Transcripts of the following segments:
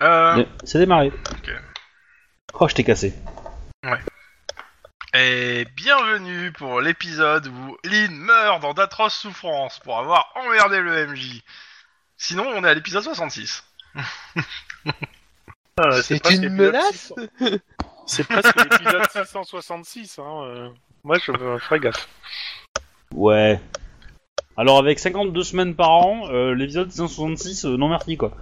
Euh, C'est démarré. Ok. Oh, je t'ai cassé. et bienvenue pour l'épisode où Lynn meurt dans d'atroces souffrances pour avoir emmerdé le MJ. Sinon, on est à l'épisode 66. Ah, C'est presque une l'épisode menace 600. C'est presque l'épisode 666. Hein. euh. Moi, je me ferai gaffe. Ouais. Alors, avec 52 semaines par an, euh, l'épisode 166, euh, non merci quoi.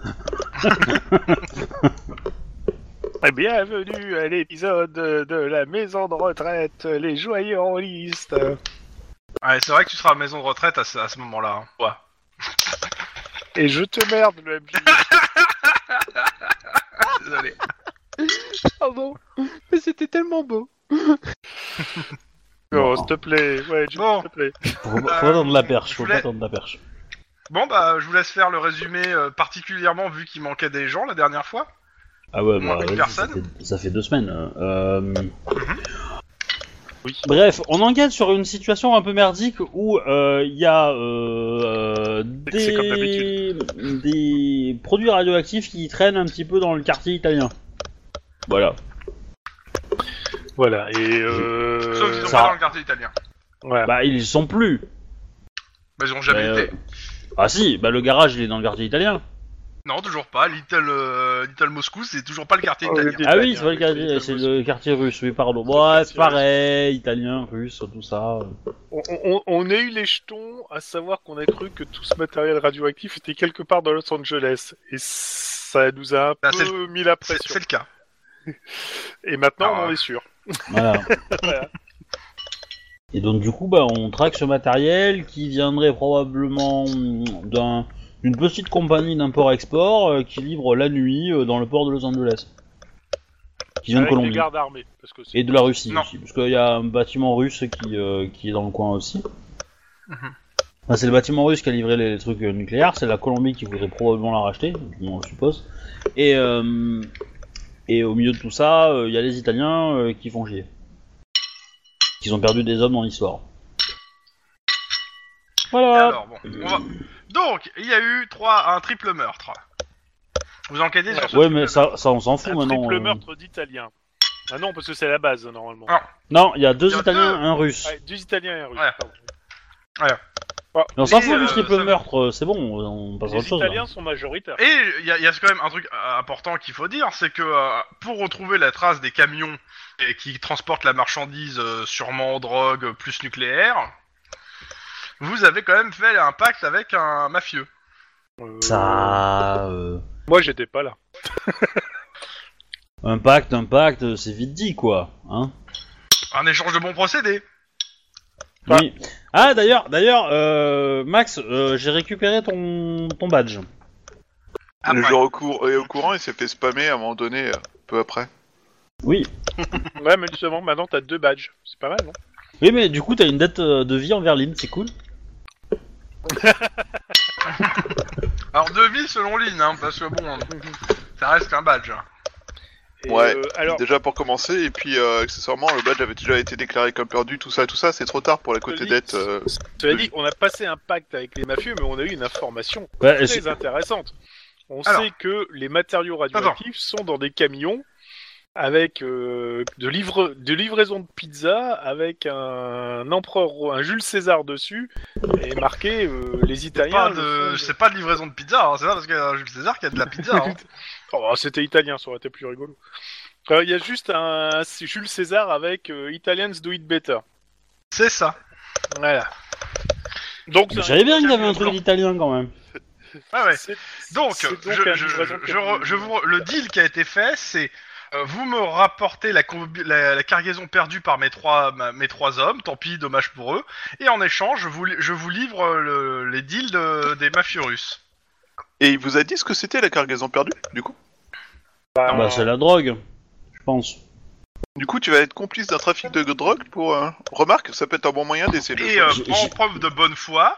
Et Bienvenue à l'épisode de la maison de retraite, les joyeux en liste. Ouais, c'est vrai que tu seras à la maison de retraite à ce, à ce moment-là. hein. Ouais. Et je te merde, le MJ. Désolé. Pardon, mais c'était tellement beau. Oh, s'il te plaît. Ouais, Jim, Bon. s'il te plaît. Faut, faut pas tendre la perche, Euh, je faut voulais- pas tendre la perche. Bon, bah, je vous laisse faire le résumé, euh, particulièrement vu qu'il manquait des gens la dernière fois. Ah ouais, Moins bah, une vas-y, ça, personne. fait, ça fait deux semaines. euh, euh. Oui. Bref, on enquête sur une situation un peu merdique où euh, il y a euh, C'est comme des... des produits radioactifs qui traînent un petit peu dans le quartier italien. Voilà. Voilà, et. Sauf qu'ils Euh... sont ça- pas dans le quartier italien. voilà. Bah ils y sont plus. Bah, ils ont jamais Mais, été. euh, Ah si, bah le garage il est dans le quartier italien. Non, toujours pas. Little, euh, Little Moscou, c'est toujours pas le quartier Oh, italien. le dé- Ah Italien, oui, c'est pas le oui, quartier, c'est c'est le- le quartier russe, oui pardon. Ouais, c'est quartier russe. pareil, italien, russe, tout ça. euh, On, on- on a eu les jetons à savoir qu'on a cru que tout ce matériel radioactif était quelque part dans Los Angeles. Et ça nous a un Bah, c'est peu mis la C'est pression. c'est le cas. Et maintenant, Ah, on en est sûr. Voilà. Voilà. Et donc du coup, bah, on traque ce matériel qui viendrait probablement hum, d'un- d'une petite compagnie d'import-export euh, qui livre la nuit euh, dans le port de Los Angeles. Qui vient de Avec les Colombie. gardes armés. Parce que c'est- Et de la Russie Non. aussi, parce qu'il y a un bâtiment russe qui, euh, qui est dans le coin aussi. Mhm. Enfin, c'est le bâtiment russe qui a livré les, les trucs euh, nucléaires, c'est la Colombie qui voudrait probablement la racheter, du moins, je suppose. Et, euh, et au milieu de tout ça, euh, il y a les Italiens euh, qui font chier. Qui ont perdu des hommes dans l'histoire. Voilà Alors, bon, on va- Donc, il y a eu trois, un triple meurtre. Vous enquêtez sur ce Ouais, triple mais ça, ça on s'en fout Un maintenant. triple euh. meurtre d'Italiens. Ah non, parce que c'est la base, normalement. Ah. Non, il y a deux Il y a Italiens, deux. un russe. Ouais, deux Italiens et un Russe. Ouais. pardon. Mais on s'en Et, fout euh, du triple ça- meurtre, euh, c'est bon, on passe à autre Les chose. hein. là. Italiens sont majoritaires. Et il y, a- il y a quand même un truc euh, important qu'il faut dire, c'est que euh, pour retrouver la trace des camions et qui transportent la marchandise, euh, sûrement drogue plus nucléaire, vous avez quand même fait un pacte avec un mafieux. Euh, Ça... euh, Moi, j'étais pas là. Un pacte, un pacte, euh, c'est vite dit quoi, hein Un échange de bons procédés. Ah. Oui. Ah d'ailleurs, d'ailleurs, euh, Max, euh, j'ai récupéré ton ton badge. Après. Ah, Le joueur au cour- est au courant, il s'est fait spammer à un moment donné, euh, peu après. Oui. Ouais, mais justement, maintenant, t'as deux badges. C'est pas mal, non Oui, mais du coup, t'as une dette euh, de vie envers Lynn, c'est cool. Alors, deux vies selon Lynn, hein, parce que bon, ça reste qu'un badge. Et, Ouais. euh, alors, Déjà pour commencer, et puis euh, accessoirement, le badge avait déjà été déclaré comme perdu, tout ça, tout ça, c'est trop tard pour la côté Solide. dette. euh, cela dit, on a passé un pacte avec les mafieux, mais on a eu une information Ouais, très c'est- bah, intéressante. On Alors. sait que les matériaux radioactifs sont dans des camions avec euh, de, livre... de livraison de pizza avec un empereur, un Jules César dessus et marqué euh, les Italiens. Pas le de- font- C'est pas de livraison de pizza, hein, c'est pas parce qu'il y a Jules César qu'il y a de la pizza. hein. Oh, c'était italien, ça aurait été plus rigolo. Euh, Il y a juste un c'est Jules César avec euh, Italians do it better. c'est ça. Voilà. Donc, Mais J'avais bien qu'il y avait un truc blanc. d'italien quand même. Ah ouais. C'est- Donc, c'est je, un je, je, livraison je re- je vous, re- camion. le deal qui a été fait, c'est euh, vous me rapportez la, combi- la, la cargaison perdue par mes trois, ma- mes trois hommes, tant pis, dommage pour eux, et en échange, je vous, li- je vous livre euh, le- les deals de- des mafieux russes. Et il vous a dit ce que c'était la cargaison perdue, du coup Bah, Bah, c'est la drogue, je pense. Du coup, tu vas être complice d'un trafic de drogue pour... euh, Remarque, ça peut être un bon moyen Eh d'essayer de... ben, Et euh, j'ai- en j'ai- preuve de bonne foi,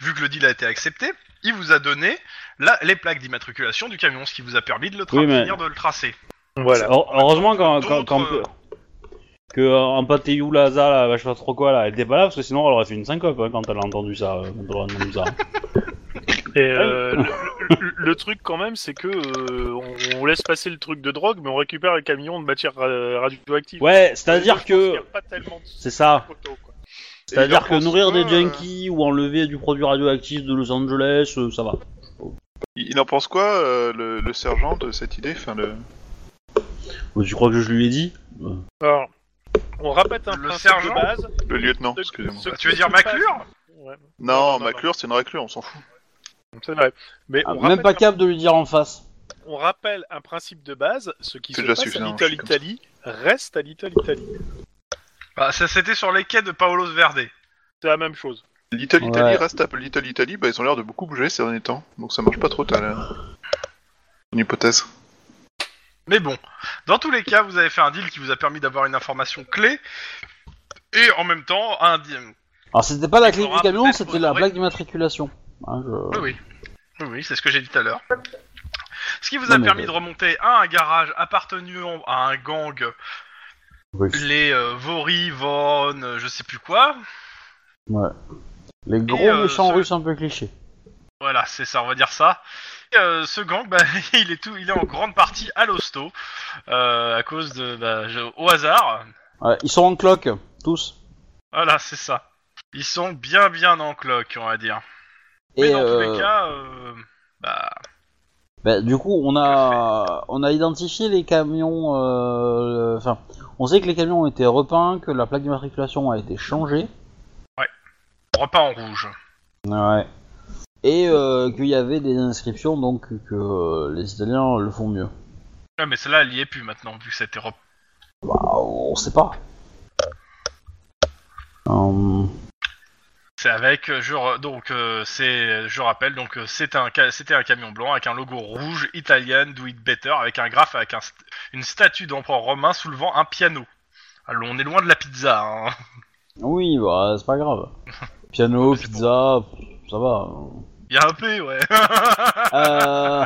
vu que le deal a été accepté, il vous a donné la, les plaques d'immatriculation du camion, ce qui vous a permis de le, tra- Oui, mais- finir de le tracer. Voilà. Heure- heureusement quand quand, D'autres, quand euh, que euh, un pâté Yulaza, là, bah, je sais pas trop quoi là, elle était pas là parce que sinon elle aurait fait une syncope hein, quand elle a entendu ça. euh, quand elle aurait entendu ça. Et, euh, le, le, le truc quand même, c'est que euh, on, on laisse passer le truc de drogue, mais on récupère le camion de matière ra- radioactive. Ouais, c'est-à-dire Je pense qu'il y que... a pas tellement de- C'est ça. photos, quoi. Et C'est-à-dire leur que nourrir des pense pas, euh, junkies ou enlever du produit radioactif de Los Angeles, euh, ça va. Il il en pense quoi, euh, le, le sergent, de cette idée enfin, le... Mais tu crois que je lui ai dit Alors, on rabatte un Le principe sergent de base. le lieutenant, Ce- excusez-moi. ce- Tu veux dire ce qui se passe- McClure Ouais, Non, non, non, McClure, c'est une réclure, on s'en fout. c'est vrai. Mais Ah, on, Même rappelle pas un, capable de lui dire en face. on rappelle un principe de base ce qui C'est se déjà passe à suffisant, Little je suis comme ça. Italy reste à Little Italy. Bah, ça c'était sur les quais de Paolo Verde. C'est la même chose. Little Ouais. Italy reste à Little Italy, bah ils ont l'air de beaucoup bouger ces derniers temps, donc ça marche pas trop ta ton hypothèse. Mais bon, dans tous les cas, vous avez fait un deal qui vous a permis d'avoir une information clé et en même temps un deal. Alors c'était pas la clé On du aura camion, peut-être c'était la retrouvé- plaque d'immatriculation. Hein, Oui, je- oui. Oui, oui, c'est ce que j'ai dit tout à l'heure. Ce qui vous Non, a mais permis ouais. de remonter à un garage appartenant à un gang, Oui. les euh, Vori, Von, euh, je sais plus quoi. Les gros euh, méchants ce- russes un peu clichés. Voilà, c'est ça, on va dire ça. Et, euh, ce gang, bah, il est tout, il est en grande partie à l'hosto euh, à cause de, bah, je- au hasard. Ouais, ils sont en cloque, tous. Voilà, c'est ça. Ils sont bien, bien en cloque, on va dire. Mais Et dans tous euh, les cas, euh, bah, bah, du coup, on a, on a identifié les camions. euh, Enfin, on sait que les camions ont été repeints, que la plaque d'immatriculation a été changée. repas en rouge. Ouais. Et euh, qu'il y avait des inscriptions, donc que euh, les Italiens le font mieux. Ouais, mais celle-là, elle y est plus maintenant, vu que c'était rep... Bah, on sait pas. Euh, Hum. C'est avec, euh, je re- donc euh, c'est, je rappelle, donc euh, c'est un, ca- c'était un camion blanc avec un logo rouge italien Do It Better avec un graphe avec un st- une statue d'empereur romain soulevant un piano. Alors on est loin de la pizza. Hein. Oui, bah, c'est pas grave. Piano, C'est bon. pizza, pff, ça va. Il y a un P, ouais. Euh...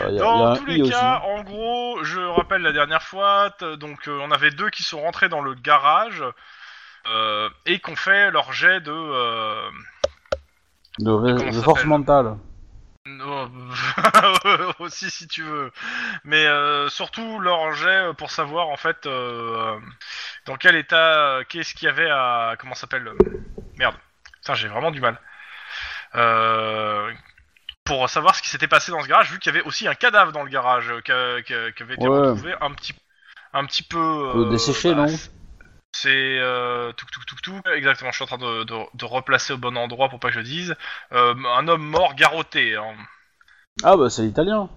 euh, y a- y a Dans un tous i les aussi. cas, en gros, je rappelle la dernière fois, t- donc euh, on avait deux qui sont rentrés dans le garage euh, et qu'on fait leur jet de. euh, de, ré- comment ça de force s'appelle mentale. Non, oh, aussi si tu veux. Mais euh, surtout leur jet euh, pour savoir en fait euh, dans quel état, euh, qu'est-ce qu'il y avait à... Comment ça s'appelle euh, Merde. Putain, j'ai vraiment du mal. Euh, pour savoir ce qui s'était passé dans ce garage, vu qu'il y avait aussi un cadavre dans le garage euh, qui a- qui a- qui avait été Ouais. retrouvé un petit, un petit peu... bah, Euh, desséché, non c'est euh, tout tout tout tout exactement. Je suis en train de, de, de replacer au bon endroit pour pas que je le dise. Euh, un homme mort garrotté. hein. Ah bah c'est l'italien.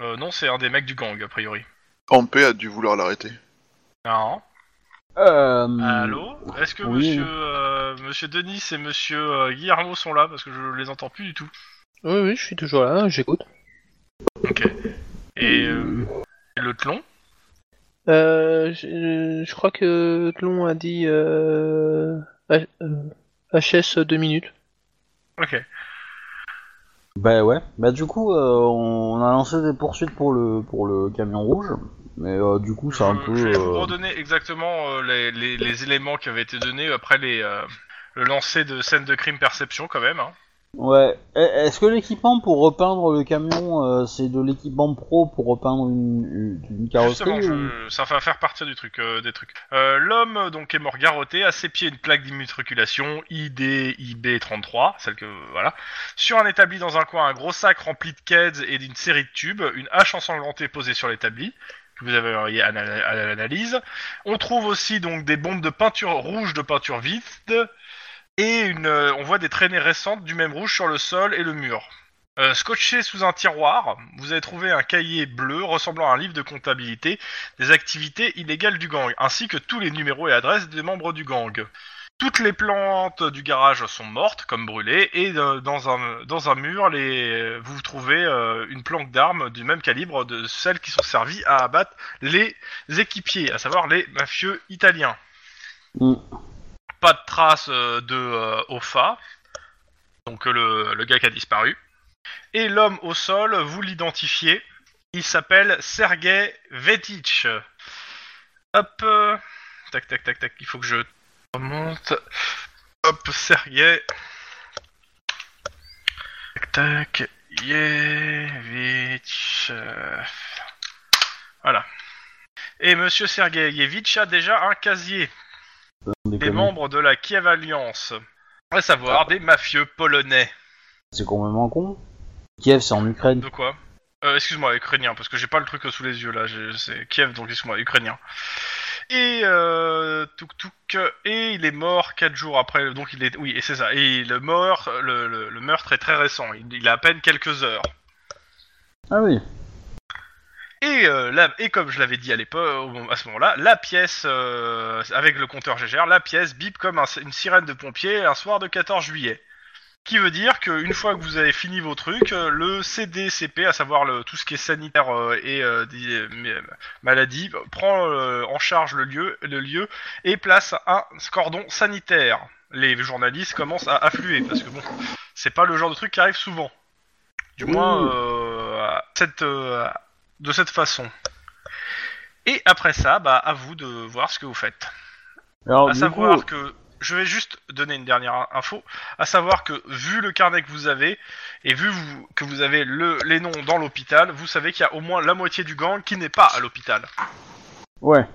Euh, non, c'est un des mecs du gang, a priori. Ampé a dû vouloir l'arrêter. Non. Euh... Allô Est-ce que Oui. monsieur, euh, monsieur Denis et monsieur euh, Guillermo sont là Parce que je les entends plus du tout. Oui, oui, je suis toujours là, j'écoute. Ok. Et, euh, et le tlon Euh, je, je crois que Tlon a dit euh, H- euh, HS deux minutes. Ok. Bah ouais. Bah du coup, euh, on a lancé des poursuites pour le pour le camion rouge. Mais euh, du coup, c'est un je, peu. je vais vous euh, redonner exactement euh, les, les- les éléments qui avaient été donnés après les, euh, le lancer de scène de crime perception, quand même. hein. Ouais. E- Est-ce que l'équipement pour repeindre le camion, euh, c'est de l'équipement pro pour repeindre une, une, une Justement, carrosserie ou- je- ça va faire partir du truc, euh, des trucs. Euh, L'homme donc est mort garrotté, à ses pieds une plaque d'immatriculation IDIB33, celle que voilà. Sur un établi dans un coin, un gros sac rempli de keds et d'une série de tubes, une hache ensanglantée posée sur l'établi que vous avez envoyé à l'ana- à l'analyse. On trouve aussi donc des bombes de peinture rouge de peinture vide et une, euh, on voit des traînées récentes du même rouge sur le sol et le mur. Euh, scotché sous un tiroir, vous avez trouvé un cahier bleu ressemblant à un livre de comptabilité des activités illégales du gang, ainsi que tous les numéros et adresses des membres du gang. Toutes les plantes du garage sont mortes, comme brûlées, et euh, dans, un, dans un mur, les, vous trouvez euh, une planque d'armes du même calibre de celles qui sont servies à abattre les équipiers, à savoir les mafieux italiens. Mm. Pas de traces euh, de euh, Ofa, donc euh, le, le gars qui a disparu. Et l'homme au sol, vous l'identifiez. Il s'appelle Sergei Vetic. Hop. euh, Tac, tac, tac, tac. Il faut que je remonte. Hop, Sergei. tac. Yevitch. euh, Voilà. Et monsieur Sergeyevitch a déjà un casier On des déconne. membres de la Kiev Alliance. À savoir des mafieux polonais. C'est complètement con. Kiev, c'est en Ukraine. De quoi euh, Excuse-moi, ukrainien, parce que j'ai pas le truc sous les yeux là. j'ai- C'est Kiev, donc excuse-moi, ukrainien. Et euh, tuk tuk, et il est mort quatre jours après. Donc il est, oui, et c'est ça. Et le mort, le, le- le meurtre est très récent. Il, il a à peine quelques heures. Ah oui. Et, euh, la- et comme je l'avais dit à l'époque, au moment- à ce moment-là, la pièce, euh, avec le compteur GGR, la pièce bip comme un- une sirène de pompier un soir de 14 juillet. Qui veut dire qu'une fois que vous avez fini vos trucs, euh, le CDCP, à savoir le- tout ce qui est sanitaire euh, et euh, des, euh, mais- euh, maladie, prend euh, en charge le lieu, le lieu et place un cordon sanitaire. Les journalistes commencent à affluer parce que bon, c'est pas le genre de truc qui arrive souvent. Du moins, euh, à cette, euh, de cette façon. Et après ça, bah, à vous de voir ce que vous faites. Alors, à du savoir coup, que, je vais juste donner une dernière info, à savoir que, vu le carnet que vous avez, et vu vous- que vous avez le, les noms dans l'hôpital, vous savez qu'il y a au moins la moitié du gang qui n'est pas à l'hôpital. ouais.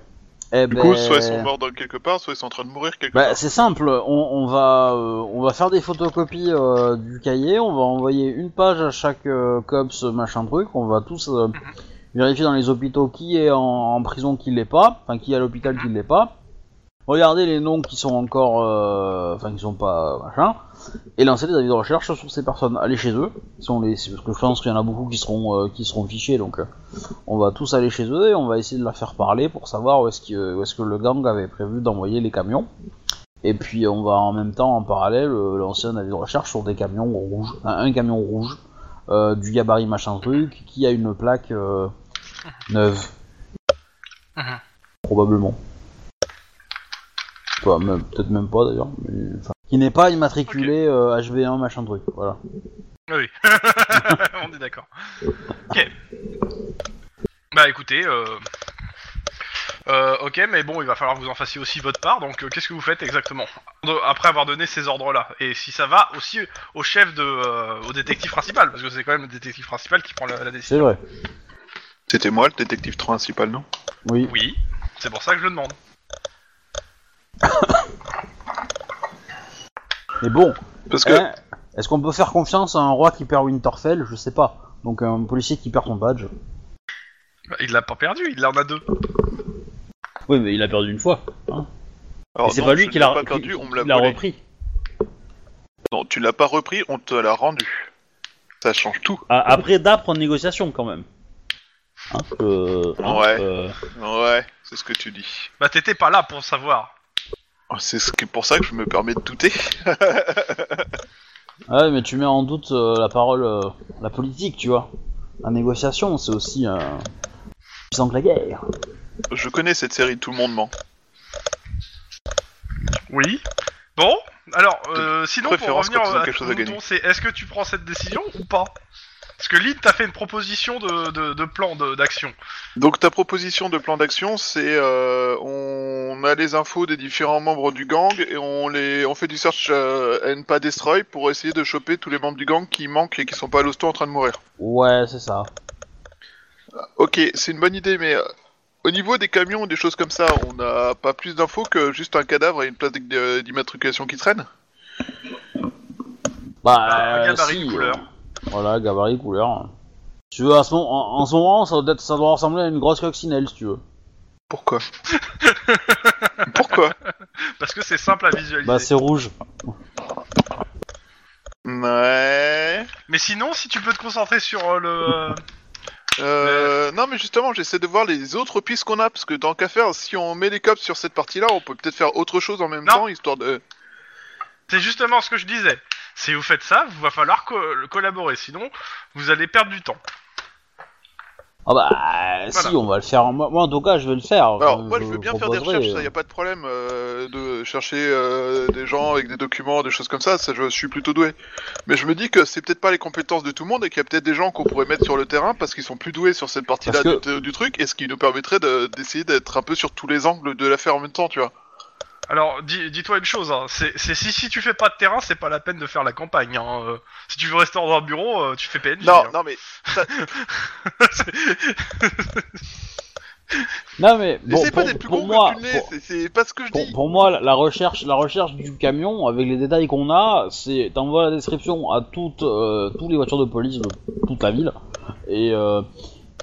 Eh Du ben- coup, soit ils sont morts dans quelque part, soit ils sont en train de mourir quelque Bah, part. c'est simple, on, on va, euh, on va faire des photocopies euh, du cahier, on va envoyer une page à chaque euh, COPS, machin truc, on va tous euh, vérifier dans les hôpitaux qui est en, en prison, qui l'est pas, enfin qui est à l'hôpital, qui l'est pas, regarder les noms qui sont encore, euh, enfin qui sont pas, euh, machin, et lancer des avis de recherche sur ces personnes, aller chez eux, si on les, parce que je pense qu'il y en a beaucoup qui seront, euh, qui seront fichés, donc euh, on va tous aller chez eux et on va essayer de la faire parler pour savoir où est-ce que, où est-ce que le gang avait prévu d'envoyer les camions. Et puis on va en même temps, en parallèle, euh, lancer un avis de recherche sur des camions rouges, un, un camion rouge, euh, du gabarit machin truc, qui a une plaque euh, neuve. Mhm. Probablement. Enfin, même- peut-être même pas d'ailleurs. mais- enfin, qui n'est pas immatriculé euh, HV1 machin truc, voilà. Ah Oui, on est d'accord. Ok. Bah écoutez, euh... euh, ok, mais bon, il va falloir que vous en fassiez aussi votre part, donc euh, qu'est-ce que vous faites exactement De- Après avoir donné ces ordres-là, et si ça va aussi au chef de... euh, au détective principal, parce que c'est quand même le détective principal qui prend la, la C'est décision. vrai. C'était moi le détective principal, non Oui. Oui, c'est pour ça que je le demande. Mais bon, Parce que hein, est-ce qu'on peut faire confiance à un roi qui perd Winterfell Je sais pas. Donc un policier qui perd son badge. Bah, Il l'a pas perdu, il en a deux. Oui, mais il a perdu une fois. alors, c'est Oh non, pas je lui ne qui l'ai l'a pas perdu, on me l'a il l'a volé. repris. Non, tu l'as pas repris, on te l'a rendu. Ça change tout. Ah, Après d'âpres négociations quand même. Hein, euh, hein, Ouais. euh, Ouais, c'est ce que tu dis. Bah t'étais pas là pour savoir. Oh, C'est ce que- pour ça que je me permets de douter. ah ouais, mais tu mets en doute euh, la parole, euh, la politique, tu vois. La négociation, c'est aussi euh, puissant que la guerre. Je connais cette série, tout le monde ment. Oui. Bon, alors, euh, sinon, pour préférence revenir quand ils ont à quelque chose à ton gagner. ton, c'est est-ce que tu prends cette décision ou pas Parce que Lynn t'a fait une proposition de, de, de plan de- d'action. Donc ta proposition de plan d'action, c'est euh, on a les infos des différents membres du gang et on les on fait du search euh, and pas destroy pour essayer de choper tous les membres du gang qui manquent et qui sont pas à l'hosto en train de mourir. Ouais, c'est ça. Ok, c'est une bonne idée, mais euh, au niveau des camions ou des choses comme ça, on n'a pas plus d'infos que juste un cadavre et une plaque d'im- euh, d'immatriculation qui traîne Bah, Bah, euh, gabarit, si, couleur. euh, voilà, gabarit, couleur. Tu veux, à ce moment, en, en ce moment, ça doit, être- ça doit ressembler à une grosse coccinelle, si tu veux. Pourquoi Pourquoi Parce que c'est simple à visualiser. Bah, c'est rouge. Ouais. Mais sinon, si tu peux te concentrer sur euh, le... Euh, Non, mais justement, j'essaie de voir les autres pistes qu'on a, parce que tant qu'à faire, si on met les cops sur cette partie-là, on peut peut-être faire autre chose en même Non. temps, histoire de. C'est justement ce que je disais. Si vous faites ça, vous va falloir co- collaborer, sinon vous allez perdre du temps. Ah bah, si, on va le faire. en- Moi, moi, en tout cas, je vais le faire. Alors, Je- euh, moi, je veux bien faire des proposerai, recherches, ça, y a pas de problème, euh, de chercher euh, des gens avec des documents, des choses comme ça, ça, je suis plutôt doué. Mais je me dis que c'est peut-être pas les compétences de tout le monde et qu'il y a peut-être des gens qu'on pourrait mettre sur le terrain parce qu'ils sont plus doués sur cette partie-là Parce du, du truc et ce qui nous permettrait de- d'essayer d'être un peu sur tous les angles de l'affaire en même temps, tu vois. Alors, dis- dis-toi une chose, hein, c'est c'est- si, si tu fais pas de terrain, c'est pas la peine de faire la campagne. hein, euh. si tu veux rester dans un bureau, euh, tu fais PNJ. Non, hein. non, mais Non mais bon, essaye pour, pas d'être plus pour gros moi, que tu ne l'es, pour- c'est- c'est pas ce que je pour, dis. pour moi, la- la recherche, la recherche du camion avec les détails qu'on a, c'est t'envoies la description à toutes, euh, toutes les voitures de police de toute la ville et euh,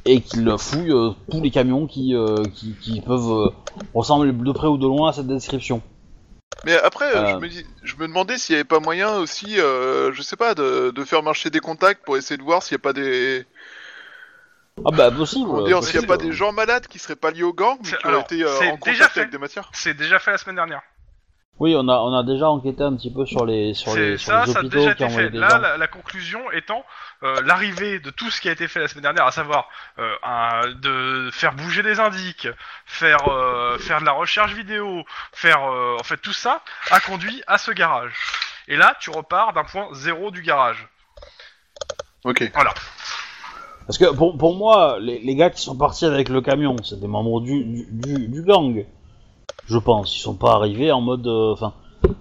et qu'ils fouillent euh, tous les camions qui euh, qui, qui peuvent euh, ressembler de près ou de loin à cette description. Mais après, euh, Euh. Je, me dis, je me demandais s'il n'y avait pas moyen aussi, euh, je sais pas, de, de faire marcher des contacts pour essayer de voir s'il n'y a pas des, Ah bah possible. comment dire, possible. s'il y a pas des gens malades qui seraient pas liés au gang, mais C'est- qui auraient alors, été euh, c'est déjà en contact fait. avec des matières. C'est déjà fait la semaine dernière. Oui, on a on a déjà enquêté un petit peu sur les sur C'est les, sur ça, les ça a hôpitaux déjà qui été ont fait. des Là, gens. la, la conclusion étant euh, l'arrivée de tout ce qui a été fait la semaine dernière, à savoir euh, un- de faire bouger des indices, faire euh, faire de la recherche vidéo, faire euh, en fait tout ça a conduit à ce garage. Et là, tu repars d'un point zéro du garage. Ok. Parce que pour, pour moi, les, les gars qui sont partis avec le camion, c'est des membres du, du, du- du gang. Je pense. Ils sont pas arrivés en mode. euh, Enfin.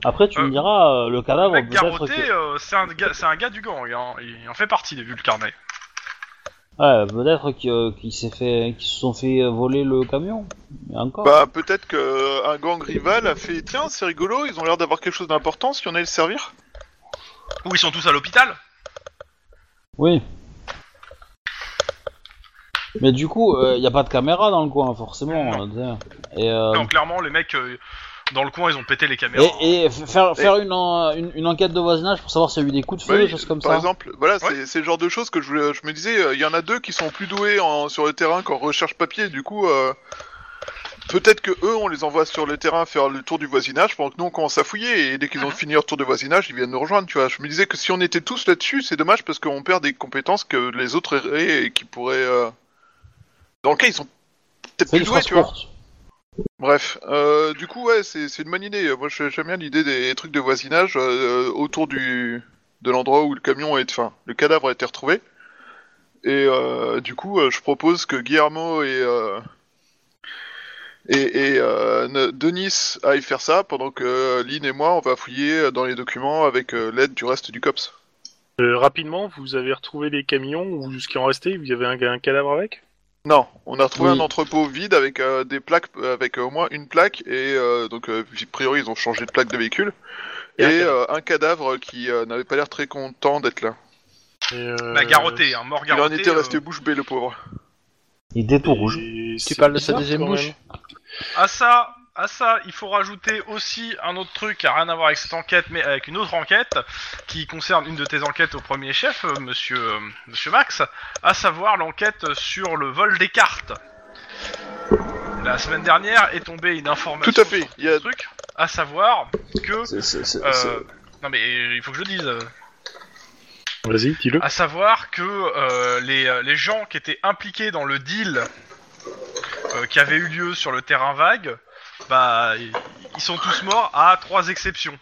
après, tu Euh, me diras, euh, le Le cadavre mec peut-être. garrotté, Que... euh, c'est un gars, c'est un gars du gang. Hein. Il en fait partie, vu le carnet. Ouais, peut-être euh, qu'ils s'est fait, qu'ils se sont fait voler le camion. Mais Encore. Bah peut-être que euh, un gang rival a fait tiens c'est rigolo ils ont l'air d'avoir quelque chose d'important si on allait le servir. Ou ils sont tous à l'hôpital. Oui. Mais du coup, il n'y a pas de caméra dans le coin, forcément. Non. euh, tu sais. Et, euh, Non, clairement, les mecs euh, dans le coin, ils ont pété les caméras. et, et f- faire, faire une, en- une, une enquête de voisinage pour savoir s'il y a eu des coups de feu, Bah oui, des choses comme par ça. exemple voilà Ouais. c'est- c'est le genre de choses que je, voulais- je me disais euh, il y en a deux qui sont plus doués en, sur le terrain qu'en recherche papier du coup euh, peut-être que eux on les envoie sur le terrain faire le tour du voisinage pendant que nous on commence à fouiller et dès qu'ils ont Mhm. fini leur tour de voisinage ils viennent nous rejoindre tu vois. Je me disais que si on était tous là-dessus c'est dommage parce qu'on perd des compétences que les autres auraient et qui pourraient euh, dans le cas ils sont peut-être Fais plus une doués phrase tu vois. courte. Bref, euh, du coup, ouais, c'est c'est une bonne idée. Moi, je- j'aime bien l'idée des trucs de voisinage euh, autour du de l'endroit où le camion est, enfin, le cadavre a été retrouvé. Et euh, du coup, euh, je propose que Guillermo et euh, et, et, euh, Ne- Denis aillent faire ça pendant que euh, Lynn et moi, on va fouiller dans les documents avec euh, l'aide du reste du cops. Euh, rapidement, vous avez retrouvé des camions ou ce qui en restait Vous avez un, un cadavre avec Non, on a retrouvé Oui. un entrepôt vide avec euh, des plaques, avec euh, au moins une plaque et euh, donc euh, a priori ils ont changé de plaque de véhicule. Et un cadavre. euh, un cadavre qui euh, n'avait pas l'air très content d'être là. Et, euh, Bah, garrotté, hein, mort Il en garrotté. était euh, resté bouche bée, le pauvre. Il était et tout rouge. Tu c'est parles de sa bizarre, deuxième quand bouche même. À ça, à ça, il faut rajouter aussi un autre truc qui a rien à voir avec cette enquête, mais avec une autre enquête qui concerne une de tes enquêtes au premier chef, euh, monsieur, euh, monsieur Max, à savoir l'enquête sur le vol des cartes. La semaine dernière est tombée une information Tout à fait. sur Il y a... ce truc, à savoir que. C'est- c'est- c'est- euh, c'est- non mais euh, il faut que je le dise. euh, Vas-y, dis-le. À savoir que euh, les, euh, les gens qui étaient impliqués dans le deal euh, qui avait eu lieu sur le terrain vague, bah, ils ils sont tous morts à trois exceptions.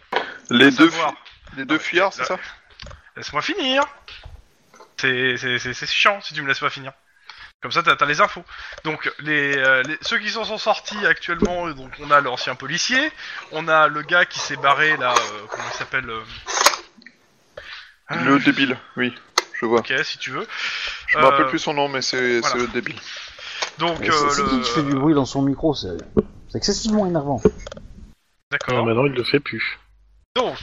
Les, À deux, savoir- fu- les deux fuyards, c'est ça Laisse-moi finir C'est c'est- c'est- c'est chiant si tu me laisses pas finir. Comme ça, t'as as les infos. Donc, les, euh, les- ceux qui s'en sont sortis actuellement, euh, donc on a l'ancien policier, on a le gars qui s'est barré là, euh, comment il s'appelle euh, Le débile, oui. Je vois. Ok, si tu veux. Je me rappelle Euh, plus son nom, mais c'est voilà. c'est le débile. Donc, c'est- euh, c'est le- qui qui fait du bruit dans son micro, c'est c'est excessivement énervant. D'accord. Non, maintenant, il le fait plus. Donc,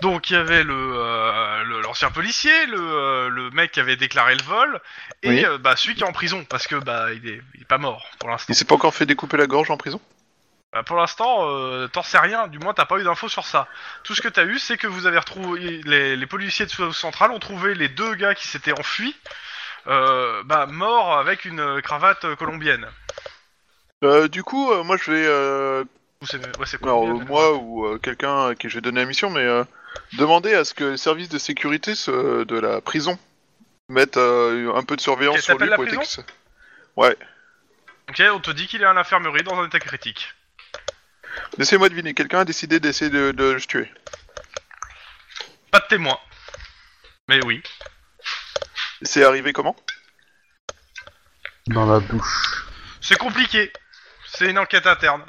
donc il y avait le euh, le- l'ancien policier, le, euh, le mec qui avait déclaré le vol, et Oui. euh, bah, celui qui est en prison parce que bah il est, il est pas mort pour l'instant. Il s'est pas encore fait découper la gorge en prison Bah, pour l'instant, euh, t'en sais rien. Du moins, t'as pas eu d'infos sur ça. Tout ce que t'as eu, c'est que vous avez retrouvé les, les policiers de South Central ont trouvé les deux gars qui s'étaient enfuis, euh, bah morts avec une euh, cravate euh, colombienne. euh, Du coup, euh, moi je vais. euh, Ou c'est ouais, c'est alors, colombienne, euh, moi ou euh, quelqu'un à qui je vais donner la mission, mais euh, demander à ce que les services de sécurité ce- de la prison mettent euh, un peu de surveillance Ok, sur t'appelles lui la pour éviter prison que ça- Ok, on te dit qu'il est à l'infirmerie dans un état critique. Laissez-moi deviner, quelqu'un a décidé d'essayer de, de le tuer. Pas de témoin. Mais oui. C'est arrivé comment Dans la douche. C'est compliqué. C'est une enquête interne.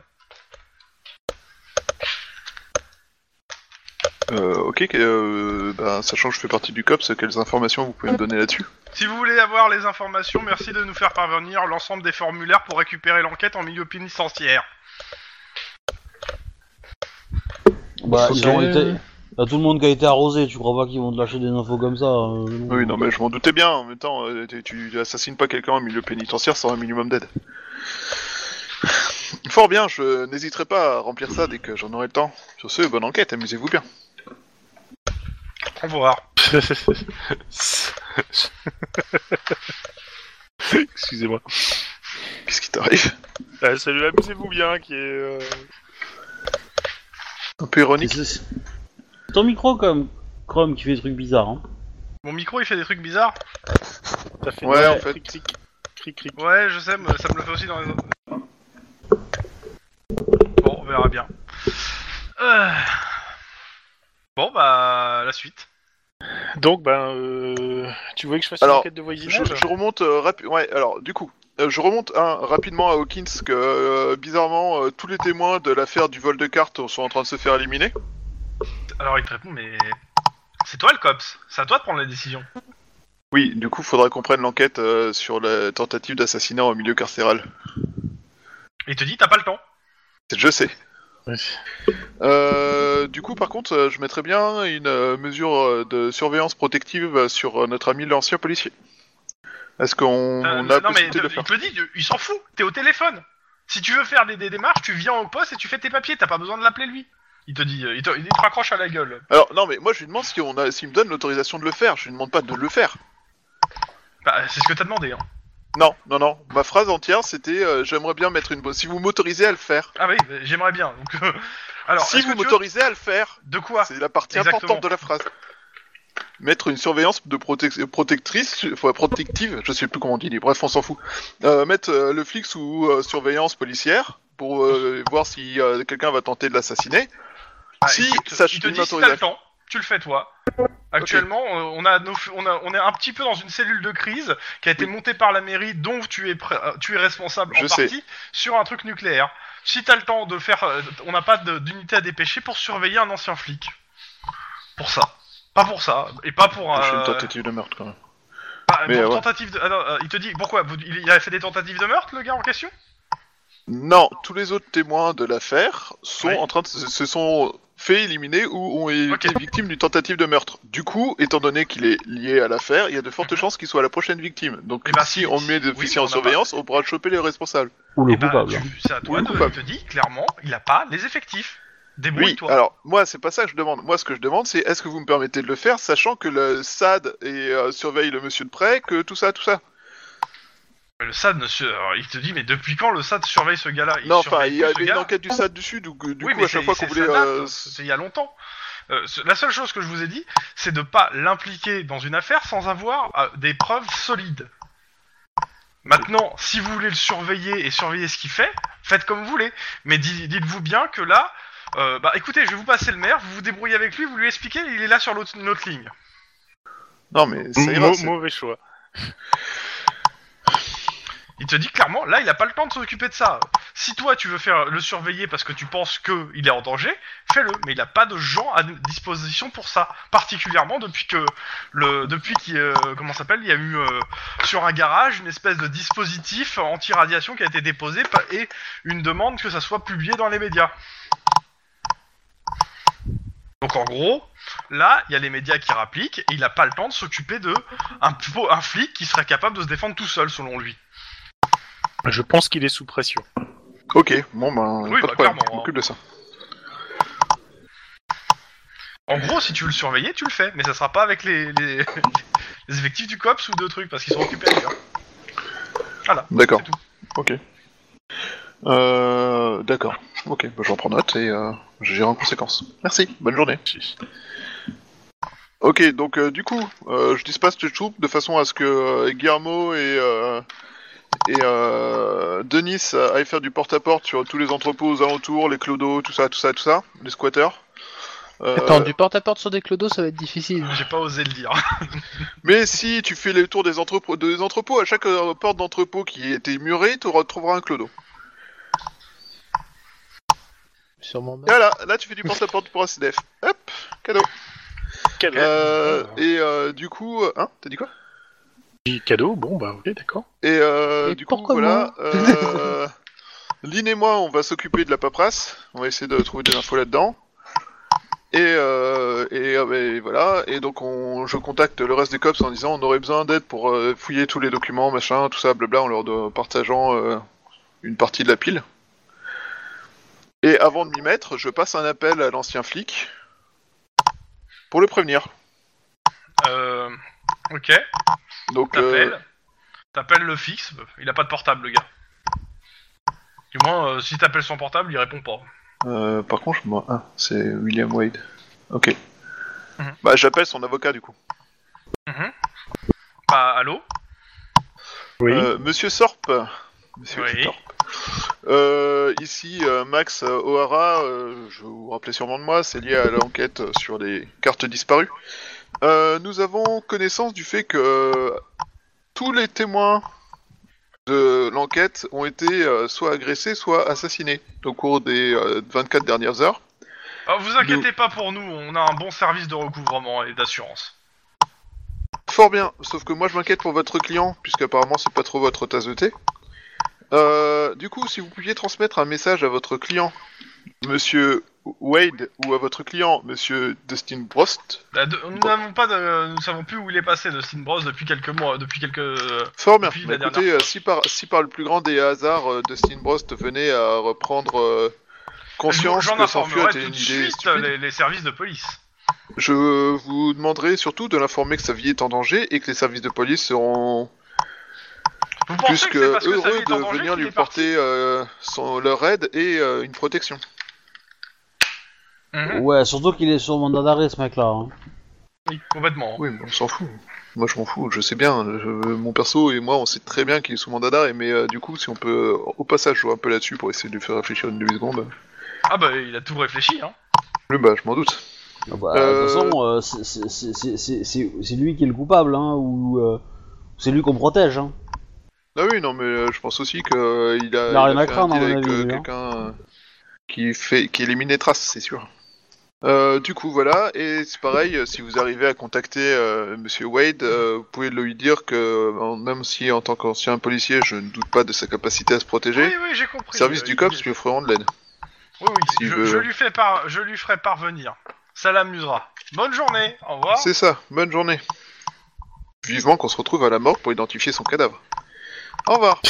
Euh, ok, que- euh, ben, sachant que je fais partie du COPS, quelles informations vous pouvez me donner là-dessus Si vous voulez avoir les informations, merci de nous faire parvenir l'ensemble des formulaires pour récupérer l'enquête en milieu pénitentiaire. Bah, Ok. ils ont été... T'as tout le monde qui a été arrosé, tu crois pas qu'ils vont te lâcher des infos comme ça euh, Oui, non, mais je m'en doutais bien. En même temps, euh, tu, tu assassines pas quelqu'un en milieu pénitentiaire sans un minimum d'aide. Fort bien, je n'hésiterai pas à remplir ça dès que j'en aurai le temps. Sur ce, bonne enquête, amusez-vous bien. Au revoir. Excusez-moi. Qu'est-ce qui t'arrive Euh, salut, amusez-vous bien, qui est. euh, Un peu ironique. C'est- c'est- Ton micro, comme Chrome, qui fait des trucs bizarres. Hein. Mon micro, il fait des trucs bizarres. Ça fait Ouais, mal. en fait. Cric, cric, cric, cric. Ouais, je sais, mais ça me le fait aussi dans les autres. Bon, on verra bien. Euh. Bon, bah, la suite. Donc, ben, euh, tu voulais que je fasse Alors, une enquête de Je, voisinage je remonte euh, rapi- Ouais, alors du coup, euh, je remonte hein, rapidement à Hawkins que euh, bizarrement euh, tous les témoins de l'affaire du vol de cartes sont en train de se faire éliminer. Alors, il te répond, mais. C'est toi le COPS, c'est à toi de prendre les décisions. Oui, du coup, faudra qu'on prenne l'enquête euh, sur la tentative d'assassinat au milieu carcéral. Il te dit, t'as pas le temps. Je sais. Ouais. Euh, du coup, par contre, euh, je mettrais bien une euh, mesure euh, de surveillance protective euh, sur euh, notre ami l'ancien policier. Est-ce Euh, qu'on on a la non, mais possibilité de le il faire te le dit, il s'en fout, t'es au téléphone. Si tu veux faire des, des démarches, tu viens au poste et tu fais tes papiers, t'as pas besoin de l'appeler lui. Il te dit, euh, il te, il te raccroche à la gueule. Alors, non, mais moi, je lui demande si on a, s'il me donne l'autorisation de le faire. Je lui demande pas de le faire. Bah, c'est ce que t'as demandé. Hein. Non, non, non. Ma phrase entière, c'était euh, j'aimerais bien mettre une bosse. Si vous m'autorisez à le faire. Ah oui, bah, j'aimerais bien. Donc, euh, alors, si est-ce vous que tu veux- m'autorisez à le faire, de quoi c'est la partie Exactement. importante de la phrase. Mettre une surveillance de protec- protectrice, su- enfin, protective, je sais plus comment on dit, bref, on s'en fout. Euh, mettre euh, le flic sous euh, surveillance policière pour euh, voir si euh, quelqu'un va tenter de l'assassiner. Ah, si, écoute, ça, il je te te dit si t'as le temps, tu le fais toi. Actuellement, euh, on, a nos, on, a, on est un petit peu dans une cellule de crise qui a été montée par la mairie, dont tu es, pré- euh, tu es responsable en Je sais. partie, sur un truc nucléaire. Si t'as le temps de faire... euh, On n'a pas de- d'unité à dépêcher pour surveiller un ancien flic. Pour ça. Pas pour ça, et pas pour... Je suis une euh, tentative de meurtre quand même. pas- mais, pour ouais. tentative de- ah non, euh, il te dit, pourquoi vous- Il il a fait des tentatives de meurtre, le gars en question Non, tous les autres témoins de l'affaire sont Oui. en train de se se sont fait éliminer ou ont été Ok. victimes d'une tentative de meurtre. Du coup, étant donné qu'il est lié à l'affaire, il y a de fortes Mhm. chances qu'il soit la prochaine victime. Donc Eh ben, si- si on met des oui, officiers mais en on a surveillance, on pourra choper les responsables. Ou le Eh ben, coupable. tu- C'est à toi Ou le de... Il coupable. te dit, clairement, il a pas les effectifs. Oui, Débrouille-toi. alors moi c'est pas ça que je demande. Moi ce que je demande c'est est-ce que vous me permettez de le faire sachant que le SAD et, euh, surveille le monsieur de près, que tout ça, tout ça. Mais Le SAD, ne se- alors, il te dit, mais depuis quand le SAD surveille ce gars-là non, enfin surveille plus il y ce avait une gars-là. enquête du SAD dessus, du, coup- du Oui, coup mais à chaque c'est- fois qu'on c'est- voulait... ça date, euh, C'est il y a longtemps. Euh, ce- la seule chose que je vous ai dit, c'est de pas l'impliquer dans une affaire sans avoir euh, des preuves solides. Maintenant, si vous voulez le surveiller et surveiller ce qu'il fait, faites comme vous voulez. Mais di- dites-vous bien que là, euh, bah écoutez, je vais vous passer le maire, vous vous débrouillez avec lui, vous lui expliquez, il est là sur l'autre une autre ligne. Non mais ça ira, Mau- c'est- mauvais choix. Il te dit clairement, là, il a pas le temps de s'occuper de ça. Si toi, tu veux faire le surveiller parce que tu penses que il est en danger, fais-le. Mais il a pas de gens à disposition pour ça, particulièrement depuis que le, depuis qu'il, euh, comment ça s'appelle, il y a eu euh, sur un garage une espèce de dispositif anti-radiation qui a été déposé pa- et une demande que ça soit publié dans les médias. Donc en gros, là, il y a les médias qui rappliquent et il a pas le temps de s'occuper de un, po- un flic qui serait capable de se défendre tout seul, selon lui. Je pense qu'il est sous pression. Ok, bon ben Oui, pas bah, de problème, clairement, je m'occupe de ça. En gros, si tu veux le surveiller, tu le fais, mais ça sera pas avec les, les, les effectifs du COPS ou de trucs, parce qu'ils sont occupés ailleurs. Voilà. D'accord. C'est Ok. Euh, D'accord. Ok, bah, j'en prends note et euh, j'irai en conséquence. Merci, bonne journée. Ok, donc euh, du coup, euh, je dispasse cette troupe de façon à ce que euh, Guillermo et, euh, et euh, Denis euh, aillent faire du porte-à-porte sur tous les entrepôts aux alentours, les clodos, tout ça, tout ça, tout ça, les squatteurs. Euh, Attends, du porte-à-porte sur des clodos, ça va être difficile. J'ai pas osé le dire. Mais si tu fais le tour des entrepôts, des entrepôts à chaque euh, porte d'entrepôt qui était murée, tu retrouveras un clodo. Sûrement. Ah, Et voilà, là tu fais du porte-à-porte pour SDF. Hop Cadeau. Cadeau. Euh, Ah. et euh, du coup, euh, hein, t'as dit quoi J'ai dit Cadeau, bon bah ok, d'accord. Et, euh, Et du coup, pourquoi voilà. euh, Lynn et moi, on va s'occuper de la paperasse. On va essayer de trouver des infos là-dedans. Et, euh, et, euh, et voilà. Et donc, on, je contacte le reste des cops en disant on aurait besoin d'aide pour euh, fouiller tous les documents, machin, tout ça, blabla, en leur de- partageant euh, une partie de la pile. Et avant de m'y mettre, je passe un appel à l'ancien flic pour le prévenir. Euh, ok, Donc, t'appelles. euh, T'appelles le fixe, il a pas de portable, le gars. Du moins, euh, si t'appelles son portable, il répond pas. Euh, par contre, je moi, ah, c'est William Wade. Ok. Mhm. Bah, j'appelle son avocat du coup. Bah, allô Oui. Euh, Monsieur Sorp. Monsieur Oui. Sorp. Euh, ici, euh, Max euh, O'Hara, euh, je vous rappelais sûrement de moi, c'est lié à l'enquête sur les cartes disparues. Euh, nous avons connaissance du fait que euh, tous les témoins de l'enquête ont été euh, soit agressés, soit assassinés au cours des euh, 24 dernières heures. Ah, Vous inquiétez pas pour nous, on a un bon service de recouvrement et d'assurance. Fort bien, sauf que moi je m'inquiète pour votre client, puisqu'apparemment c'est pas trop votre tasse de thé. Euh, du coup, si vous pouviez transmettre un message à votre client, monsieur Wade, ou à votre client, monsieur Dustin Brost, La de- Nous Bon. n'avons pas de... Nous savons plus où il est passé de Sin Bros depuis quelques mois, depuis quelques... fort bien. Puis la Bah, dernière écoutez, euh, si par, si par le plus grand des hasards, euh, Dustin Brost venait à reprendre euh, conscience J'en que son feu informerai était tout une de idée suite stupide, les, les services de police. je vous demanderai surtout de l'informer que sa vie est en danger et que les services de police seront Vous pensez que, plus c'est que parce que sa vie heureux est de en danger venir qu'il lui est parti porter euh, son, leur aide et euh, une protection. Mhm. Ouais, surtout qu'il est sur mandat d'arrêt ce mec-là. hein. Oui, complètement. Oui, mais on s'en fout. Moi, je m'en fous. Je sais bien. je- mon perso et moi, on sait très bien qu'il est sous mandat d'arrêt. Mais euh, du coup, si on peut, au passage, jouer un peu là-dessus pour essayer de lui faire réfléchir une demi-seconde. Ah bah, il a tout réfléchi, hein. Oui, bah, je m'en doute. Ah bah, Euh. De toute façon, euh, c'est- c'est- c'est- c'est- c'est c'est- c'est lui qui est le coupable, hein, ou euh, c'est lui qu'on protège. Hein. Ah oui, non, mais euh, je pense aussi que euh, il a, Il a rien à fait craindre, un Bah, à deal mon avec avis, euh, lui, hein. quelqu'un euh, qui fait, qui élimine les traces, c'est sûr. Euh, du coup, voilà. Et c'est pareil. euh, Si vous arrivez à contacter euh, Monsieur Wade, euh, vous pouvez lui dire que, euh, même si en tant qu'ancien policier, je ne doute pas de sa capacité à se protéger, Oui, oui, j'ai compris. service Euh, du il- cops lui offriront de l'aide. Oui, oui, S'il je, veut. je lui fais par... je lui ferai parvenir. Ça l'amusera. Bonne journée, au revoir. C'est ça, bonne journée. Vivement qu'on se retrouve à la mort pour identifier son cadavre. Au revoir.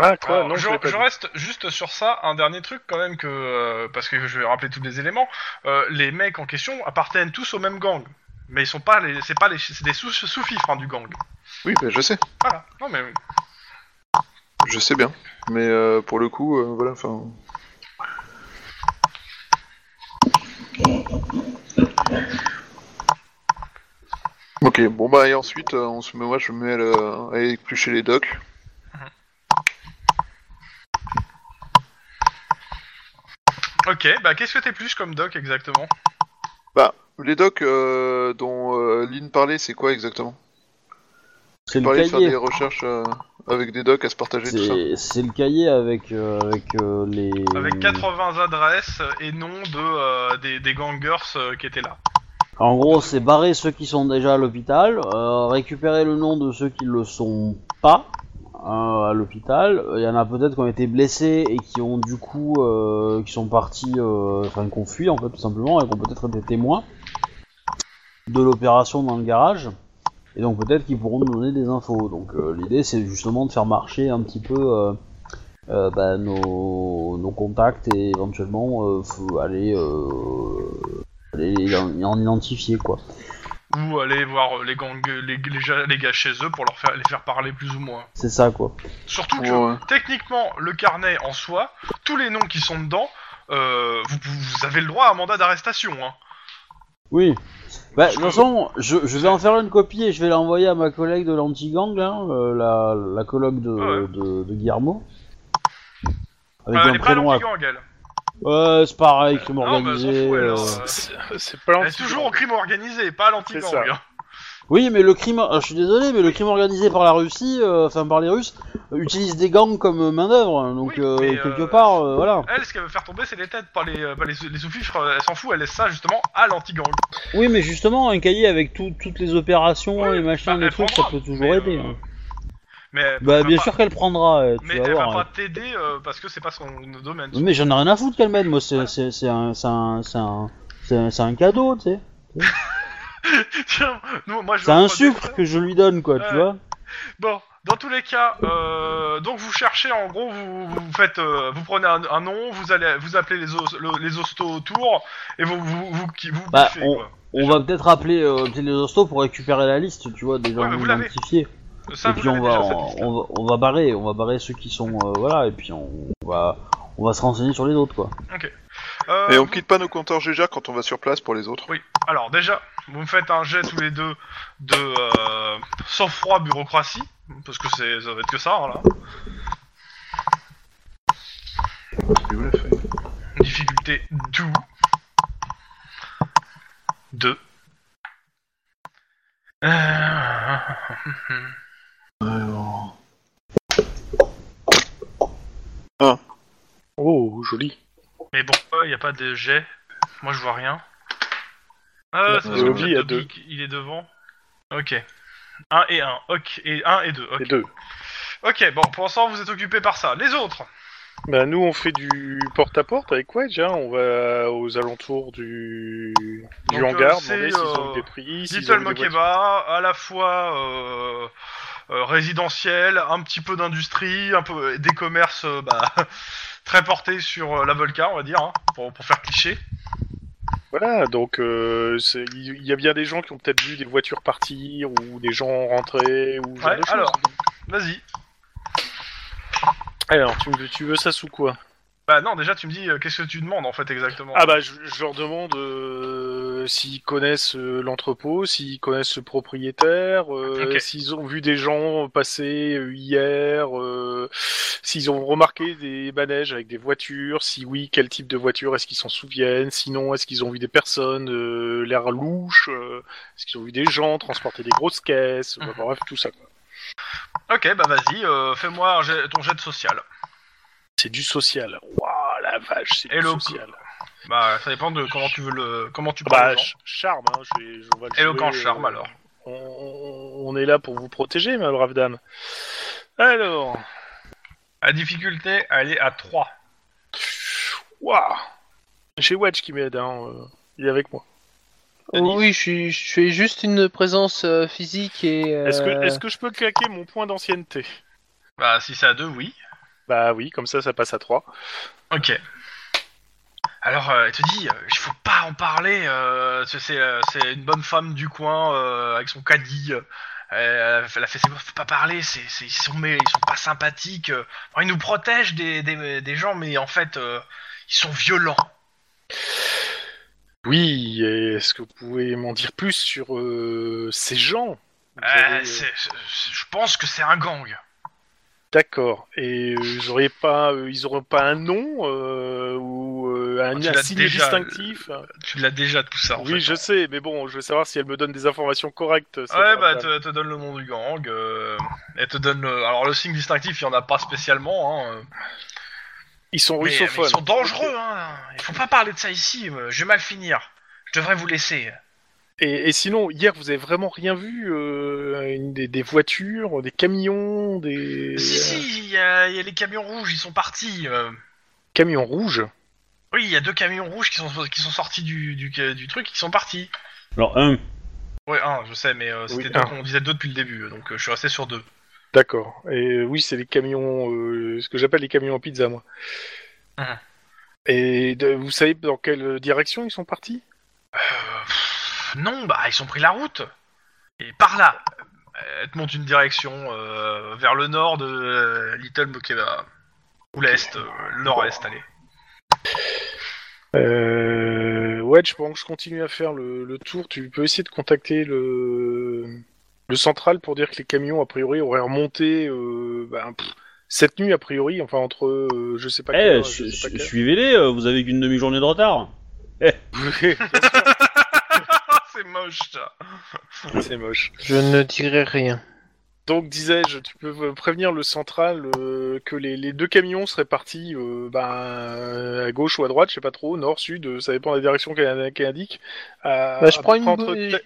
Ah quoi Alors, Non, Euh, je, je, l'ai pas je dit. reste juste sur ça, un dernier truc quand même que euh, parce que je vais rappeler tous les éléments. euh, les mecs en question appartiennent tous au même gang, mais ils sont pas les, c'est pas les, c'est des sous sous fifres du gang. Oui, bah, je sais, Voilà. Non mais je sais bien. Mais euh, pour le coup, euh, voilà, enfin. Ok, bon bah et ensuite, euh, on se met, moi je me mets à, le- à éplucher les docs. ok. Bah qu'est-ce que t'es plus comme doc exactement Bah, les docs euh, dont euh, Lynn parlait, c'est quoi exactement C'est le Parler de faire cahier. des recherches euh, avec des docs à se partager, tout ça. C'est- C'est le cahier avec, euh, avec euh, les. Avec 80 adresses et noms de euh, des, des gangers euh, qui étaient là. En gros, c'est barrer ceux qui sont déjà à l'hôpital, euh, récupérer le nom de ceux qui ne le sont pas hein, à l'hôpital. Il y en a peut-être qui ont été blessés et qui ont du coup, euh, qui sont partis, euh, enfin, qui ont fui en fait tout simplement et qui ont peut-être été témoins de l'opération dans le garage. Et donc peut-être qu'ils pourront nous donner des infos. Donc euh, l'idée, c'est justement de faire marcher un petit peu. euh, euh, bah, nos, nos contacts et éventuellement euh, faut aller euh, les, en, en identifier quoi. Ou aller voir euh, les gangs, les, les, ja- les gars chez eux pour leur faire les faire parler plus ou moins. C'est ça quoi. Surtout que Ouais. techniquement, le carnet en soi, tous les noms qui sont dedans, euh, vous, vous avez le droit à un mandat d'arrestation. Hein. Oui. Bah, de Je- toute façon, je, je vais en faire une copie et je vais l'envoyer à ma collègue de l'anti-gang, là, euh, la, la colloque de, Ah Ouais. de, de Guillermo. Avec Euh, elle un est pas prénom à... gang, elle. Ouais, c'est pareil, crime non, bah, elle s'en organisé. fout, elle, euh, hein. C'est- C'est pas Elle est toujours au l'anti-gang. crime organisé, pas à C'est ça. l'anti-gang. hein. Oui, mais le crime, euh, je suis désolé, mais le crime organisé par la Russie, euh, enfin par les Russes, euh, utilise des gangs comme euh, main d'œuvre, hein, donc Oui, euh, mais, quelque euh, part, euh, voilà. Elle, ce qu'elle veut faire tomber, c'est les têtes, pas les, euh, pas les, les sous-fifres. euh, Elle s'en fout, elle laisse ça justement à l'anti-gang. Oui, mais justement, un cahier avec tout- toutes les opérations, Ouais, les machins, bah, les elle trucs, ça prendra, peut toujours mais, aider. euh, hein. Mais elle Bah, va bien pas- sûr qu'elle prendra, euh, tu Mais vas elle voir. va hein. pas t'aider euh, parce que c'est pas son domaine. Mais j'en ai rien à foutre qu'elle m'aide, moi, c'est c'est- c'est un, c'est un, c'est un, c'est un, c'est un cadeau, tu sais. Tiens, nous, moi je. C'est un vois des- sucre que je lui donne, quoi, tu Ouais. vois. Bon, dans tous les cas, euh, donc vous cherchez, en gros, vous, vous faites, euh, vous prenez un, un nom, vous allez, vous appelez les, os- le- les hostos autour et vous vous vous, qui- vous Bah, kiffez, on- quoi. On va peut-être appeler euh, peut-être les hostos pour récupérer la liste, tu vois, des gens Ouais, mais vous l'avez. identifiés. Ça, et vous puis on l'avez va, déjà, cette on, liste. on va, on va barrer, on va barrer ceux qui sont, euh, voilà, et puis on va, on va se renseigner sur les autres, quoi. Euh, Et on vous- quitte pas nos compteurs GGA quand on va sur place pour les autres. Oui. Alors déjà, vous me faites un jet tous les deux de euh, sang-froid bureaucratie parce que c'est ça va être que ça hein, là. Difficulté 2. 2. Euh, Oh, joli. Mais pourquoi il n'y a pas de jet Moi je vois rien. Ah, c'est parce Euh, que oui, Jack il y a Dobby, deux. qui- il est devant. Ok. 1 et 1. Ok. Et 1 et 2. Les Ok. deux. Ok, bon, pour l'instant vous êtes occupé par ça. Les autres Bah nous on fait du porte-à-porte avec Wedge, hein. on va aux alentours du, du Donc, hangar, euh, c'est, demander s'ils ont euh, eu des prix, s'ils Little ont eu des voitures. Mokeba, à la fois euh, euh, résidentiel, un petit peu d'industrie, un peu des commerces euh, bah, très portés sur euh, la Volca, on va dire, hein, pour, pour faire cliché. Voilà, donc euh, c'est- il il y a bien des gens qui ont peut-être vu des voitures partir, ou des gens rentrer, ou ce genre Ouais, de choses. alors, vas-y. Alors, tu, me- tu veux ça sous quoi Bah non, déjà tu me dis euh, qu'est-ce que tu demandes en fait exactement. Ah bah je, je leur demande euh, s'ils connaissent euh, l'entrepôt, s'ils connaissent le propriétaire, euh, Ok. s'ils ont vu des gens passer euh, hier, euh, s'ils ont remarqué des manèges avec des voitures, si oui, quel type de voiture, est-ce qu'ils s'en souviennent, sinon est-ce qu'ils ont vu des personnes, euh, l'air louche, euh, est-ce qu'ils ont vu des gens transporter des grosses caisses, Enfin, Mhm. bref, tout ça. quoi. Ok, bah vas-y, euh, fais-moi un jet- ton jet de social. C'est du social. Waouh la vache, c'est Et du le- social. Bah ça dépend de comment tu veux le comment tu parles. Bah, aux gens. ch- charme, hein, je vais, je- on va le Éloquent jouer, euh, charme alors. On- On, on est là pour vous protéger, ma brave dame. Alors, La difficulté, elle est à 3. waouh, j'ai Wedge qui m'aide, hein, euh, il est avec moi. Oui, je suis, je suis juste une présence euh, physique et. euh, Est-ce que, est-ce que je peux claquer mon point d'ancienneté Bah si c'est à 2, oui. Bah oui, comme ça, ça passe à 3. Ok. Alors, euh, elle te dit, euh, il faut pas en parler. euh, c'est- c'est euh, c'est une bonne femme du coin euh, avec son caddie. euh, elle a fait- elle a fait, c'est bon, faut pas parler. c'est c'est- ils sont mais ils sont pas sympathiques. euh. Bon, ils nous protègent des, des, des gens, mais en fait, euh, ils sont violents. Oui, et est-ce que vous pouvez m'en dire plus sur euh, ces gens Vous Euh, avez, euh, c'est- c'est- je pense que c'est un gang. D'accord. Et euh, ils auraient pas, euh, ils auront pas un nom euh, ou euh, un, Ah, Tu un l'as signe déjà, euh, distinctif Tu l'as déjà tout ça. Oui, je sais, mais bon, je veux savoir si elle me donne des informations correctes. cette Ouais, brave bah, elle dame. te, elle te donne le nom du gang. euh, elle te donne. le- Alors, le signe distinctif, il y en a pas spécialement. Hein, euh. Ils sont Mais, russophones. mais ils sont dangereux, hein. Il faut pas parler de ça ici. euh, Je vais mal finir. Je devrais vous laisser. Et, et sinon, hier, vous avez vraiment rien vu euh, une des, des voitures, des camions, des Si, euh, si, il y, a il y a les camions rouges, ils sont partis. euh. camions rouges. Oui, il y a deux camions rouges qui sont, qui sont sortis du, du, du truc, qui sont partis. Alors, un, Ouais, un, je sais, mais euh, c'était Oui, deux un. qu'on disait deux depuis le début, euh, donc euh, je suis resté sur deux. D'accord. Et euh, oui, c'est les camions, euh, ce que j'appelle les camions à pizza, moi. Mhm. Et de- vous savez dans quelle direction ils sont partis Euh, pff, non, bah, ils ont pris la route. Et par là. Euh, Elle te montre une direction euh, vers le nord de euh, Little Bokeva. Ou l'est, euh, nord-est, allez. euh, Ouais, je pense que je continue à faire le, le tour. Tu peux essayer de contacter le le central pour dire que les camions a priori auraient remonté euh, ben, pff, cette nuit a priori, enfin entre euh, je sais pas. eh, quelle heure et su- je sais pas su- quelle heure. suivez-les, euh, vous avez qu'une demi-journée de retard. Oui, bien sûr. Ah, c'est c'est moche ça. C'est moche. Je ne dirai rien. Donc disais-je, tu peux prévenir le central euh, que les, les deux camions seraient partis euh, ben, à gauche ou à droite, je sais pas trop, nord, sud, euh, ça dépend des directions qu'elle qu'elle indique. Euh, Bah, je prends une entre bou- te-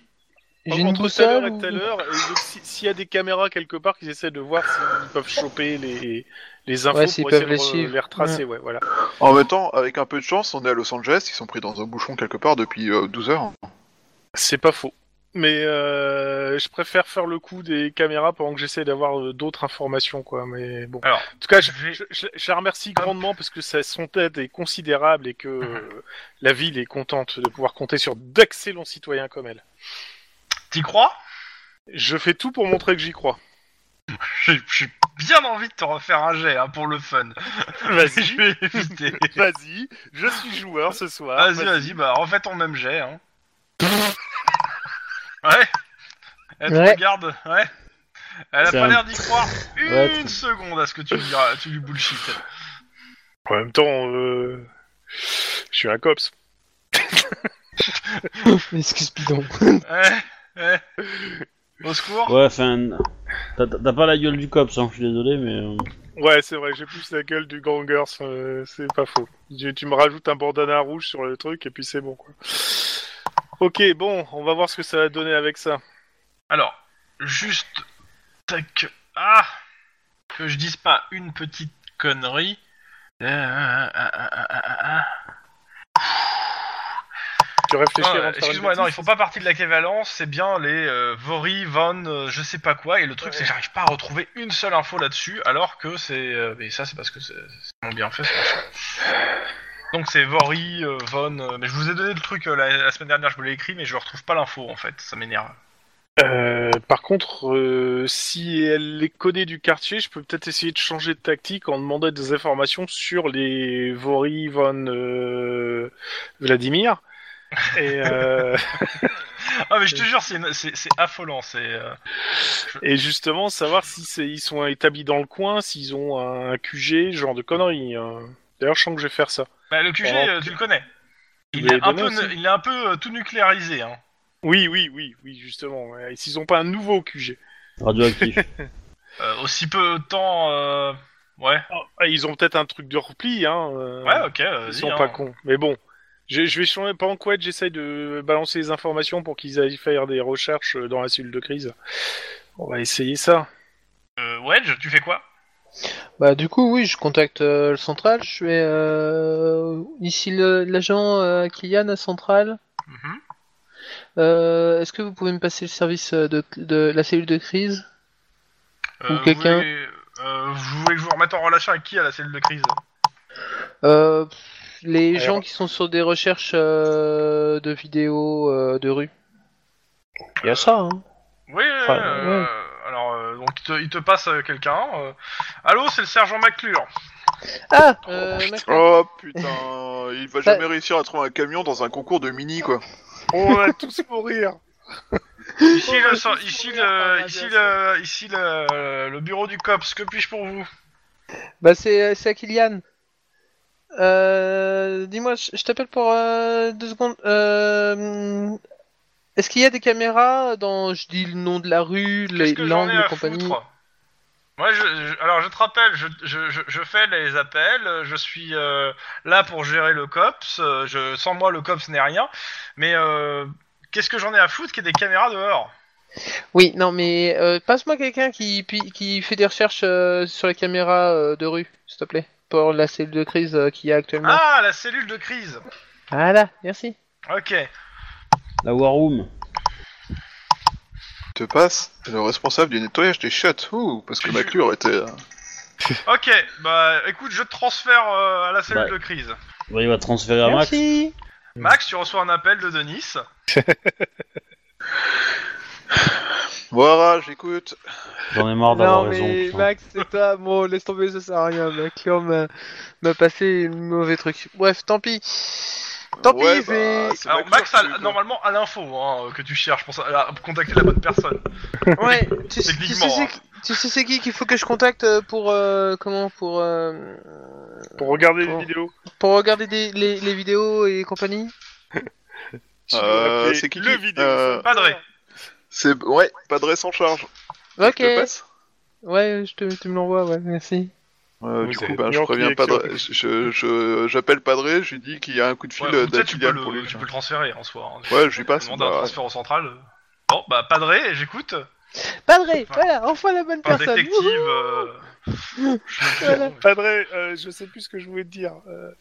J'ai une entre telle heure boussole. et telle ou- heure, et donc, si- s'il y a des caméras quelque part, qu'ils essaient de voir s'ils peuvent choper les, les infos Ouais, s'ils pour peuvent essayer les de re- suivre. les retracer. Ouais, voilà. En même temps, avec un peu de chance, on est à Los Angeles, ils sont pris dans un bouchon quelque part depuis euh, 12 heures. C'est pas faux. Mais euh, je préfère faire le coup des caméras pendant que j'essaie d'avoir euh, d'autres informations, quoi. Mais bon. Alors, en tout cas, je, je vais- je- je- je la remercie grandement parce que sa, son aide est considérable et que Mhm. euh, la ville est contente de pouvoir compter sur d'excellents citoyens comme elle. T'y crois Je fais tout pour montrer que j'y crois. J'ai j'ai bien envie de te refaire un jet hein, pour le fun. je vais éviter. vas-y, je suis joueur ce Ah, soir. Vas-y, vas-y, bah refais ton même jet. Hein. ouais. Elle te Ouais. regarde, ouais. Elle a C'est pas un- l'air d'y croire une Ouais, très- seconde à ce que tu lui, diras- tu lui bullshit. En même temps, euh, je suis un cops. Excuse bidon. Ouais, ouais. Au secours. Ouais, enfin. T'as t'as pas la gueule du cops, hein, je suis désolé, mais. euh, Ouais, c'est vrai, j'ai plus la gueule du gangers, euh, c'est pas faux. Tu, tu me rajoutes un bandana rouge sur le truc et puis c'est bon quoi. Ok, bon, on va voir ce que ça va donner avec ça. Alors, juste. Tac. Ah Que je dise pas une petite connerie. Euh, ah, ah, ah, ah, ah. Tu réfléchis Non, avant euh, de faire Excuse-moi, une non, ils bêtise font pas partie de la Kévalence, c'est bien les euh, Vori, Von, euh, je sais pas quoi, et le truc Ouais. c'est que j'arrive pas à retrouver une seule info là-dessus, alors que c'est. euh, mais ça, c'est parce que c'est c'est vraiment bien fait, ce machin. Donc c'est Vori, euh, Von. euh, mais je vous ai donné le truc euh, la, la semaine dernière, je vous l'ai écrit, mais je retrouve pas l'info en fait, ça m'énerve. Euh, par contre, euh, si elle les connaît du quartier, je peux peut-être essayer de changer de tactique en demandant des informations sur les Vori von euh, Vladimir. Et, euh, Ah, mais je te jure, c'est une- c'est c'est affolant, c'est. euh, et justement, savoir si c'est- ils sont établis dans le coin, s'ils ont un QG, ce genre de conneries. hein. D'ailleurs, je sens que je vais faire ça. Bah, le QG, Oh. euh, tu le connais. Il Mais est, un demain peu, aussi. nu- il est un peu euh, tout nucléarisé. Hein. Oui, oui, oui, oui, justement. ouais. Et s'ils ont pas un nouveau QG. Radioactif. Euh, aussi peu de temps. euh, Ouais, Ah, Ils ont peut-être un truc de repli, hein. euh, ouais, ok. euh, Ils vas-y, sont hein. pas cons. Mais bon, je, je vais changer. Pendant que Quaid, j'essaye de balancer les informations pour qu'ils aillent faire des recherches dans la cellule de crise. On va essayer ça. Euh, Wedge, tu fais quoi Bah du coup oui, je contacte euh, le central. Je fais euh, ici le- l'agent euh, Kylian à central. Mhm. Euh, Est-ce que vous pouvez me passer le service euh, de, de la cellule de crise Ou vous quelqu'un voulez- euh, Vous voulez que je vous remette en relation avec qui à la cellule de crise euh, pff, Les Alors- gens qui sont sur des recherches euh, de vidéos euh, de rue. Il y a ça. Hein. Oui, Enfin, euh, alors, euh, donc il te, il te passe euh, quelqu'un. euh. Allô, c'est le sergent McClure. Ah. Euh, Mac- Oh putain, il va jamais réussir à trouver un camion dans un concours de mini quoi. On va tous mourir. Ici, Oh, le, bah, so- c'est ici, pour rien, par le, la ici, glace. le, ici le, le bureau du COPS, que puis-je pour vous Bah c'est c'est à Kylian. Euh, Dis-moi, je je t'appelle pour euh, deux secondes. Euh, Est-ce qu'il y a des caméras dans, je dis le nom de la rue, les Qu'est-ce que j'en langues, ai à les compagnies foutre Moi, je, je- alors je te rappelle, je, je, je- je fais les appels, euh, je suis euh, là pour gérer le COPS, euh, je, sans moi le COPS n'est rien, mais euh, qu'est-ce que j'en ai à foutre qu'il y ait des caméras dehors Oui, non, mais euh, passe-moi quelqu'un qui, pi- qui fait des recherches euh, sur les caméras euh, de rue, s'il te plaît, pour la cellule de crise euh, qu'il y a actuellement. Ah, la cellule de crise Voilà, merci. Ok. la War Room. Te passe le responsable du nettoyage des chiottes. Ouh, parce que Maclure était. euh, Ok, bah écoute, je te transfère euh, à la cellule Ouais. de crise. Bah, il va transférer à Max. Merci. Max, tu reçois un appel de Denis. Voilà, j'écoute. J'en ai marre d'avoir Ah, Non, bah, raison. mais putain. Max, c'est toi, bon, laisse tomber, ça sert à rien. Ma client m'a m'a passé le mauvais truc. Bref, tant pis. Tant Ouais, bah, pis, c'est- c'est Alors Maclure Max, a, qui- normalement, à l'info hein, que tu cherches pour ça- à contacter la bonne personne. bah, Ouais, tu, sais- tu sais Techniquement, c'est hein. qui- tu sais c'est qui qu'il faut que je contacte euh, pour euh, comment pour euh, Pour regarder Bon. les vidéos. pour regarder des, les, les vidéos et compagnie. Tu dois Euh, appeler c'est qui le qui- vidéo. euh, Padré. C'est ouais, Padré s'en charge. Ok. Je te le passe Ouais, je te, tu me l'envoies, ouais, merci. Euh, Vous du coup, avez ben, mis je en préviens connexion. Padré. je- je- J'appelle Padré, je lui dis qu'il y a un coup de fil Ouais, ou peut-être tu, peux d'Aquilian le, pour lui. tu peux le transférer en soi. hein. Ouais, je lui passe. Demande un bah, transfert au central. Bon, bah, Padré, j'écoute. Padré, voilà, enfin la bonne Par personne. détective. wouhou. euh, je sais Voilà. plus. Padré, euh, je sais plus ce que je voulais te dire. Euh,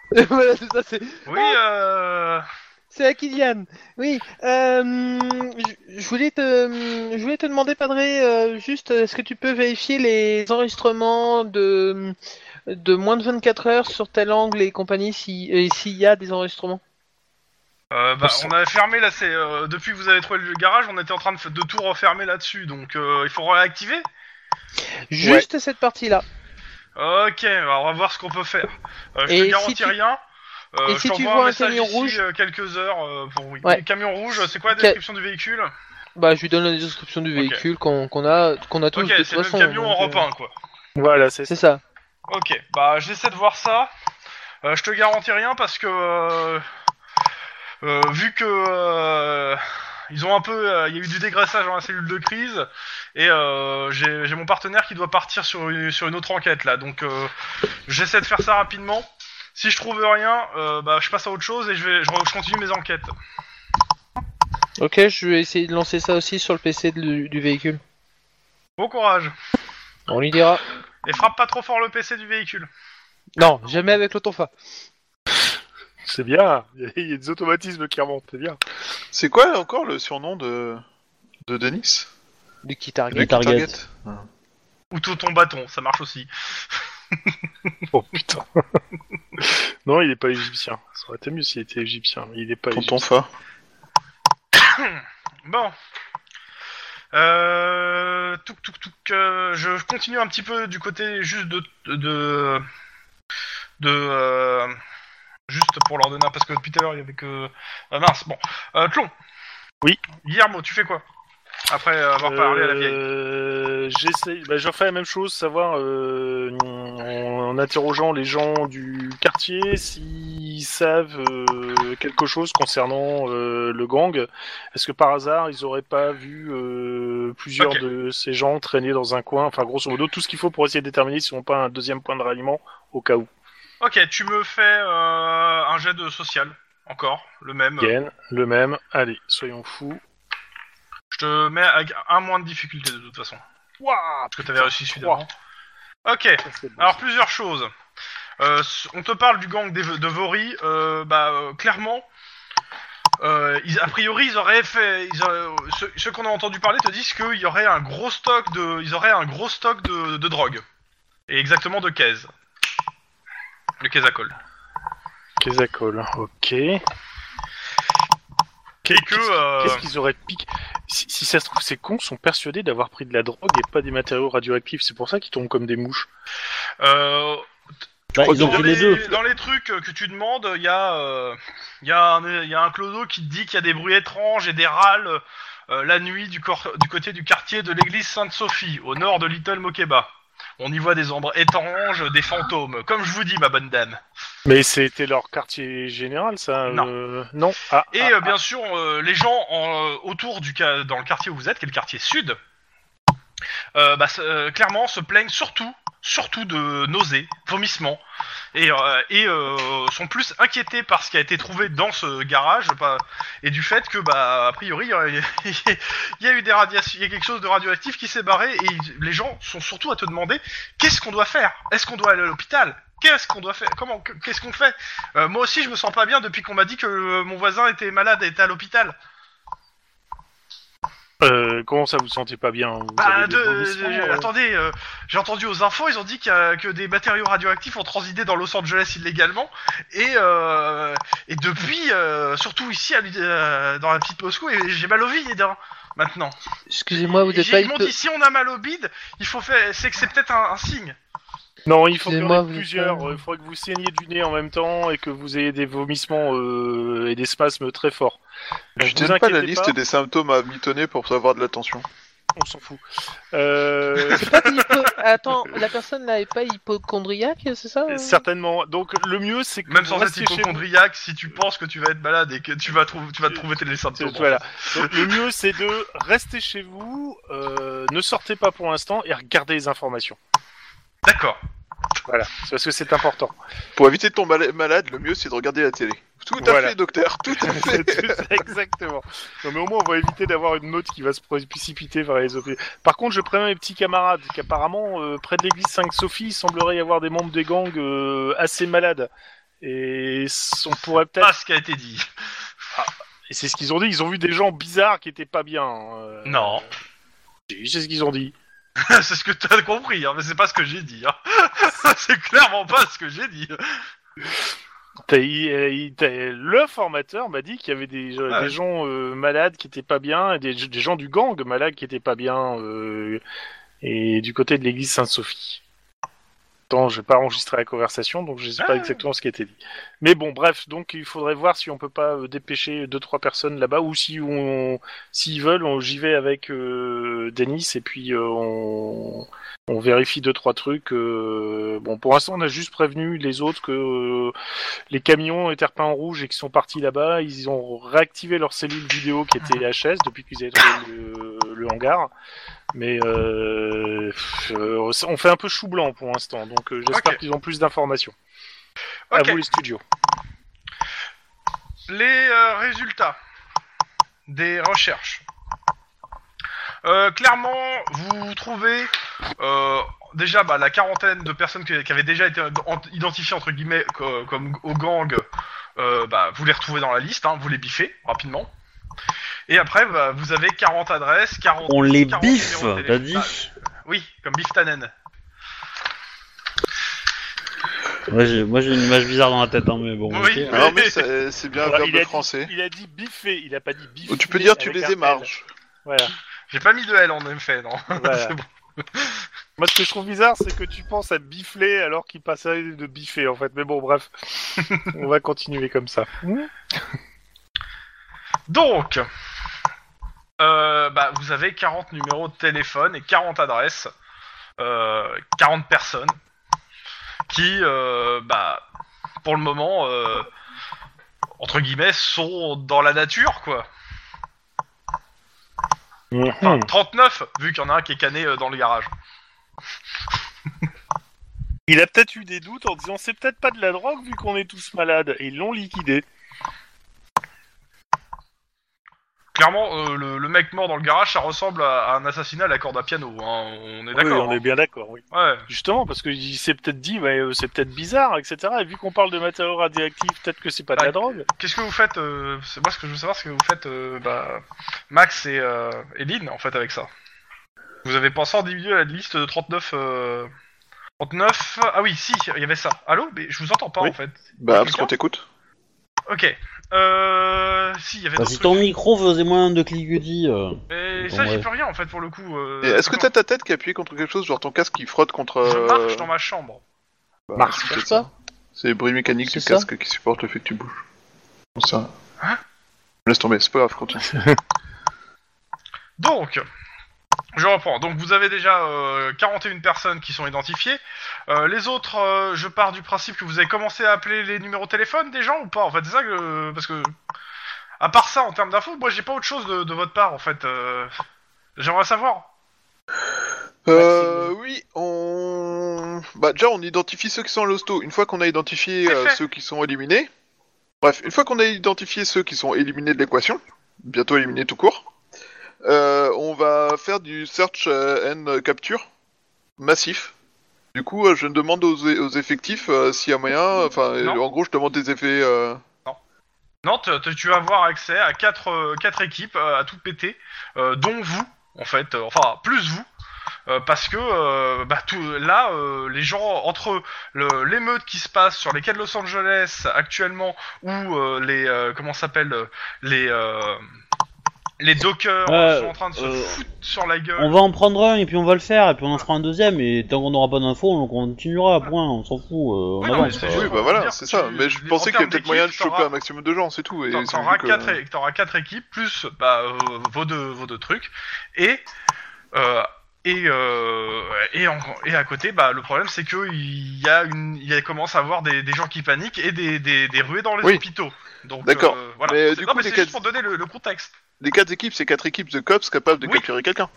voilà, c'est ça, c'est, Oui, euh. c'est à Kylian. Oui, euh, je, je voulais te, je voulais te demander, Padré, euh, juste, est-ce que tu peux vérifier les enregistrements de, de moins de 24 heures sur tel angle et compagnie, si, et s'il y a des enregistrements Euh, bah, Pour ça. on a fermé là, c'est euh, depuis que vous avez trouvé le garage, on était en train de, f- de tout refermer là-dessus, donc euh, il faut réactiver. Juste cette partie-là. Ok, alors on va voir ce qu'on peut faire. Euh, je Et te si garantis tu- rien. Euh, et je si t'envoie tu vois un message camion d'ici, rouge euh, quelques heures euh, pour oui. Ouais. Et Camion rouge, c'est quoi la Ca- description du véhicule Bah, je lui donne la description du Ok. véhicule qu'on, qu'on a, qu'on a tous Ok, de toute c'est le même façon. camion en donc, euh, repeint quoi. Voilà, c'est ça. C'est ça. Ok, bah j'essaie de voir ça. Euh, je te garantis rien parce que euh, euh, vu que euh, ils ont un peu, euh, il y a eu du dégraissage dans la cellule de crise et euh, j'ai j'ai mon partenaire qui doit partir sur une, sur une autre enquête là, donc euh, j'essaie de faire ça rapidement. Si je trouve rien, euh, bah je passe à autre chose et je vais, je, re- je continue mes enquêtes. Ok, je vais essayer de lancer ça aussi sur le PC de- du véhicule. Bon courage On lui dira. et frappe pas trop fort le PC du véhicule. Non, jamais avec l'autofa. C'est bien. Il y a des automatismes qui remontent, c'est bien. C'est quoi encore le surnom de de Denis Du qui target. Le target. Ou tout ton bâton, ça marche aussi. Oh putain. non, il est pas égyptien. Ça aurait été mieux s'il était égyptien, mais il est pas Tonton égyptien. Fa. Bon. Euh, touc, touc, touc, euh, je continue un petit peu du côté juste de de de euh, juste pour leur donner un- parce que depuis tout à l'heure il y avait que ah, mince bon euh, Tlon. Oui. Guillermo, tu fais quoi après avoir parlé à la vieille Euh, J'essaie, bah, je refais la même chose, savoir euh, en, en interrogeant les gens du quartier s'ils savent euh, quelque chose concernant euh, le gang. Est-ce que par hasard ils auraient pas vu euh, plusieurs Ok. de ces gens traîner dans un coin Enfin, grosso modo, tout ce qu'il faut pour essayer de déterminer s'ils n'ont pas un deuxième point de ralliement au cas où. Ok, tu me fais euh, un jet de social encore le même. Gain, le même. Allez, soyons fous. Je te mets avec un moins de difficulté de toute façon Waouh, parce que t'avais réussi celui Trois. d'avant. Ok. Alors plusieurs choses. Euh, s- on te parle du gang des, de Vori. euh, bah euh, clairement, euh, ils, a priori ils auraient fait. Ils auraient- ceux ceux qu'on a entendu parler te disent qu'il y aurait un gros stock de. Ils auraient un gros stock de, de drogue. Et exactement de caisse. De caisse à colle. Kézakol, ok. Et que euh, Qu'est-ce qu'ils auraient de pique si, si ça se trouve, ces cons sont persuadés d'avoir pris de la drogue et pas des matériaux radioactifs. C'est pour ça qu'ils tombent comme des mouches. euh, Bah, crois ils ont dans, pris les deux. les, dans les trucs euh, que tu demandes, il y a euh, il y a un il y a un clodo qui te dit qu'il y a des bruits étranges et des râles euh, la nuit du, cor- du côté du quartier de l'église Sainte-Sophie, au nord de Little Mokeba. On y voit des ombres étranges, des fantômes, comme je vous dis, ma bonne dame. Mais c'était leur quartier général, ça. Non. euh, Non. Ah, Et ah, euh, bien sûr, euh, les gens en, euh, autour du ca- dans le quartier où vous êtes, qui est le quartier sud, euh, bah, se- euh, clairement se plaignent surtout, surtout de nausées, vomissements, et, euh, et, euh, sont plus inquiétés par ce qui a été trouvé dans ce garage, pas- et du fait que, bah, a priori, euh, il y a eu des radiations, il y a quelque chose de radioactif qui s'est barré, et ils- les gens sont surtout à te demander qu'est-ce qu'on doit faire Est-ce qu'on doit aller à l'hôpital Qu'est-ce qu'on doit faire Comment Qu'est-ce qu'on fait euh, moi aussi, je me sens pas bien depuis qu'on m'a dit que euh, mon voisin était malade et était à l'hôpital. euh, comment ça, vous sentez pas bien Vous Bah, avez des de- vomissements, de- euh attendez, euh, j'ai entendu aux infos, ils ont dit qu'il y a- que des matériaux radioactifs ont transidé dans Los Angeles illégalement. Et, euh, et depuis, euh, surtout ici, à l'U- euh, dans la petite Moscou, et j'ai mal au vide hein, maintenant. Excusez-moi, vous Et n'êtes pas j'ai- Ils une m'ont peu- dit si on a mal au bide, il faut faire. C'est que c'est peut-être un, un signe. Non, il faut qu'il y Excusez-moi, en vous ait êtes plusieurs. pas- Il faudrait que vous saigniez du nez en même temps et que vous ayez des vomissements euh, et des spasmes très forts. Donc, Je vous t'aime pas la inquiétez liste des symptômes à mitonner pour avoir de l'attention. on s'en fout. Euh, C'est pas des hypo- Attends, la personne là est pas hypochondriaque, c'est ça euh certainement. Donc le mieux, c'est que Même vous sans être restiez chez vous. hypochondriaque, si tu penses que tu vas être malade et que tu vas, trouver, tu vas te trouver tes symptômes. Voilà. Donc, le mieux, c'est de rester chez vous, euh, ne sortez pas pour l'instant et regardez les informations. D'accord. Voilà, C'est parce que c'est important. Pour éviter de tomber mal- malade, le mieux c'est de regarder la télé. Tout à Voilà. fait, docteur, tout à fait. Exactement. Non, mais au moins, on va éviter d'avoir une meute qui va se précipiter vers les hôpitaux. Par contre, je préviens mes petits camarades qu'apparemment, euh, près de l'église Sainte-Sophie, il semblerait y avoir des membres des gangs euh, assez malades. Et s- on pourrait peut-être. Pas ce qui a été dit. Et c'est ce qu'ils ont dit. Ils ont vu des gens bizarres qui étaient pas bien. euh, Non. C'est c'est ce qu'ils ont dit. c'est ce que tu as compris, hein, mais c'est pas ce que j'ai dit. hein. c'est clairement pas ce que j'ai dit. T'as- il- euh, il- t'as- Le formateur m'a dit qu'il y avait des, euh, Ah ouais. des gens euh, malades qui étaient pas bien, et des, des gens du gang malades qui étaient pas bien, euh, et du côté de l'église Sainte-Sophie. Attends, j'ai pas enregistré la conversation, donc je sais pas Ah. exactement ce qui a été dit. Mais bon, bref, donc il faudrait voir si on peut pas euh, dépêcher deux trois personnes là-bas, ou si on, s'ils veulent, on j'y vais avec euh, Denis et puis euh, on, on vérifie deux trois trucs. euh, bon, pour l'instant, on a juste prévenu les autres que euh, les camions étaient repeints en rouge et qui sont partis là-bas. Ils ont réactivé leur cellule vidéo qui était HS depuis qu'ils avaient trouvé le, le hangar. Mais euh, pff, euh, on fait un peu chou blanc pour l'instant, donc euh, j'espère Ok. qu'ils ont plus d'informations. Ok, À vous les studios. les euh, résultats des recherches. Euh, clairement, vous trouvez euh, déjà bah, la quarantaine de personnes que- qui avaient déjà été en- identifiées entre guillemets co- comme au gang. euh, bah, vous les retrouvez dans la liste, hein, vous les biffez rapidement. Et après, bah, vous avez 40 adresses, 40 On les 40 biffe, numéros de t'as téléphone. dit Ah, Oui, comme bif tannen. Ouais, j'ai- Moi j'ai une image bizarre dans la tête, hein, mais bon. Oui. ok. Non, mais ça- c'est bien un Voilà, verbe il a dit- français. Il a dit biffé, il a pas dit biffé. Ou tu peux dire tu les émarges. émarges. Voilà. J'ai pas mis de L en effet, non. Voilà. C'est bon. Moi, ce que je trouve bizarre, c'est que tu penses à bifler alors qu'il passait de biffer, en fait. Mais bon, bref. On va continuer comme ça. Donc, euh, bah, vous avez 40 numéros de téléphone et 40 adresses, euh, 40 personnes qui, euh, bah, pour le moment, euh, entre guillemets, sont dans la nature, quoi. Enfin, 39, vu qu'il y en a un qui est cané euh, dans le garage. Il a peut-être eu des doutes en disant c'est peut-être pas de la drogue vu qu'on est tous malades. Et ils l'ont liquidé. Clairement, euh, le, le mec mort dans le garage, ça ressemble à, à un assassinat à la corde à piano. hein, On est d'accord. on est bien d'accord, oui. hein. Ouais. Justement, parce qu'il s'est peut-être dit, bah, euh, c'est peut-être bizarre, etc. Et vu qu'on parle de matériaux radioactifs, peut-être que c'est pas de la Ouais. drogue. Qu'est-ce que vous faites euh, c'est- Moi, ce que je veux savoir, c'est que vous faites euh, bah, Max et, euh, et Lynn, en fait, avec ça. Vous avez pensé en diminuer la liste de 39... euh, 39... Ah oui, si, il y avait ça. Allô Mais je vous entends pas, Oui. en fait. Bah, parce Quelqu'un qu'on t'écoute. Ok. Euh... Si, il y avait Bah, d'autres si trucs. ton micro faisait moins de cliquetis. euh. Mais ça, j'y Ouais. peux rien, en fait, pour le coup. euh, Et Est-ce que quand t'as ta tête qui appuie contre quelque chose, genre ton casque qui frotte contre. Je euh, marche dans ma chambre. bah, Marche, c'est C'est peut-être ça C'est les bruits mécaniques du C'est ça casque qui supportent le fait que tu bouges. Bon, ça. Hein Laisse tomber, c'est pas grave, continue. Donc, je reprends. Donc, vous avez déjà euh, 41 personnes qui sont identifiées. Euh, les autres, euh, je pars du principe que vous avez commencé à appeler les numéros de téléphone des gens ou pas En fait, c'est ça que. Parce que. À part ça, en termes d'infos, moi j'ai pas autre chose de, de votre part en fait. Euh, J'aimerais savoir. Euh, oui, on. Bah, déjà, on identifie ceux qui sont à l'hosto. Une fois qu'on a identifié C'est euh, fait. ceux qui sont éliminés. Bref, une fois qu'on a identifié ceux qui sont éliminés de l'équation, bientôt éliminés tout court, euh, on va faire du search euh, and capture massif. Du coup, euh, je demande aux, aux effectifs euh, s'il y a moyen. Enfin, euh, Non. en gros, je demande des effets. euh, Non, te- te- tu vas avoir accès à quatre, euh, quatre équipes euh, à tout péter, euh, dont vous, en fait, euh, enfin, plus vous, euh, parce que euh, bah, tout, là, euh, les gens, entre le- l'émeute qui se passe sur les quais de Los Angeles actuellement, ou euh, les, euh, comment ça s'appelle, euh, les, euh, les dockers Euh, sont en train de se euh, foutre sur la gueule. On va en prendre un et puis on va le faire, et puis on en fera un deuxième, et tant qu'on n'aura pas d'infos, on continuera, point, on s'en fout, euh, on Oui, non, mais avance. c'est quoi. juste- Oui, on bah va voilà, dire c'est que ça. tu- Mais je en pensais qu'il y termes avait peut-être moyen de d'équipe, choper t'auras- un maximum de gens, c'est tout. Et T'en- c'est T'auras vu que- euh, quatre, é- t'auras quatre équipes plus bah, euh, vos deux vos deux trucs et Euh, et, euh, et, en- et à côté, bah, le problème c'est que il y a une, il y a- commence à avoir des, des gens qui paniquent et des, des, des ruées dans les Oui. hôpitaux. Donc, D'accord. euh, voilà. Mais, euh, C'est- du non, coup, mais les c'est cas- juste pour donner le, le contexte. Les quatre équipes, c'est quatre équipes de cops capables de Oui. capturer quelqu'un.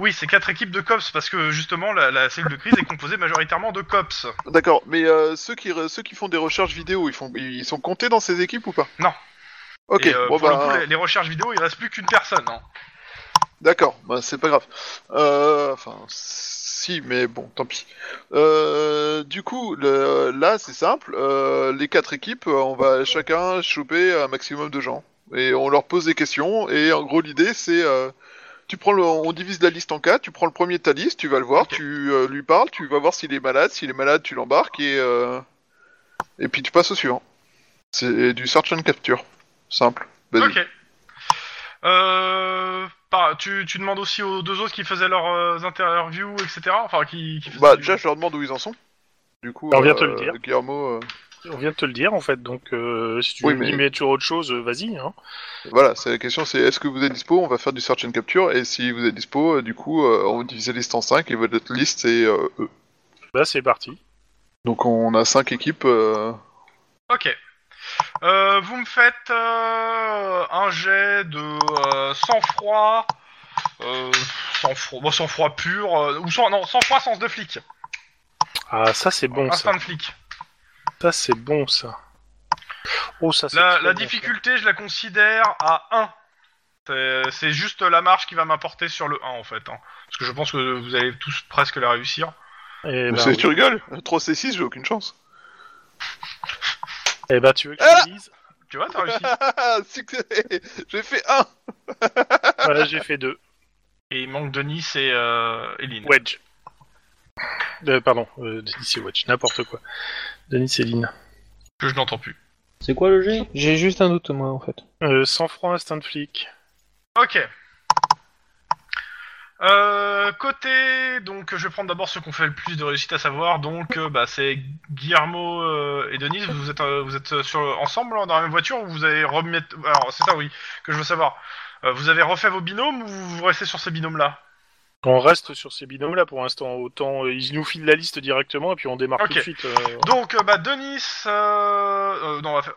Oui, c'est quatre équipes de cops parce que justement la, la cellule de crise est composée majoritairement de cops. D'accord, mais euh, ceux, qui, re- ceux qui font des recherches vidéo, ils, font, ils sont comptés dans ces équipes ou pas Non. Ok, et, euh, bon pour bah, le coup, les, les recherches vidéo, il reste plus qu'une personne. hein. d'accord, bah, c'est pas grave. Euh, Enfin, si, mais bon, tant pis. Euh, du coup, le- là, c'est simple, euh, les quatre équipes, euh, on va chacun choper un maximum de gens. Et on leur pose des questions, et en gros, l'idée, c'est... euh, tu prends le- on divise la liste en quatre, tu prends le premier de ta liste, tu vas le voir, Ok. tu euh, lui parles, tu vas voir s'il est malade, s'il est malade, tu l'embarques, et... euh, et puis tu passes au suivant. C'est du search and capture. Simple. Vas-y. Ok. Euh, par- tu, tu demandes aussi aux deux autres qui faisaient leurs euh, interviews, etc. Enfin, qui, qui faisaient Bah du- déjà je leur demande où ils en sont. Du coup, On vient te le dire. Guillermo, euh, On vient de te le dire en fait, donc euh, si tu Oui, veux mais- y mettre sur autre chose, euh, vas-y. Hein. voilà, c'est la question c'est est-ce que vous êtes dispo On va faire du search and capture et si vous êtes dispo, euh, du coup, euh, on divise la liste en 5 et votre liste c'est euh, eux. Bah c'est parti. Donc on a 5 équipes. euh, Ok. Euh, vous me faites euh, un jet de euh, sang-froid. Euh, sang-froid bon, sang-froid pur. euh, ou sans, non, sang-froid, sens de flic. Ah ça c'est bon ça. Instinct de flic. Ça c'est bon ça. Oh ça c'est La, très la bon, ça. difficulté, je la considère à 1. C'est- C'est juste la marche qui va m'apporter sur le 1 en fait. hein. Parce que je pense que vous allez tous presque la réussir. Eh ben, c'est- oui. Tu rigoles 3 C6, j'ai aucune chance. Eh ben, tu veux que je te dise Tu vois, t'as réussi. Ah, Succès J'ai fait 1 Voilà, j'ai fait deux. Et il manque Denis et euh, Eline. Wedge. Euh, pardon, euh, Denis et Wedge, n'importe quoi. Denis et Lynn. Que je n'entends plus. C'est quoi le G J'ai juste un doute, moi, en fait. Euh, sans franc, instinct de flic. Ok. Euh, côté, donc je vais prendre d'abord ceux qu'on fait le plus de réussite à savoir. Donc, euh, bah, c'est Guillermo euh, et Denise. Vous êtes, euh, vous êtes euh, sur, ensemble dans la même voiture ou vous avez remis Alors, c'est ça, oui, que je veux savoir. Euh, vous avez refait vos binômes ou vous restez sur ces binômes-là On reste sur ces binômes-là pour l'instant. Autant euh, ils nous filent la liste directement et puis on démarre Ok. tout de suite. euh. Donc, euh, bah, Denis, euh, euh, non, on va faire-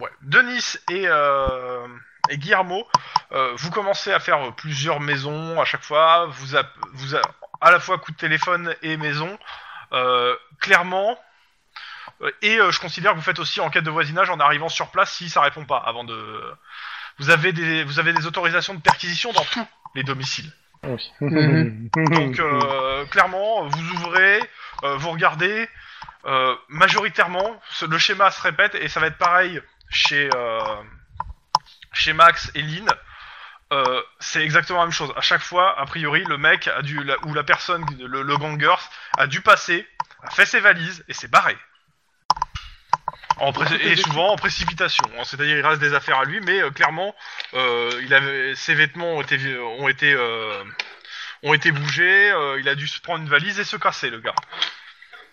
ouais, Denis et, euh, et Guillermo, euh, vous commencez à faire euh, plusieurs maisons à chaque fois, vous, app- vous a- à la fois coup de téléphone et maison, euh, clairement. Euh, Et euh, je considère que vous faites aussi enquête de voisinage en arrivant sur place si ça répond pas avant de. Vous avez des, vous avez des autorisations de perquisition dans tous les domiciles. Mhm. Donc euh, clairement, vous ouvrez, euh, vous regardez. euh, majoritairement, ce- le schéma se répète et ça va être pareil chez euh, chez Max et Lynn. Euh, c'est exactement la même chose. À chaque fois, a priori, le mec a dû la- ou la personne, le, le ganger, a dû passer, a fait ses valises et s'est barré. En pré- et souvent en précipitation. hein. C'est-à-dire, il reste des affaires à lui, mais euh, clairement, euh, il avait, ses vêtements ont été vi- ont été euh, ont été bougés, euh, il a dû se prendre une valise et se casser, le gars.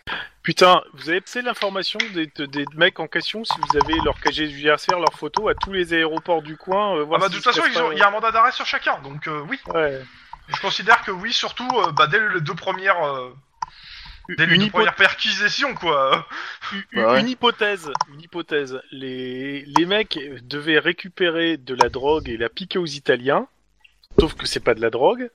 Ah Putain, vous avez passé l'information des, de- des mecs en question si vous avez leur KG judiciaire, leurs photos à tous les aéroports du coin. euh, Ah voir bah, de s'ils toute se façon, cassent ils pas, ont- il y a un mandat d'arrêt sur chacun, donc euh, oui. Ouais. Je considère que oui, surtout euh, bah, dès les deux premières, euh, dès les Une deux hypo- premières perquisitions, quoi. Une- Bah Ouais. Une hypothèse, une hypothèse. Les, les mecs devaient récupérer de la drogue et la piquer aux Italiens, sauf que c'est pas de la drogue.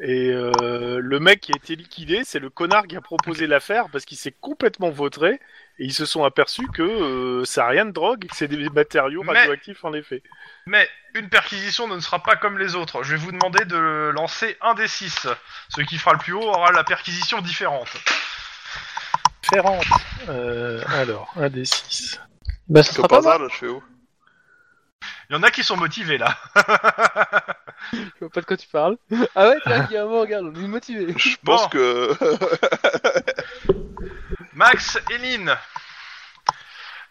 Et euh, le mec qui a été liquidé, c'est le connard qui a proposé l'affaire parce qu'il s'est complètement vautré et ils se sont aperçus que euh, ça a rien de drogue et que c'est des matériaux Mais- radioactifs en effet. Mais une perquisition ne sera pas comme les autres. Je vais vous demander de lancer un des six. Celui qui fera le plus haut aura la perquisition différente. Ferrante. Euh, alors, un des six. Bah, ça Comme sera par pas mal. hasard, là, je fais où Il y en a qui sont motivés là. Je vois pas de quoi tu parles. Ah ouais, tiens, Guillermo, regarde, on est motivé. Je Bon. pense que... Max et Lynn,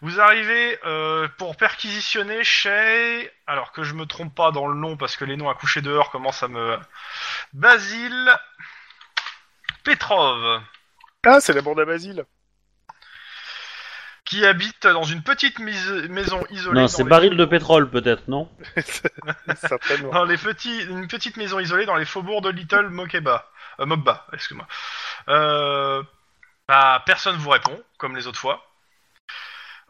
vous arrivez euh, pour perquisitionner chez... Alors que je me trompe pas dans le nom parce que les noms à coucher dehors commencent à me... Basile Petrov. Ah, c'est la bande à Basile. qui habite dans une petite mis- maison isolée. Non, dans c'est les- baril de pétrole peut-être, non Certainement. dans les petits, une petite maison isolée dans les faubourgs de Little Mokeba. Euh, Mokba, excuse-moi. Euh, bah, personne vous répond, comme les autres fois.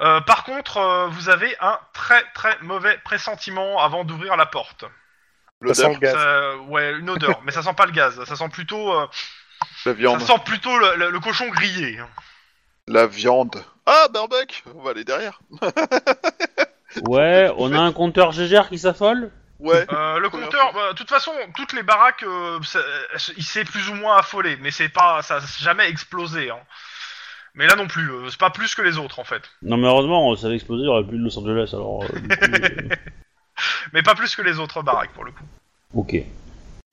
Euh, par contre, euh, vous avez un très très mauvais pressentiment avant d'ouvrir la porte. Ça sent L'odeur, le gaz. Ça- ouais, une odeur, mais ça sent pas le gaz. Ça sent plutôt, euh, la ça viande. sent plutôt le, le- le cochon grillé. La viande. Ah, Barbec On va aller derrière. Ouais, on a un compteur Gégère qui s'affole Ouais. Euh, le Première compteur, bah, de toute façon, toutes les baraques, euh, ça- il s'est plus ou moins affolé, mais c'est pas, ça a jamais explosé. hein. Mais là non plus, euh, c'est pas plus que les autres en fait. Non, mais heureusement, ça avait explosé, il n'y aurait plus de Los Angeles alors. euh, du coup, euh, Mais pas plus que les autres baraques pour le coup. ok.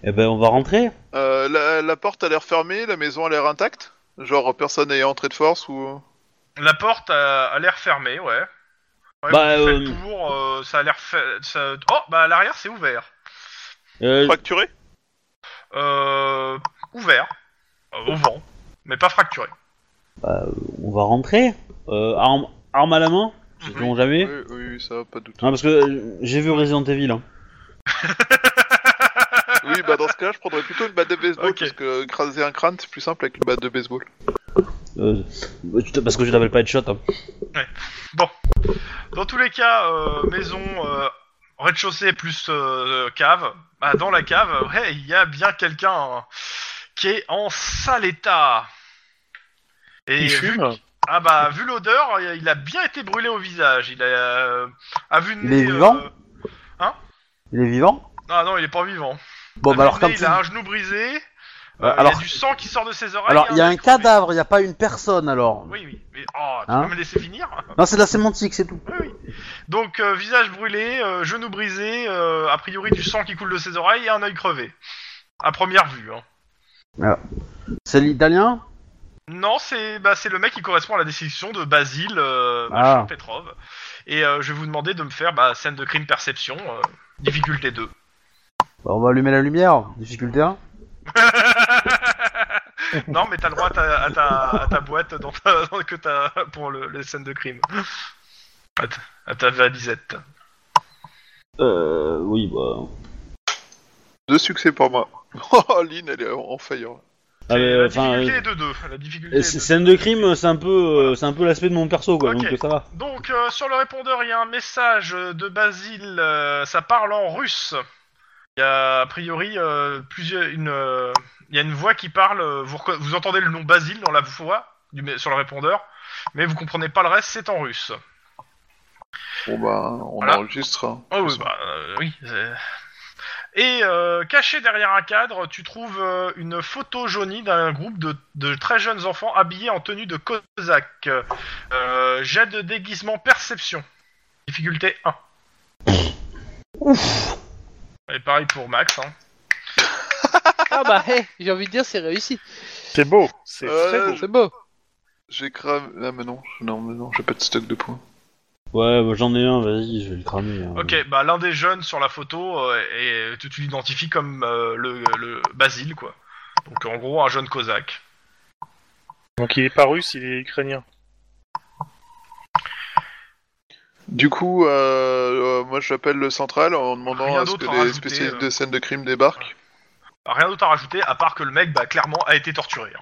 Eh ben, on va rentrer. Euh, la, la porte a l'air fermée, la maison a l'air intacte. Genre, personne n'est entré de force ou... La porte a, a l'air fermée, ouais. Ouais, Bah, vous faites euh, le tour, euh, ça a l'air. fa- ça- Oh, bah à l'arrière c'est ouvert. Euh, Fracturé Euh, ouvert. Euh, au vent. Mais pas fracturé. on va rentrer. Euh, arme, arme à la main Mhm. Sait-on jamais oui, oui, oui, ça, pas de doute. Non, parce que euh, j'ai vu Resident Evil. Hein. oui, bah dans ce cas-là, je prendrais plutôt une batte de baseball, Ok. parce que craser un crâne, c'est plus simple avec une batte de baseball. Euh, tu t- parce que je t'appelle pas Headshot. Hein. Dans tous les cas, euh, maison, euh, rez-de-chaussée plus euh, cave. Bah, dans la cave, ouais, il y a bien quelqu'un hein, qui est en sale état. Et Il vu fume. Ah bah vu l'odeur, euh, il a bien été brûlé au visage. Il a, euh, a vu de Il est nez, euh, vivant Il est vivant Ah non, il est pas vivant. Bon, A bah vu alors, de nez, comme Ah, il a ça. un genou brisé. Bah, euh, il y alors- a du sang qui sort de ses oreilles. Alors, il y a un œil crevé. cadavre, il n'y a pas une personne alors. Oui, oui. Mais oh, tu Hein peux me laisser finir Non, c'est de la sémantique, c'est tout. Oui, oui. Donc euh, visage brûlé, euh, genou brisé, euh, a priori du sang qui coule de ses oreilles et un œil crevé. À première vue. Hein. C'est l'italien Non, c'est bah, c'est le mec qui correspond à la description de Basile euh, Ah. machin, Petrov. Et euh, je vais vous demander de me faire bah, scène de crime perception, euh, difficulté 2. Bah, On va allumer la lumière, difficulté 1. non, mais t'as le droit à ta, à ta- à ta boîte dans ta- dans- que t'as pour le, les scènes de crime. À ta, à ta valisette. Euh, oui, bah. Deux succès pour moi. Oh, Lynn, elle est en en faillure. Ah, mais, la euh, enfin, difficulté euh, est de 2. La difficulté euh, est de c'est- deux. scène de crime, c'est un peu, euh, c'est un peu l'aspect de mon perso, quoi, Ok. donc euh, ça va. Donc, euh, sur le répondeur, il y a un message de Basile. euh, ça parle en russe. Il y a, a priori, euh, plusieurs, une, euh, il y a une voix qui parle. euh, Vous, reco- vous entendez le nom Basile dans la voix du, me- sur le répondeur, mais vous comprenez pas le reste, c'est en russe. Bon bah, on Voilà. enregistre. hein. Oh oui, bah, euh, oui. c'est- Et euh, caché derrière un cadre, tu trouves euh, une photo jaunie d'un groupe de, de très jeunes enfants habillés en tenue de cosaque. Euh, jet de déguisement perception. Difficulté 1. Ouf Et pareil pour Max. Hein. Ah bah, hé, j'ai envie de dire, c'est réussi. C'est beau. C'est Euh, très beau. C'est beau. J'ai cramé... Ah mais non, non, mais non, j'ai pas de stock de points. Ouais, bah, j'en ai un, vas-y, je vais le cramer. hein. Ok, bah l'un des jeunes sur la photo, euh, et tu, tu l'identifies comme euh, le, le Basile, quoi. Donc en gros, un jeune cosaque. Donc il est pas russe, il est ukrainien. Du coup, euh, euh, moi j'appelle le central en demandant Rien à ce que d'autre les à rajouter, spécialistes euh. de scènes de crime débarquent. Rien d'autre à rajouter, à part que le mec, bah clairement, a été torturé. hein.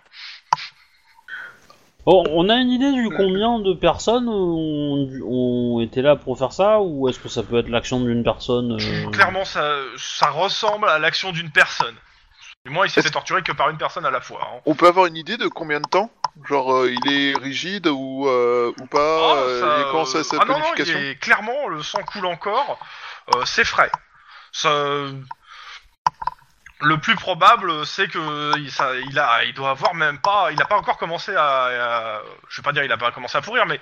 Oh, on a une idée du combien de personnes ont, ont été là pour faire ça ou est-ce que ça peut être l'action d'une personne euh, Clairement, ça, ça ressemble à l'action d'une personne. Du moins, il s'est Est-ce- fait torturer que par une personne à la fois. hein. On peut avoir une idée de combien de temps Genre, euh, il est rigide ou, euh, ou pas Ah, euh, ça, il est- Comment ça euh, sa ah non, non, il planification est clairement, le sang coule encore, euh, c'est frais. Ça, le plus probable, c'est que il, ça- il a, il doit avoir même pas, il n'a pas encore commencé à, à- je vais pas dire, il a pas commencé à pourrir, mais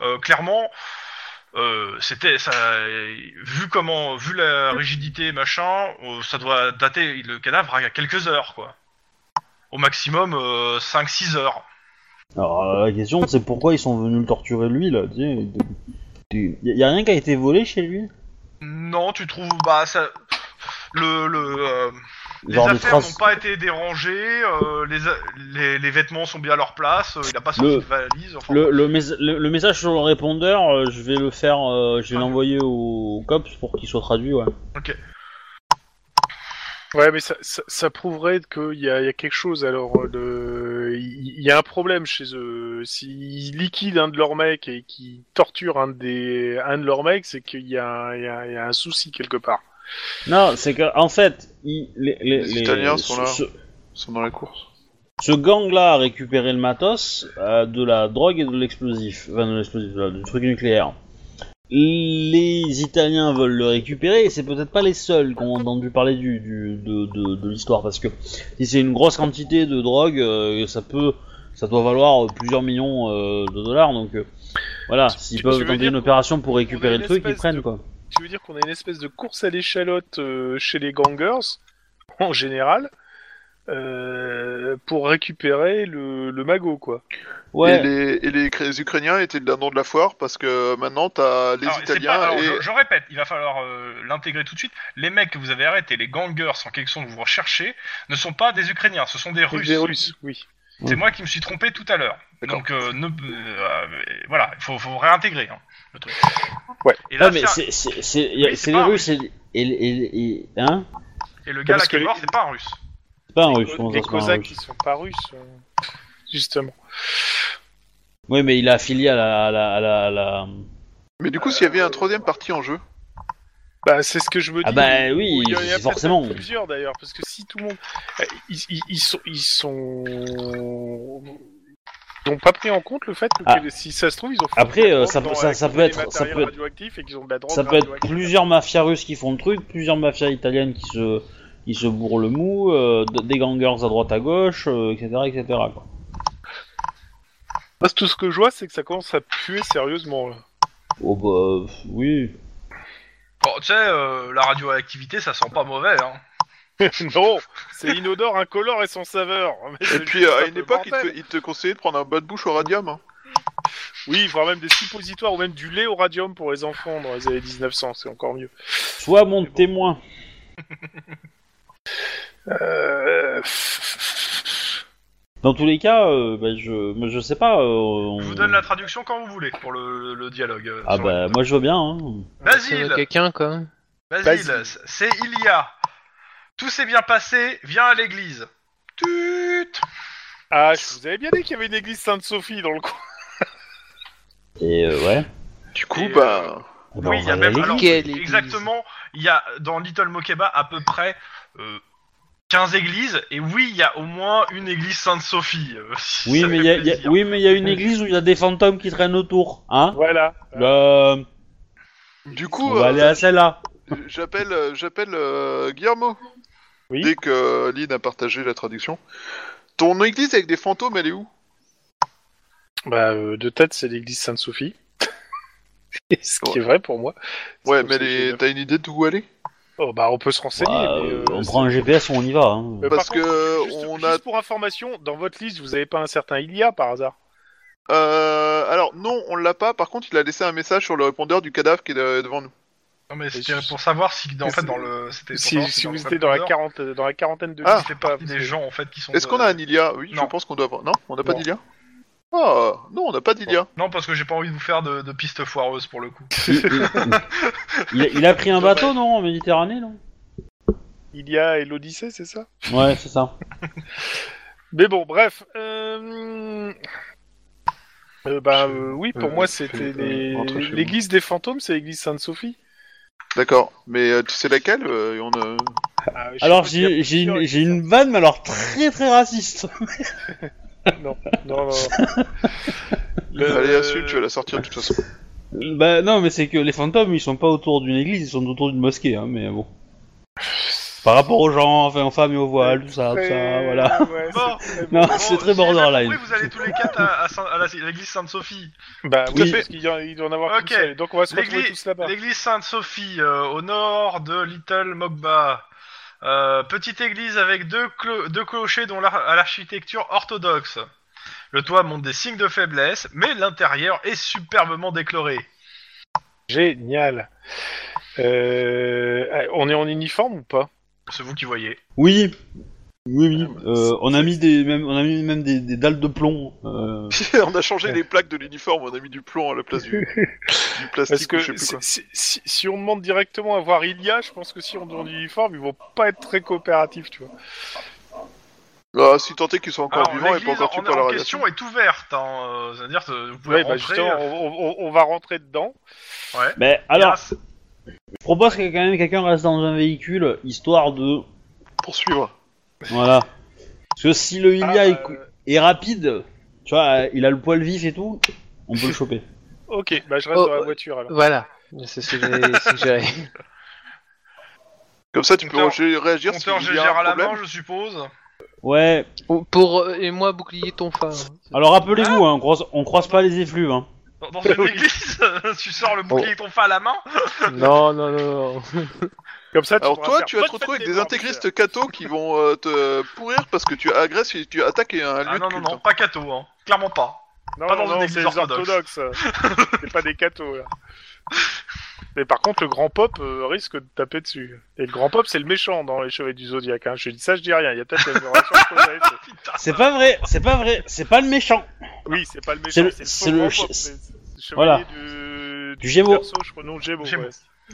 euh, clairement, euh, c'était, ça, vu comment, vu la rigidité machin, euh, ça doit dater le cadavre à quelques heures, quoi. Au maximum 5-6 heures. Alors euh, la question c'est pourquoi ils sont venus le torturer lui là tu sais, de- tu- y a- y a rien qui a été volé chez lui Non, tu trouves bah ça le le euh, Les Genre de affaires traces. n'ont pas été dérangées, euh, les, a- les, les vêtements sont bien à leur place, euh, il n'a pas sorti Le- de valise. Enfin, Le, le, mes- le- le message sur le répondeur, euh, je vais le faire, euh, je vais l'envoyer au, au cops pour qu'il soit traduit, ouais. Ouais, mais ça, ça, ça prouverait qu'il y, a- il y a quelque chose. Alors, euh, le- il il y a un problème chez eux. S'ils liquident un de leurs mecs et qu'ils torturent un, des, un de leurs mecs, c'est qu'il y, a un- il y a- il y a un souci quelque part. Non, c'est que en fait, il- les, les- Les les- Italiens sont ce- là. Ce, Ils sont dans la course. ce gang-là a récupéré le matos, euh, de la drogue et de l'explosif, enfin de l'explosif, de la- du truc nucléaire. Les Italiens veulent le récupérer et c'est peut-être pas les seuls qui ont entendu parler du, du- de, de- de l'histoire parce que si c'est une grosse quantité de drogue, euh, ça peut, ça doit valoir plusieurs millions euh, de dollars donc euh, voilà, s'ils Tu- peuvent tu veux tenter dire une qu'on- opération pour on a récupérer une le truc, ils espèce prennent de- quoi. Tu veux dire qu'on a une espèce de course à l'échalote euh, chez les gangers, en général, euh, pour récupérer le, le magot, quoi. Ouais. Et, les, et les, Ukra- les Ukrainiens étaient le nom de la foire parce que maintenant t'as les Alors, c'est Italiens pas- alors, et. je, je répète, il va falloir euh, l'intégrer tout de suite. Les mecs que vous avez arrêtés, les gangers sans quelque chose que vous recherchez, ne sont pas des Ukrainiens, ce sont des Russes. Des Russes, oui. C'est moi qui me suis trompé tout à l'heure. D'accord. Donc euh, ne- euh, euh, voilà, il faut, faut réintégrer hein, le truc. Ouais. Et, là, Non mais c'est un- c'est- c'est c'est- y a- Oui, c'est c'est les pas un Russes et, et, et- et- hein et le gars là parce qui que est mort, les- c'est pas un russe. C'est pas un Russe, comment ça les c'est pas un Cosaques Russe qui sont pas russes, euh, justement. Oui, mais il a affilié à la. à la- à la- à la- Mais du coup, s'il y Euh, avait un troisième parti en jeu, Bah, c'est ce que je me dis. Ah bah oui, Il y en a peut-être forcément. plusieurs d'ailleurs, parce que si tout le monde, Euh, ils, ils- ils sont, ils sont, ils n'ont pas pris en compte le fait que Ah. si ça se trouve ils ont. fait Après, de la euh, drogue ça peut- dans- ça- avec ça des peut être- ça matériels peut être- radioactifs et qu'ils ont de la drogue. Ça peut être radioactive. plusieurs mafias russes qui font le truc, plusieurs mafias italiennes qui se, qui se bourrent le mou, euh, d- des gangers à droite à gauche, euh, etc. etc. quoi. Parce que tout ce que je vois, c'est que ça commence à puer sérieusement. là. Oh bah pff, oui. Bon, tu sais, euh, la radioactivité, ça sent pas mauvais. Hein. non, c'est inodore, incolore et sans saveur. Mais et c'est puis juste à un une peu époque, ils te, bordel. ils te conseillaient de prendre un bas de bouche au radium. hein. Oui, voire même des suppositoires ou même du lait au radium pour les enfants dans les années 1900, c'est encore mieux. Soit mon témoin. Euh... Dans tous les cas, euh, bah, je, mais je sais pas. euh, on- Je vous donne la traduction quand vous voulez pour le, le dialogue. euh, Ah sur bah le- moi je veux bien. Hein. Ça Basile, veut quelqu'un, quoi. Basile, Basile. c'est il y a. Tout s'est bien passé, viens à l'église. Tut Ah, je vous avais bien dit qu'il y avait une église Sainte-Sophie dans le coin. Et euh, ouais. Du coup, Et, bah. Ah bah, oui, il on y va a y même aller. alors, Quelle église exactement. Il y a dans Little Mokeba à peu près euh, 15 églises et oui, il y a au moins une église Sainte-Sophie. euh, si Oui ça mais fait il y a- il y a- plaisir. oui, mais il y a une église où il y a des fantômes qui traînent autour, hein Voilà. Euh, Du On coup, va euh, aller à celle-là. j'appelle euh, j'appelle euh, Guillermo. Oui. Dès que euh, Lynn a partagé la traduction. Ton église avec des fantômes, elle est où Bah, euh, de tête, c'est l'église Sainte-Sophie. Ce qui est vrai pour moi. Ouais, C'est mais elle possible. est- t'as une idée d'où elle est Oh, bah, on peut se renseigner. Bah, mais, euh, euh, on c'est- prend un GPS, on y va. hein. Mais par Parce contre, que juste- on juste a pour information, dans votre liste, vous avez pas un certain Ilia par hasard Euh, alors non, on l'a pas. Par contre, il a laissé un message sur le répondeur du cadavre qui est euh, devant nous. Non, mais c'était pour savoir si dans, en fait, dans le. c'était pour Si, savoir si dans vous le étiez dans la, répondeur, quarante- euh, dans la quarantaine de Ah, il listes, fait pas, partie parce des que- gens en fait qui sont. Est-ce euh, qu'on a un Ilia Oui, Non. je pense qu'on doit avoir. Non, on n'a pas Non. d'Ilia. Ah, non, on n'a pas d'Ilia. euh, Non, parce que j'ai pas envie de vous faire de, de pistes foireuses pour le coup. Il, il- il- il a pris un bateau, non En Méditerranée, non Ilia et l'Odyssée, c'est ça Ouais, c'est ça. Mais bon, bref. Euh... euh, bah, Je- euh, oui, pour euh, moi, je- c'était euh, les- rentre chez moi. l'église des fantômes, c'est l'église Sainte-Sophie. D'accord. Mais euh, tu sais laquelle euh, et on, euh, Ah, je Alors, sais pas s'il y a j'ai j'ai une, plusieurs j'ai une vanne, mais alors très très raciste. Non, non, non. Allez, Assul, tu vas la sortir de toute façon. Euh, bah, non, mais c'est que les fantômes, ils sont pas autour d'une église, ils sont autour d'une mosquée, hein, mais bon. Par rapport aux gens, enfin, aux femmes et aux voiles, tout ça, tout ça, voilà. Ouais, Bon. c'est- Non, Bon, c'est Ah, très si j'ai bien borderline. compris, Oh, vous allez tous les quatre à, à Saint- à la- à l'église Sainte-Sophie. Bah Tout oui, à fait. parce qu'il y en- il doit en avoir Ok. qu'une seule. Donc on va se retrouver L'église- tous là-bas. L'église Sainte-Sophie, euh, au nord de Little Mogba. Euh, petite église avec deux, clo- deux clochers dont l'ar- à l'architecture orthodoxe. Le toit montre des signes de faiblesse, mais l'intérieur est superbement décoré. eh, Génial. Euh, on est en uniforme ou pas C'est vous qui voyez. Oui, oui, oui. euh, on a mis des, même, on a mis même des, des dalles de plomb. euh, on a changé les plaques de l'uniforme, on a mis du plomb à la place du, du Parce plastique que ou je sais plus si, quoi. si- si- si on demande directement à voir Ilia, je pense que si on demande l'uniforme, ils vont pas être très coopératifs, tu vois. Ah, si tant est qu'ils sont encore Alors, vivants et l'église pas encore tués en, par la en radiation. question est ouverte, hein, euh, c'est-à-dire euh, vous pouvez Ouais, bah rentrer. justement, hein. euh, on, on- on va rentrer dedans. Mais alors, grâce- je propose que quand même quelqu'un reste dans un véhicule, histoire de, Poursuivre. voilà. Parce que si le Ilia Ah, est, euh, est rapide, tu vois, il a le poil vif et tout, on peut le choper. Ok, bah je reste Oh, dans la euh, voiture alors. Voilà, c'est ce que j'ai suggéré. Comme ça, tu peux Compteur- ré- réagir si compteur il y a GGR un à la main, problème. je suppose. Ouais. pour, pour- euh, et moi bouclier ton phare. Alors rappelez-vous, hein, on croise, on croise pas les effluves. Hein. Dans, dans une Oui. église, tu sors le bouclier et ton fa à la main. non, non, non, non. Comme ça, tu Alors pourras toi, faire tu vas te bonne retrouver fête avec des morts, intégristes cathos qui vont euh, te pourrir parce que tu agresses et tu attaques un lieu Ah non, de non, culte. non, pas Kato, hein. clairement pas. Non, Pas non, dans une non, église c'est les orthodoxe. orthodoxe. c'est pas des cathos, là. Mais par contre, le grand pop euh, risque de taper dessus. Et le grand pop, c'est le méchant dans les chevaliers du zodiaque. Hein. Je dis ça, je dis rien. Il y a peut-être une relation de cause à effet. C'est pas vrai, c'est pas vrai, c'est pas le méchant. Oui, c'est pas le C'est méchant, le- c'est c'est le le, ch- faux grand pop, mais c'est- c'est le chevalier voilà. du, Du Gémeaux. perso, je crois, non, Gémeaux, Gémeaux. ouais.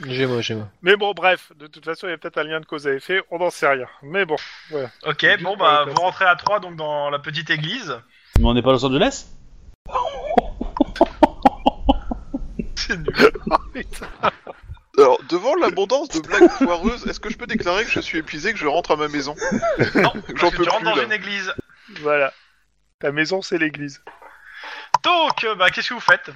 J'ai moi, j'ai moi. Mais bon, bref, de toute façon, il y a peut-être un lien de cause à effet, on n'en sait rien. Mais bon, Ok, Du bon coup, bah ouais, vous rentrez à 3 donc dans la petite église. Mais on n'est pas à Los Angeles C'est nul. Alors, devant l'abondance de blagues foireuses, est-ce que je peux déclarer que je suis épuisé que je rentre à ma maison Non, J'en parce que peux tu rentres plus, dans là. une église. voilà. Ta maison, c'est l'église. Donc, euh, bah qu'est-ce que vous faites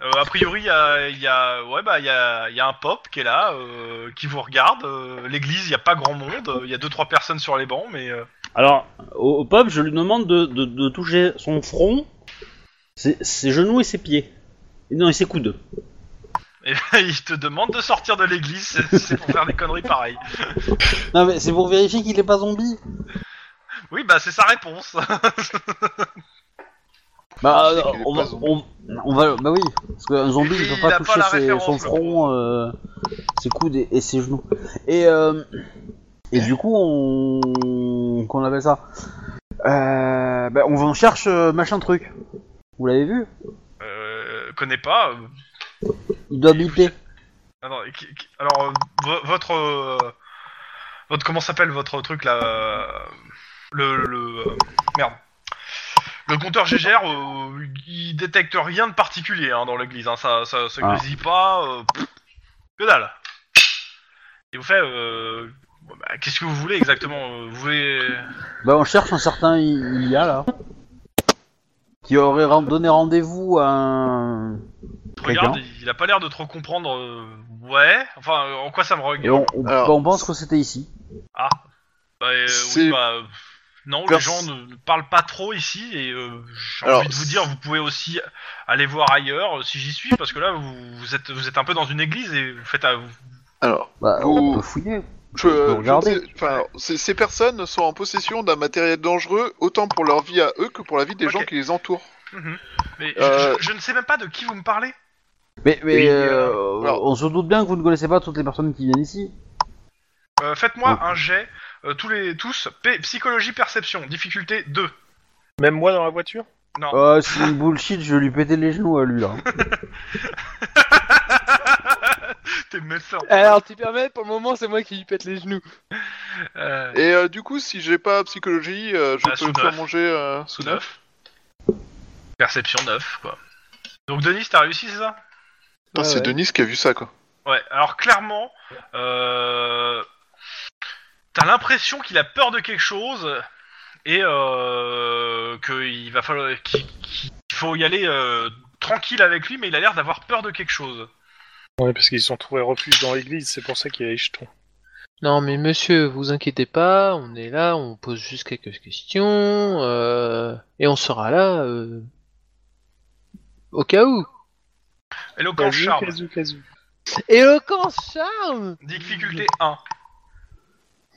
Euh, A priori, euh, il y a, ouais bah il y a, il y a un pop qui est là, euh, qui vous regarde. Euh, L'église, il y a pas grand monde, Euh, il y a deux trois personnes sur les bancs, mais euh, Alors, au, au peuple, je lui demande de, de- de toucher son front, ses, ses genoux et ses pieds. Et non, et ses coudes. et là, il te demande de sortir de l'église, c'est- c'est pour faire des conneries pareilles. Non, mais c'est pour vérifier qu'il est pas zombie. Oui, bah c'est sa réponse. Bah, Je sais euh, qu'il est on, pas va- zombie. on, on va. Bah oui, parce qu'un zombie, il Il peut pas a pas toucher la ses- référence, son le front, euh, ses coudes et, et ses genoux. Et, euh, et du coup, on. Qu'on appelle ça Euh, bah, On va en cherche euh, machin truc. Vous l'avez vu Euh, connais pas. euh, Il doit Et vous biper. êtes- Alors, et qui- qui- alors, euh, vo- votre, euh, votre comment s'appelle votre truc là euh, Le, le- euh, merde. Le compteur GGR, euh, il détecte rien de particulier hein, dans l'église. hein, ça, ça, ça Ah. grésille pas. euh, pff, que dalle. Il vous fait. euh, bon, bah, Qu'est-ce que vous voulez exactement euh, Vous voulez Bah, on cherche un certain I- Ilia là. Qui aurait ren- donné rendez-vous à un. regarde, quelqu'un. il, il a pas l'air de trop comprendre. euh, ouais. Enfin, euh, en quoi ça me Et regarde on, on- Alors- bah, on pense que c'était ici. Ah, bah, euh, oui, C'est- bah, euh, non, les Pers- gens ne, ne parlent pas trop ici et euh, j'ai Alors, envie de vous dire, vous pouvez aussi aller voir ailleurs euh, si j'y suis parce que là, vous, vous êtes, vous êtes un peu dans une église et vous faites à vous. Alors, Bah, Vous- on peut fouiller. je, peut je regarder. ne sais- enfin, ces ces personnes sont en possession d'un matériel dangereux autant pour leur vie à eux que pour la vie des Ok. gens qui les entourent. Mais je- Euh, je, je ne sais même pas de qui vous me parlez. Mais, mais Oui, euh, alors- on se doute bien que vous ne connaissez pas toutes les personnes qui viennent ici. Euh, Faites-moi Ok. un jet, euh, tous les tous, P- psychologie perception, difficulté 2. Même moi dans la voiture Euh, si il bullshit, je vais lui péter les genoux à lui hein. là. T'es méchant. Alors tu permets, pour le moment c'est moi qui lui pète les genoux. Euh, Et euh, du coup, si j'ai pas psychologie, euh, je Ah, sous peux faire neuf. manger euh, sous sous neuf. 9. Perception 9, quoi. Donc Denis, t'as réussi, c'est ça Ah, c'est Ouais, ouais. Denis qui a vu ça, quoi. Ouais, alors clairement, euh, t'as l'impression qu'il a peur de quelque chose et euh, qu'il va falloir qu'il qu'il faut y aller euh, tranquille avec lui, mais il a l'air d'avoir peur de quelque chose. Ouais, parce qu'ils se sont trouvés refuge dans l'église, c'est pour ça qu'il y a les jetons. Non mais monsieur, vous inquiétez pas, on est là, on pose juste quelques questions, euh, et on sera là euh, au cas où. Hello, quand charme. Casu, casu. Éloquent charme Difficulté 1.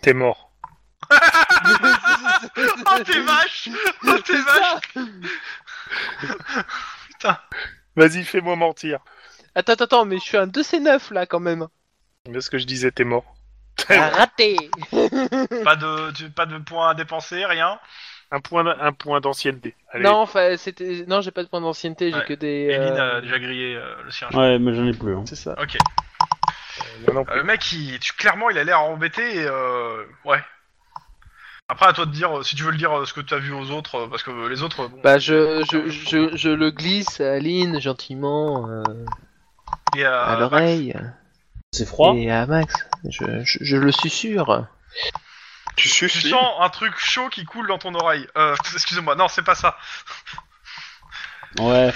T'es mort. Oh t'es vache Oh t'es vache Vas-y, fais-moi mentir. Attends, attends, attends, mais je suis un 2C9 là quand même. Parce que je disais, t'es mort. Raté Pas de, tu- pas de points à dépenser, rien. Un point, un point d'ancienneté. Allez. Non, enfin, c'était. Non, j'ai pas de point d'ancienneté, j'ai Ouais. que des. euh, Eline a déjà grillé euh, le sien. Ouais, mais j'en ai plus. hein. C'est ça. Ok. Non, non, Euh, Le mec, il, tu- clairement, il a l'air embêté. Et, euh, ouais. Après, à toi de dire euh, si tu veux le dire euh, ce que tu as vu aux autres, euh, parce que euh, les autres. bon, Bah, je, je, je, je le glisse à Aline gentiment euh, et, euh, à l'oreille C'est froid. et à Max. Je, je, je le susurre. Tu Tu suffis. sens un truc chaud qui coule dans ton oreille. Euh, excuse-moi, non, c'est pas ça. Ouais.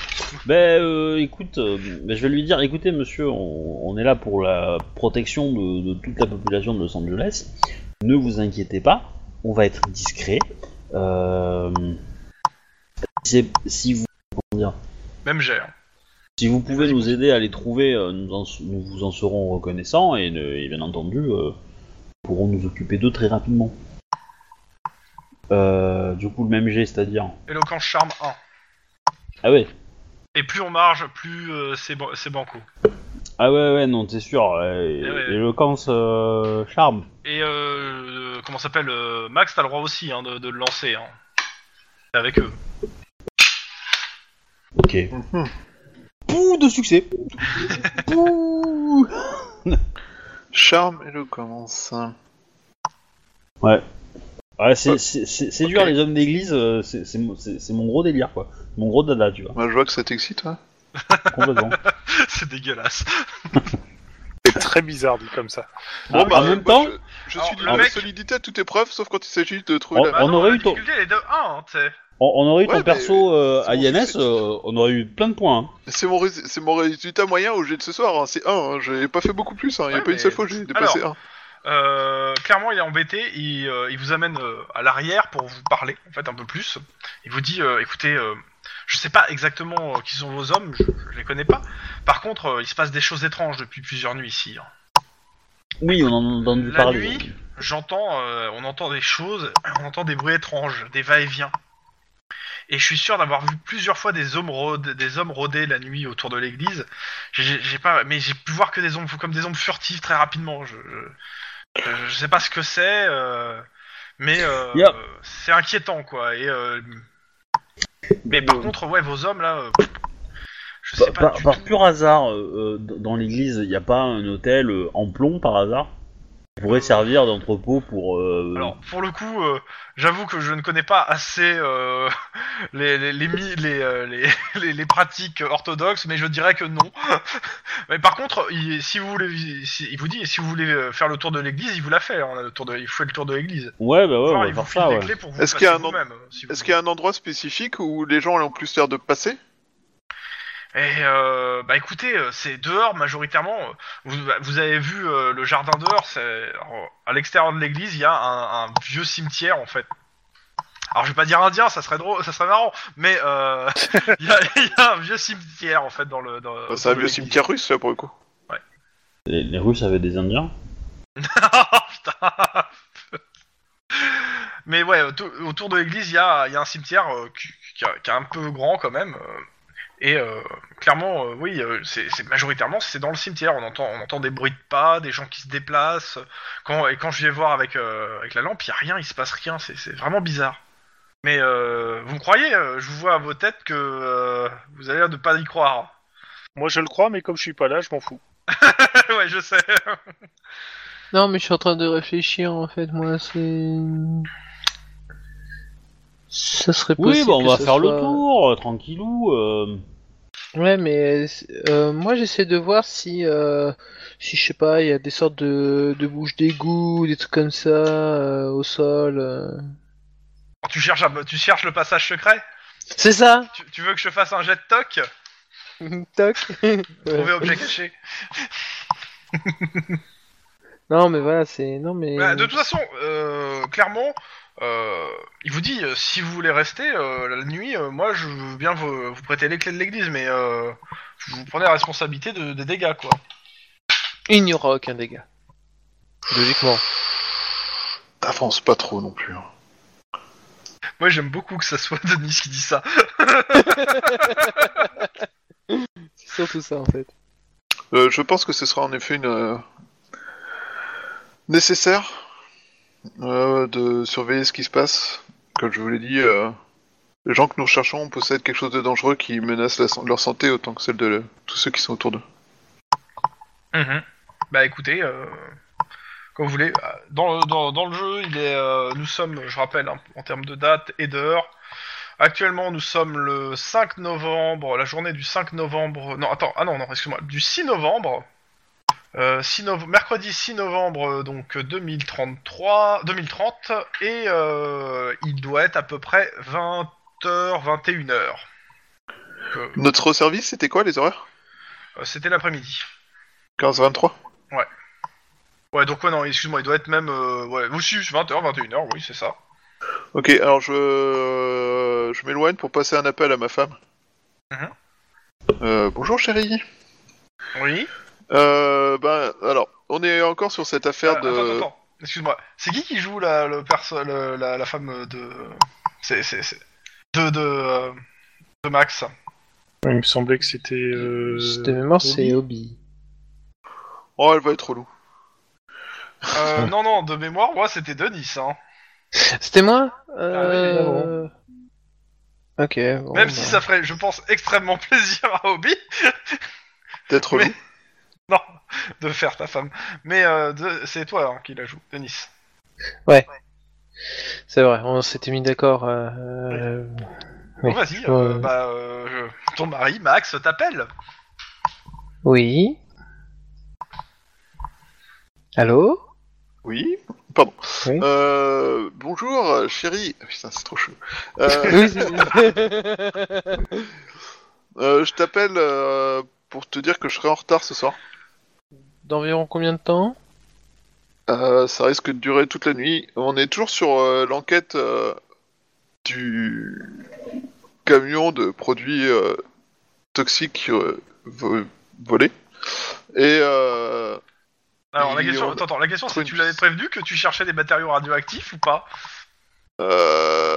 Ben euh, écoute, euh, ben, je vais lui dire, écoutez monsieur, on, on est là pour la protection de, de toute la population de Los Angeles. Ne vous inquiétez pas, on va être discret. Euh, c'est- si vous comment dire, Même hein. gère. si vous pouvez nous aider à les trouver, euh, nous, en- nous vous en serons reconnaissants et, ne- et bien entendu euh, nous pourrons nous occuper d'eux très rapidement. Euh, du coup le même jet, c'est-à-dire. Éloquence charme 1. Ah ouais. Et plus on marge, plus euh, c'est, ban- c'est banco. Ah ouais, ouais, non, t'es sûr. euh, Eh ouais. Éloquence, euh, charme. Et euh, euh, comment ça s'appelle euh, Max, t'as le droit aussi hein, de, de le lancer. Hein. C'est avec eux. Ok. Mhm. Pouh, de succès. Pouh. Charme et le commence. Ouais, c'est c'est- c'est- c'est dur, Ok. les hommes d'église, euh, c'est- c'est mon- c'est c'est mon gros délire, quoi. Mon gros dada, tu vois. Moi, je vois que ça t'excite, hein. ouais. Complètement. c'est dégueulasse. c'est très bizarre dit comme ça. Bon, bah, Ah, en même moi, temps, je, je Alors, suis de le la mec- solidité à toute épreuve, sauf quand il s'agit de trouver Oh, la. bah, On aurait la eu ton- difficulté, elle est de 1, hein, tu sais. on, on aurait eu Ouais, ton mais perso euh, c'est à mon Yannès, succès. euh, on aurait eu plein de points. hein. C'est mon, rés- c'est mon résultat moyen au jet de ce soir, hein. c'est 1, hein. j'ai pas fait beaucoup plus, hein. il y a Ouais, pas mais- une seule fois que j'ai dépassé Euh, clairement, il est embêté. Il, euh, il vous amène euh, à l'arrière pour vous parler, en fait, un peu plus. Il vous dit, euh, écoutez, euh, je sais pas exactement euh, qui sont vos hommes, je, je les connais pas. Par contre, euh, il se passe des choses étranges depuis plusieurs nuits ici. hein. Oui, on en a entendu La parler. nuit, j'entends, euh, on entend des choses, on entend des bruits étranges, des va-et-vient. Et je suis sûr d'avoir vu plusieurs fois des hommes, rôde- des hommes rôder la nuit autour de l'église. J'ai j'ai pas, mais j'ai pu voir que des ombres, comme des ombres furtives très rapidement. Je, je- je- je sais pas ce que c'est, euh, mais euh, Yep. c'est inquiétant quoi. Et euh, mais par contre, ouais, vos hommes là, euh, je sais Par, pas Bah, par- du par tout. pur hasard, euh, euh, d- dans l'église, il n'y a pas un hôtel euh, en plomb par hasard qui pourrait servir d'entrepôt pour. euh, Alors, pour le coup, euh, j'avoue que je ne connais pas assez euh, les, les, les, mi- les, euh, les- les- les pratiques orthodoxes, mais je dirais que non. mais par contre, il, si vous voulez, si- il vous dit, si vous voulez euh, faire le tour de l'église, il vous l'a fait. hein, le tour de, il fait le tour de l'église. Ouais, bah ouais, Genre, on il va vous file faire ça, les ouais. clés pour vous Est-ce passer qu'il y a un vous-même. si un. vous- Est-ce qu'il y a un endroit spécifique où les gens ont plus l'air de passer Et euh, bah écoutez, euh, c'est dehors majoritairement. euh, Vous, vous avez vu euh, le jardin dehors. C'est alors, à l'extérieur de l'église, il y a un, un vieux cimetière en fait. Alors je vais pas dire indien, ça serait drôle, ça serait marrant, mais euh, il y, a- il y a un vieux cimetière en fait dans le. Dans, Bah, C'est autour un de vieux l'église. cimetière russe, là, pour le coup. Les, les Russes avaient des Indiens. Putain. Mais ouais, auto- autour de l'église, il y a, il y a un cimetière euh, qui, qui a- qui est un peu grand quand même. euh, et euh, clairement, euh, oui, euh, c'est c'est- majoritairement c'est dans le cimetière. On entend, on entend des bruits de pas, des gens qui se déplacent. Quand, et quand je vais voir avec, euh, avec la lampe, il y a rien, il se passe rien. C'est c'est vraiment bizarre. Mais euh, vous me croyez euh, Je vous vois à vos têtes que euh, vous avez l'air de pas y croire. Moi je le crois, mais comme je suis pas là, je m'en fous. ouais, je sais. Non, mais je suis en train de réfléchir en fait, moi, c'est. Ça serait possible. Oui, bah on que va ce faire le soit- tour, euh, tranquillou. euh. Ouais, mais euh, c'est- euh, moi j'essaie de voir si, euh, si je sais pas, il y a des sortes de, de bouches d'égout, des trucs comme ça euh, au sol. euh. tu, cherches, à- tu cherches le passage secret C'est ça tu, tu veux que je fasse un jet de toc Toc Trouver Ouais. objet caché. Non, mais voilà, c'est. Non, mais. Bah, de toute façon, euh, clairement, euh, il vous dit euh, si vous voulez rester euh, la nuit, euh, moi je veux bien vous, vous prêter les clés de l'église, mais euh, vous prenez la responsabilité de- des dégâts quoi. Il n'y aura aucun dégât. Logiquement. T'avances pas trop non plus. hein. Moi j'aime beaucoup que ça soit Denis qui dit ça. C'est surtout ça en fait. Euh, je pense que ce sera en effet une. euh, nécessaire euh, de surveiller ce qui se passe. Comme je vous l'ai dit, euh, les gens que nous recherchons possèdent quelque chose de dangereux qui menace la- leur santé autant que celle de le- tous ceux qui sont autour d'eux. Mhm. Bah écoutez, euh, comme vous voulez, euh, dans le, dans, dans le jeu, il est, euh, nous sommes, je rappelle, hein, en termes de date et d'heure, actuellement nous sommes le 5 novembre, la journée du 5 novembre, non attends, ah non, non, excuse-moi, du 6 novembre, euh, 6 nov- mercredi 6 novembre, euh, donc euh, 2033, 2030, et euh, il doit être à peu près 20h, 21h. Notre service, c'était quoi les horaires Euh, C'était l'après-midi. 15-23 Ouais, donc ouais, non, excuse-moi, il doit être même... Euh, ouais, vous suivez 20h, 21h, oui, c'est ça. Ok, alors je, euh, je m'éloigne pour passer un appel à ma femme. Mhm. Euh, bonjour chérie. Oui. Euh, ben, alors, on est encore sur cette affaire de... Euh, Attends, attends, attends. excuse-moi. C'est qui qui joue la, le perso, le- la, la femme de... C'est... c'est, c'est... De... De, euh, de Max. Il me semblait que c'était. euh, De mémoire, c'est Obi. Oh, elle va être relou. Euh, non, non, de mémoire, moi, c'était Denis. Hein. C'était moi Ah oui, euh... Ok. bon, Même bah. si ça ferait, je pense, extrêmement plaisir à Obi D'être relou. Mais- non, de faire ta femme. Mais euh, de- c'est toi hein, qui la joue, Denis. C'est vrai, on s'était mis d'accord. euh, euh, Oui. Bon, vas-y, euh, Ouais. bah, euh, je- ton mari, Max, t'appelle. Oui. Allô Oui, pardon. Oui. Euh, bonjour, chérie. Ah, Putain, c'est trop chaud. Euh, Oui, c'est- euh, je t'appelle euh, pour te dire que je serai en retard ce soir. D'environ combien de temps Euh, ça risque de durer toute la nuit. On est toujours sur euh, l'enquête euh, du camion de produits euh, toxiques euh, vo- volés. Et euh, Alors, la Il- question, on- attends, attends, la question, c'est Twin tu l'avais Peaks. prévenu que tu cherchais des matériaux radioactifs ou pas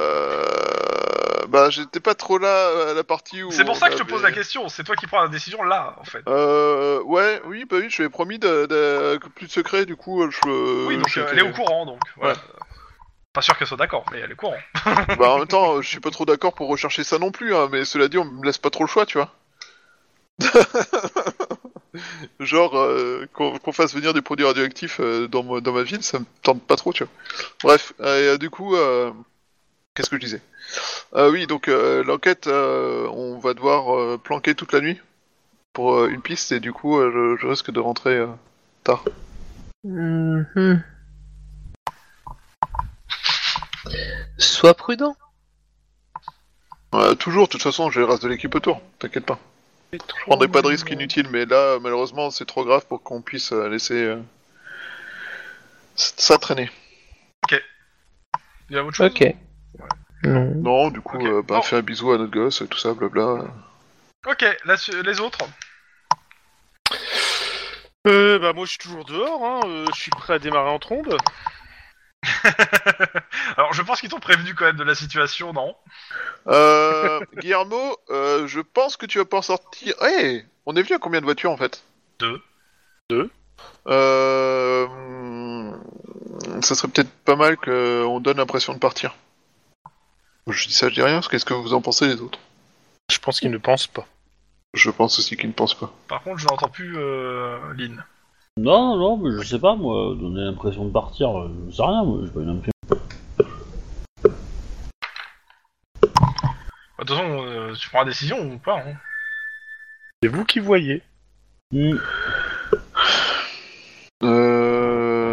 euh, bah, j'étais pas trop là à la partie où. C'est pour on ça que je te avait- pose la question, c'est toi qui prends la décision là, en fait. Euh, ouais, oui, bah oui, je lui ai promis de, de- que plus de secret, du coup, euh, je. Oui, donc je- euh, elle est au courant, donc. Voilà. Ouais. Pas sûr qu'elle soit d'accord, mais elle est au courant. Bah, en même temps, euh, je suis pas trop d'accord pour rechercher ça non plus, hein, mais cela dit, on me laisse pas trop le choix, tu vois. Genre, euh, qu'on qu'on fasse venir des produits radioactifs euh, dans, mo- dans ma ville, ça me tente pas trop, tu vois. Bref, euh, et, euh, du coup, euh, qu'est-ce que je disais Euh, Oui, donc euh, l'enquête, euh, on va devoir euh, planquer toute la nuit pour euh, une piste, et du coup, euh, je, je risque de rentrer. euh, Mhm. Sois prudent. Ouais, euh, toujours, de toute façon, j'ai le reste de l'équipe autour, t'inquiète pas. Je prendrai Euh, pas de risques inutiles, mais là, malheureusement, c'est trop grave pour qu'on puisse euh, laisser euh, s- ça traîner. Il y a autre chose Ok. Non. Non, du coup, Ok. euh, bah, Bon. fais un bisou à notre gosse, tout ça, blabla. Ok, la su- les autres Euh, bah moi je suis toujours dehors, hein, euh, je suis prêt à démarrer en trombe. Alors, je pense qu'ils t'ont prévenu quand même de la situation, non Euh, Guillermo, euh, je pense que tu vas pas en sortir. Eh, on est venu à combien de voitures en fait Deux. Deux. Euh, hmm, ça serait peut-être pas mal qu'on donne l'impression de partir. Je dis ça, je dis rien, parce qu'est-ce que vous en pensez les autres Je pense qu'ils ne pensent pas. Je pense aussi qu'ils ne pensent pas. Par contre, je n'entends plus euh, Lynn. Non, non, mais je sais pas, moi, donner l'impression de partir, euh, je sais rien, moi, j'ai pas une impression. Bah, De toute façon, euh, tu prends la décision ou pas hein C'est vous qui voyez. Hmm.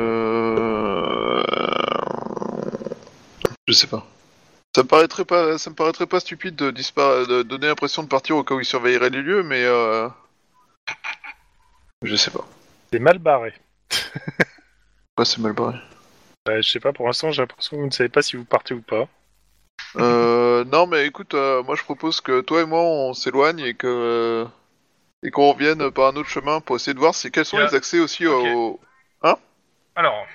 Euh... Je sais pas. Ça me paraîtrait pas, ça me paraîtrait pas stupide de, dispara- de donner l'impression de partir au cas où ils surveilleraient les lieux, mais euh... je sais pas. C'est mal barré. Ouais, c'est mal barré. Bah, je sais pas, pour l'instant j'ai l'impression que vous ne savez pas si vous partez ou pas. Euh, non, mais écoute, euh, moi je propose que toi et moi on s'éloigne et que euh, et qu'on revienne par un autre chemin pour essayer de voir si quels sont Yeah. les accès aussi Ok. au. Alors,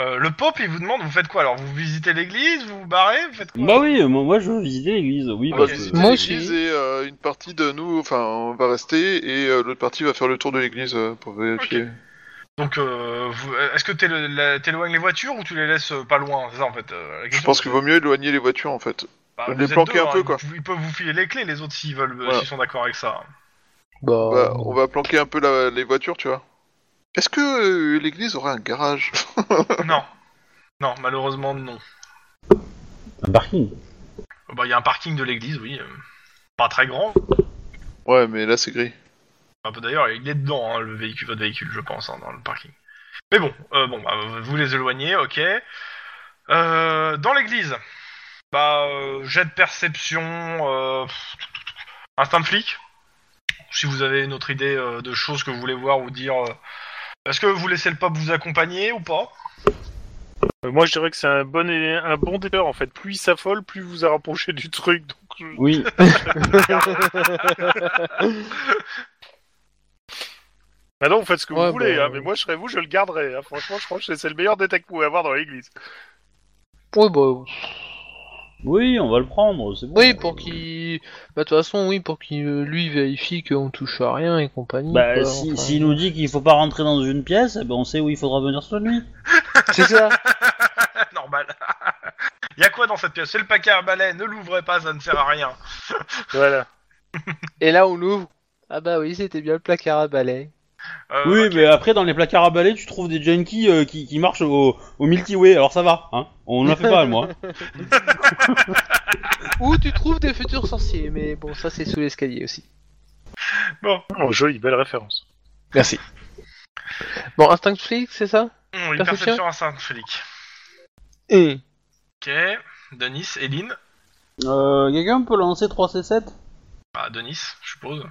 euh, le pope, il vous demande, vous faites quoi Alors, vous visitez l'église, vous vous barrez, vous faites quoi Bah oui, moi, moi, je veux visiter l'église, oui, On Ah, Ok. va parce visiter que... Moi l'église aussi. et euh, une partie de nous, enfin, on va rester et euh, l'autre partie va faire le tour de l'église euh, pour vérifier. Donc, euh, vous- est-ce que t'élo- la- t'éloignes les voitures ou tu les laisses euh, pas loin C'est ça en fait. euh, la Je question. pense qu'il vaut mieux éloigner les voitures en fait. Bah, les vous êtes planquer un peu, ils- quoi. Ils peuvent vous filer les clés les autres s'ils veulent, euh, Ouais. s'ils sont d'accord avec ça. Bah, On va- on va planquer un peu la- les voitures, tu vois. Est-ce que euh, l'église aurait un garage non, non, malheureusement non. Un parking. Bah, Il y a un parking de l'église, oui. euh, Pas très grand. Ouais, mais là c'est gris. Enfin, bah, D'ailleurs, il est dedans hein, le véhicule, votre véhicule, je pense, hein, dans le parking. Mais bon, euh, bon, bah, vous les éloignez, ok. Euh, dans l'église, bah, euh, jet de perception, euh, instinct de flic. Si vous avez une autre idée euh, de choses que vous voulez voir ou dire, euh, est-ce que vous laissez le pape vous accompagner ou pas Euh, moi, je dirais que c'est un bon, é- un bon départ en fait. Plus il s'affole, plus vous vous rapproché du truc. Donc, euh, je- Oui. Maintenant, vous faites ce que Ouais, vous voulez, bah, hein, mais moi, je serais vous, je le garderais. hein. Franchement, je crois que c'est le meilleur détail que vous pouvez avoir dans l'église. ouais, bah, Oui, on va le prendre. c'est bon. oui, pour qu'il. Bah, de toute façon, oui, pour qu'il euh, lui vérifie qu'on touche à rien et compagnie. Bah, quoi, si- s'il enfin. nous dit qu'il faut pas rentrer dans une pièce, eh ben on sait où il faudra venir cette nuit. C'est ça Normal. Il y a quoi dans cette pièce C'est le paquet à balai, ne l'ouvrez pas, ça ne sert à rien. Voilà. Et là, on l'ouvre. Ah, bah oui, c'était bien le placard à balai. Euh, oui, ok. mais après, dans les placards à balais, tu trouves des junkies euh, qui, qui marchent au, au Milky Way, alors ça va, hein. On l'a fait pas, moi. Où tu trouves des futurs sorciers, mais bon, ça, c'est sous l'escalier aussi. Oh, jolie, belle référence. Merci. Bon, instinct flic, c'est ça Hum, une Perception perception à Saint-Félix. Et Ok, Denis, Eline. Euh, quelqu'un peut lancer 3C7 Bah, Denis, je suppose.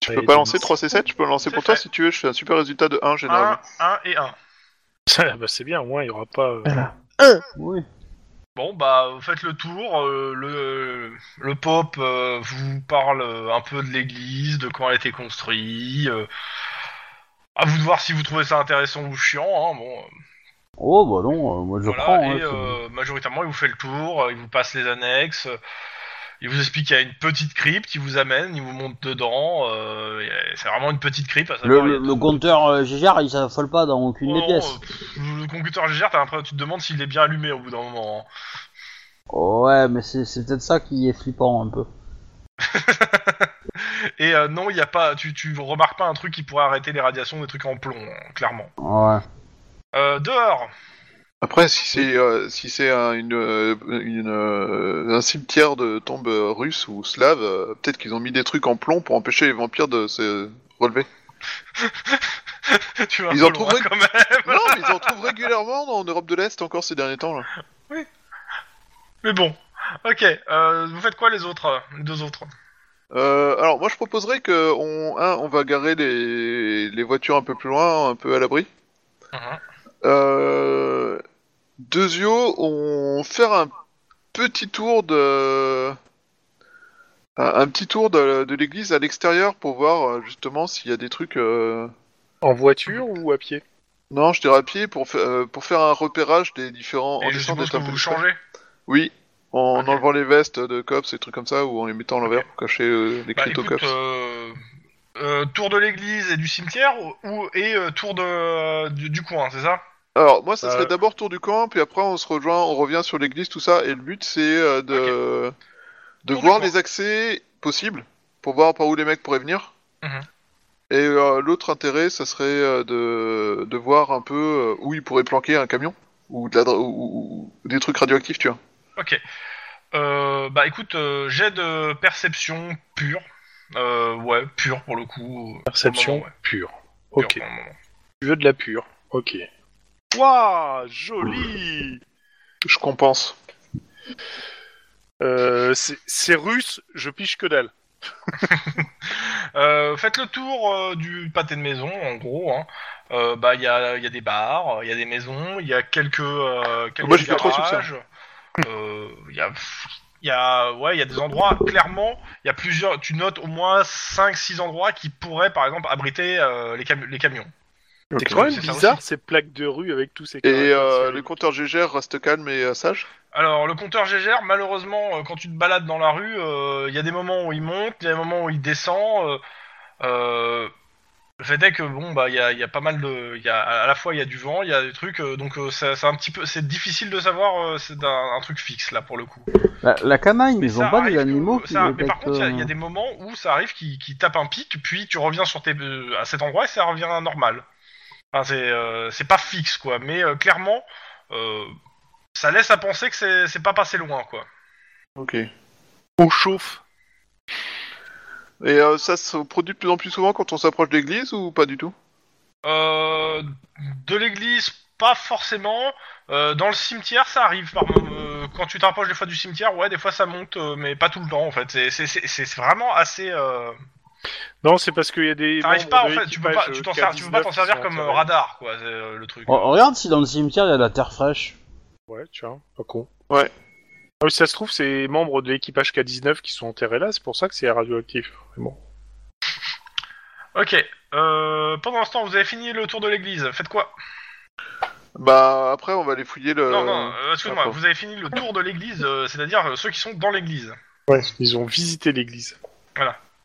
Tu Ouais, peux pas donc- lancer 3C7, je peux le lancer C'est pour toi fait. si tu veux, je fais un super résultat de 1 1, généralement. 1 et 1. Ah, bah, c'est bien, au moins, il n'y aura pas. euh, Oui. Bon, bah, vous faites le tour. euh, le, le Pope euh, vous parle euh, un peu de l'église, de quand elle a été construite. euh. À vous de voir si vous trouvez ça intéressant ou chiant. Hein, bon, euh, Oh, bah non, euh, moi je voilà. prends. hein, et c'est- euh, majoritairement, il vous fait le tour, euh, il vous passe les annexes. euh, Il vous explique qu'il y a une petite crypte, il vous amène, il vous monte dedans. euh, et c'est vraiment une petite crypte. à Le, savoir, il y le, a le compteur euh, Gégard, il s'affole pas dans aucune Oh des non, pièces. euh, pff, le computer gère, t'as l'impression- tu te demandes s'il est bien allumé au bout d'un moment. hein. Ouais, mais c'est c'est peut-être ça qui est flippant un peu. Et euh, non, il y a pas, tu, tu remarques pas un truc qui pourrait arrêter les radiations des trucs en plomb, hein, clairement. Ouais. Euh, dehors, Après, si c'est euh, si c'est un, une, euh, une, euh, un cimetière de tombes euh, russes ou slaves, euh, peut-être qu'ils ont mis des trucs en plomb pour empêcher les vampires de se relever. tu vas un Ils peu en loin, trouveraient- quand même. non, mais ils en trouvent régulièrement en Europe de l'Est encore ces derniers temps là. Mais bon, ok. euh, vous faites quoi les autres, euh, les deux autres Euh, alors moi je proposerais que on, un, on va garer les, les voitures un peu plus loin, un peu à l'abri. Mhm. Euh, Deuxio, on faire un petit tour de un, un petit tour de, de l'église à l'extérieur pour voir euh, justement s'il y a des trucs. euh, En voiture ou à pied Non, je dirais à pied pour fa- euh, pour faire un repérage des différents. en Et je essayant suppose d'être que un peu vous discret. changez. Oui, en Ok. enlevant les vestes de cops et trucs comme ça ou en les mettant à l'envers pour cacher euh, les Bah crypto écoute, cops. euh, euh, tour de l'église et du cimetière ou- ou et euh, tour de du, du coin, c'est ça Alors moi, bah, ça serait Euh. d'abord tour du camp, puis après on se rejoint, on revient sur l'église, tout ça. Et le but, c'est euh, de de Tour du voir camp. les accès possibles pour voir par où les mecs pourraient venir. Mhm. Et euh, l'autre intérêt, ça serait euh, de de voir un peu euh, où ils pourraient planquer un camion ou de la dra- ou, ou- ou des trucs radioactifs, tu vois. Ok. Euh, bah écoute, euh, j'ai de perception pure. Euh, ouais, pure pour le coup. Perception Pour le moment, ouais. pure. Pure Ok. pour le moment. Tu veux de la pure Ok. Waouh, joli Je compense. Euh, c'est- C'est russe, je piche que dalle. Euh, faites le tour euh, du pâté de maison, en gros. Hein. Euh, bah il y a, il y a des bars, il y a des maisons, il y a quelques, euh, quelques Moi, je suis trop sur ça. garages. Euh, Il y a... Il y a, ouais, il y a des endroits, clairement, il y a plusieurs, tu notes au moins 5-6 endroits qui pourraient, par exemple, abriter euh, les, cam- les camions. Ok. C'est quand même C'est ça bizarre aussi. ces plaques de rue avec tous ces Et caractères euh, serrés. le compteur GGR reste calme et euh, sage. Alors, le compteur Gégère, malheureusement, euh, quand tu te balades dans la rue, il y a des moments où il monte, il y a des moments où il descend. euh, euh, Le fait est que bon bah il y a, il y a pas mal de, il y a à la fois il y a du vent, il y a des trucs, euh, donc euh, ça- c'est un petit peu, c'est difficile de savoir, euh, c'est un, un truc fixe là pour le coup. La, Bah, la canaille, mais ils Ça ont pas arrive des que- animaux qui ça- les Mais par mettent, contre il y a- il y, a euh, des moments où ça arrive qui, qui tape un pic, puis tu reviens sur tes, euh, à cet endroit et ça revient à normal. Enfin, c'est, euh, c'est pas fixe quoi, mais euh, clairement euh, ça laisse à penser que c'est, c'est pas passé loin quoi. Ok. On chauffe. Et euh, ça se produit de plus en plus souvent quand on s'approche de l'église ou pas du tout Euh, de l'église, pas forcément. Euh, dans le cimetière, ça arrive. Par, euh, quand tu t'approches des fois du cimetière, ouais, des fois ça monte, euh, mais pas tout le temps en fait. C'est- C'est c'est- c'est vraiment assez. Euh... Non, c'est parce qu'il y a des. T'arrives membres pas en de fait. Tu peux pas, l'équipage, tu euh, t'en sers- tu peux pas t'en K19 servir qui comme sont euh, en train radar, quoi. c'est, euh, le truc. re- Oh, Regarde si dans le cimetière il y a de la terre fraîche. de- Ouais, tiens, pas con. Ouais. Ah oui, ça se trouve, c'est les membres de l'équipage K19 qui sont enterrés là, c'est pour ça que c'est radioactif. Mais bon. Ok. Euh, pendant ce temps, vous avez fini le tour de l'église. Faites quoi Bah après on va aller fouiller le. Non, non. euh, Excuse-moi. après. Vous avez fini le tour de l'église, euh, c'est-à-dire euh, ceux qui sont dans l'église. Ouais, ils ont visité l'église.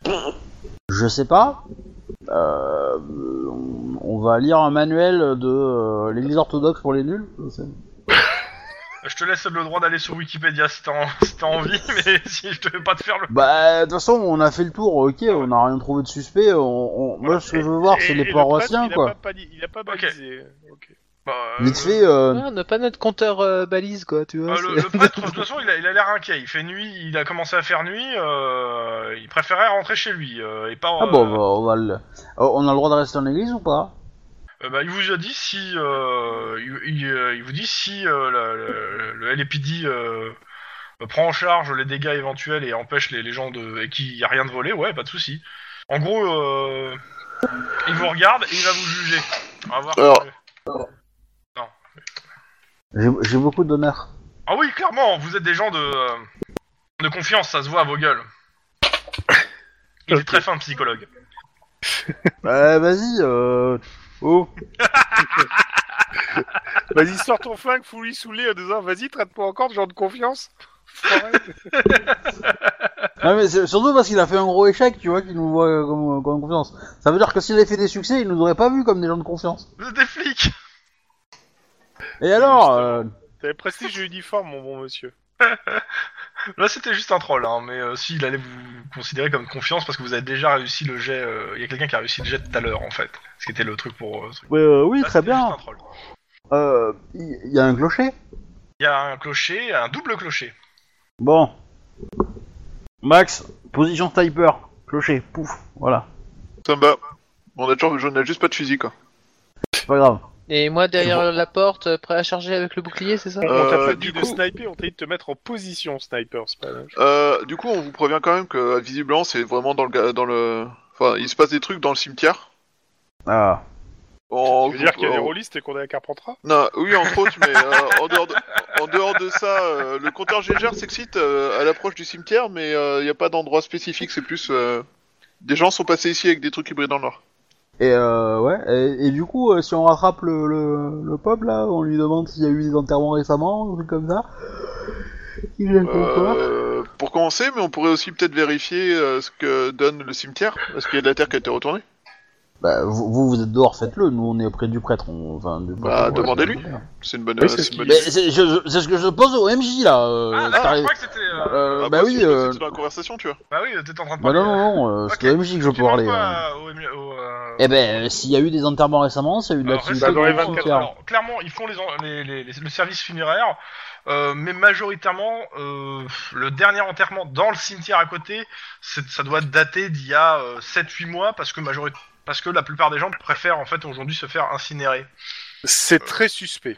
Je sais pas. Euh, on- on va lire un manuel de euh, l'église orthodoxe pour les nuls. C'est- Euh, Je te laisse le droit d'aller sur Wikipédia si t'as en- si t'as envie, mais si je te fais pas te faire le Bah, de toute façon, on a fait le tour, ok, on n'a rien trouvé de suspect. On, on- Moi, ce que je veux voir, Ah, c'est Et- et les le paroissiens, prêtre, il a quoi. pas pali- Il a pas Ok. balisé. Ok. Bah, euh, Vite fait, hein, euh, Ah, on n'a pas notre compteur euh, balise, quoi, tu vois. Euh, le, c'est- le prêtre, de toute façon, il a il a l'air inquiet. Il fait nuit, il a commencé à faire nuit. euh, il préférait rentrer chez lui euh, et pas. ah euh, bon, bah, on va le... Oh, On a le droit de rester en église ou pas euh, bah, il vous a dit si. euh, il, il, euh, il vous dit si euh, la- le, le LAPD euh, prend en charge les dégâts éventuels et empêche les, les gens de et qu'il n'y a rien de volé. Ouais, pas de souci. En gros, euh, il vous regarde et il va vous juger. On va voir. Alors- J'ai j'ai beaucoup d'honneur. Ah oui, clairement, vous êtes des gens de euh, de confiance, ça se voit à vos gueules. Il est Ok. très fin psychologue. Euh, vas-y, euh... Oh Vas-y, sors ton flingue, fous-lui sous le nez en disant vas-y, traite-moi encore de genre de confiance. Enfoiré. Non, mais c'est- surtout parce qu'il a fait un gros échec, tu vois, qu'il nous voit euh, comme, comme confiance. Ça veut dire que s'il avait fait des succès, il nous aurait pas vu comme des gens de confiance. Vous êtes des flics Et alors euh, T'as le prestige de l'uniforme, mon bon monsieur. Là, c'était juste un troll, hein, mais euh, s'il allait vous considérer comme confiance parce que vous avez déjà réussi le jet. euh, Il y a quelqu'un qui a réussi le jet tout à l'heure, en fait. Ce qui était le truc pour. euh, truc. ouais, euh, Oui, Là, très c'était juste bien. un troll. Euh, Il il y a un clocher Il y a un clocher, un double clocher. Bon. Max, position sniper. Clocher, pouf, voilà. Ça me va. bah, On a toujours, je n'ai juste pas de fusil quoi. C'est pas grave. Et moi, derrière la porte, euh, prêt à charger avec le bouclier, c'est ça on t'a Euh, pas du dit de coup- sniper, on t'a dit de te mettre en position sniper, c'est pas là. Euh, du coup on vous prévient quand même que euh, visiblement c'est vraiment dans le ga- dans le. Enfin il se passe des trucs dans le cimetière. Ah. En- Tu veux dire qu'il y a des en- rôlistes et qu'on est à Carpentras Non, oui, entre autres, mais euh, en, dehors de, en dehors de ça, euh, le compteur Gégère s'excite euh, à l'approche du cimetière, mais euh, il n'y a pas d'endroit spécifique, c'est plus... euh, des gens sont passés ici avec des trucs hybrides dans le noir. Et euh, ouais. Et, et du coup, euh, si on rattrape le, le, le peuple là, on lui demande s'il y a eu des enterrements récemment, ou truc comme ça. Il vient quoi Euh, pour commencer, mais on pourrait aussi peut-être vérifier euh, ce que donne le cimetière. Est-ce qu'il y a de la terre qui a été retournée Bah, vous, vous, vous êtes dehors, faites-le. Nous, on est auprès du prêtre. On, enfin, du Bah, prêtre, ouais, demandez-lui. c'est bien. C'est une bonne... Oui, euh, c'est c'est ce une qui- bonne Mais c'est je- c'est ce que je pose au MJ là. euh, Ah, d'accord, je t'arrives- crois que c'était. euh, euh, Ah, bah moi, oui. je pensais que Euh... C'était dans la conversation, tu vois. Bah oui, t'étais en train de Bah parler. non, non, non. euh, Ok. C'est au MJ que je Tu peux demandes parler. quoi, euh. euh, au M- au, euh, Eh ben, euh, s'il y a eu des enterrements récemment, s'il y a eu de alors, l'activité récemment, dans les le 24 cimetière. alors, clairement, ils font les, en- les- les- les- le service funéraire, euh, mais majoritairement, euh, le dernier enterrement dans le cimetière à côté, c'est- ça doit dater d'il y a euh, 7-8 mois, parce que, majori- parce que la plupart des gens préfèrent en fait aujourd'hui se faire incinérer. C'est très suspect.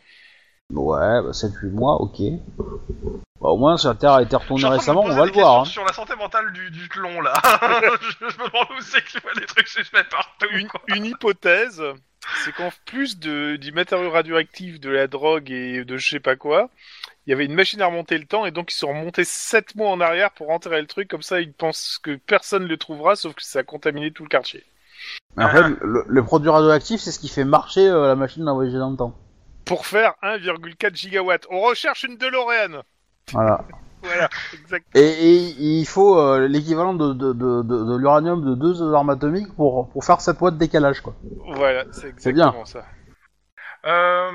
Ouais, bah 7-8 mois, ok. Bah, au moins, si la Terre a été Je retournée suis en train de me récemment, on poser va des le voir. hein. questions Sur la santé mentale du, du clon, là. je, je me demande où c'est qu'il voit des trucs suspects partout. Une, quoi. une hypothèse, c'est qu'en plus de, du matériau radioactif, de la drogue et de je sais pas quoi, il y avait une machine à remonter le temps et donc ils sont remontés 7 mois en arrière pour enterrer le truc, comme ça ils pensent que personne le trouvera sauf que ça a contaminé tout le quartier. hein. En fait, le, le produit radioactif, c'est ce qui fait marcher euh, la machine à voyager dans le temps. Pour faire 1,4 gigawatts. On recherche une DeLorean Voilà. Voilà, exact. Et, et- et il faut euh, l'équivalent de, de, de, de, de l'uranium de deux armes atomiques pour, pour faire cette boîte de décalage, quoi. Voilà, c'est C'est bien. exactement ça. Euh,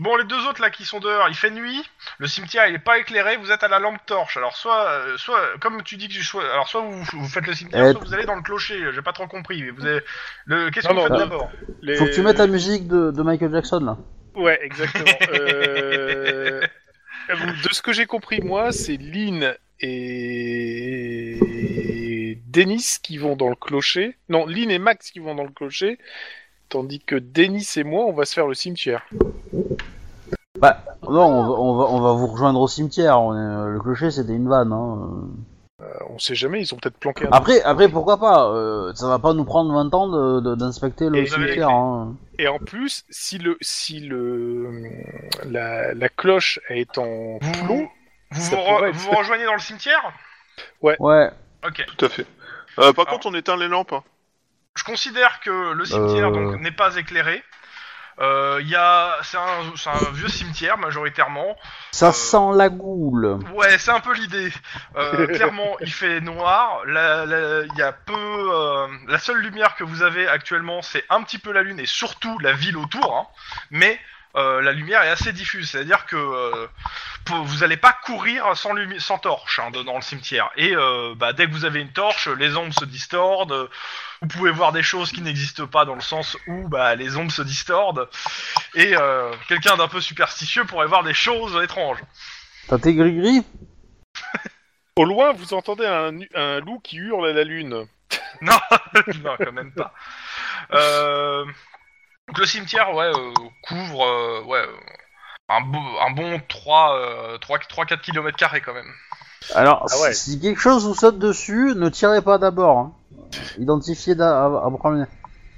Bon, les deux autres là qui sont dehors, il fait nuit, le cimetière il est pas éclairé, vous êtes à la lampe torche. Alors soit, euh, soit comme tu dis que tu sois, alors soit vous, vous faites le cimetière, Euh, soit vous allez dans le clocher. J'ai pas trop compris. mais Vous avez... le... qu'est-ce que Non, vous non, faites euh, d'abord Les- Faut que tu mettes la musique de, de Michael Jackson, là. Ouais, exactement. Euh, De ce que j'ai compris, moi, c'est Lynn et Denis qui vont dans le clocher. Non, Lynn et Max qui vont dans le clocher. Tandis que Denis et moi, on va se faire le cimetière. Non, on va, on va, on va vous rejoindre au cimetière. on est, euh, le clocher, c'était une vanne. Hein. euh. Euh, On sait jamais, ils ont peut-être planqué un. Ah. Après, après, pourquoi pas euh, Ça va pas nous prendre 20 ans de- de- d'inspecter Et le vous avez cimetière. les Hein. Et en plus, si le si le la, la cloche est en plomb, Vous vous, Ça vous, re- pourrait être. vous rejoignez dans le cimetière Ouais. Ok. Tout à fait. Euh, par Ah. contre, on éteint les lampes. hein. Je considère que le cimetière Euh. donc n'est pas éclairé. Euh, Il y a, c'est un, c'est un vieux cimetière majoritairement. Ça Euh, sent la goule. Ouais, c'est un peu l'idée. Euh, clairement, il fait noir. La, la- il y a peu. euh, la seule lumière que vous avez actuellement, c'est un petit peu la lune et surtout la ville autour. hein. mais euh, la lumière est assez diffuse, c'est-à-dire que euh, pour- vous n'allez pas courir sans, lumi- sans torche hein, de- dans le cimetière. Et euh, bah, dès que vous avez une torche, les ombres se distordent. euh, Vous pouvez voir des choses qui n'existent pas dans le sens où bah, les ombres se distordent. Et euh, quelqu'un d'un peu superstitieux pourrait voir des choses étranges. T'as tes gris-gris au loin, vous entendez un, un loup qui hurle à la lune. Non, non, quand même pas. Euh, donc le cimetière, ouais, euh, couvre euh, ouais, euh, un, beau- un bon euh, 3, 3-4 km quand même. Alors, Ah ouais. si si quelque chose vous saute dessus, ne tirez pas d'abord. hein. Identifiez d'a- à, à premier.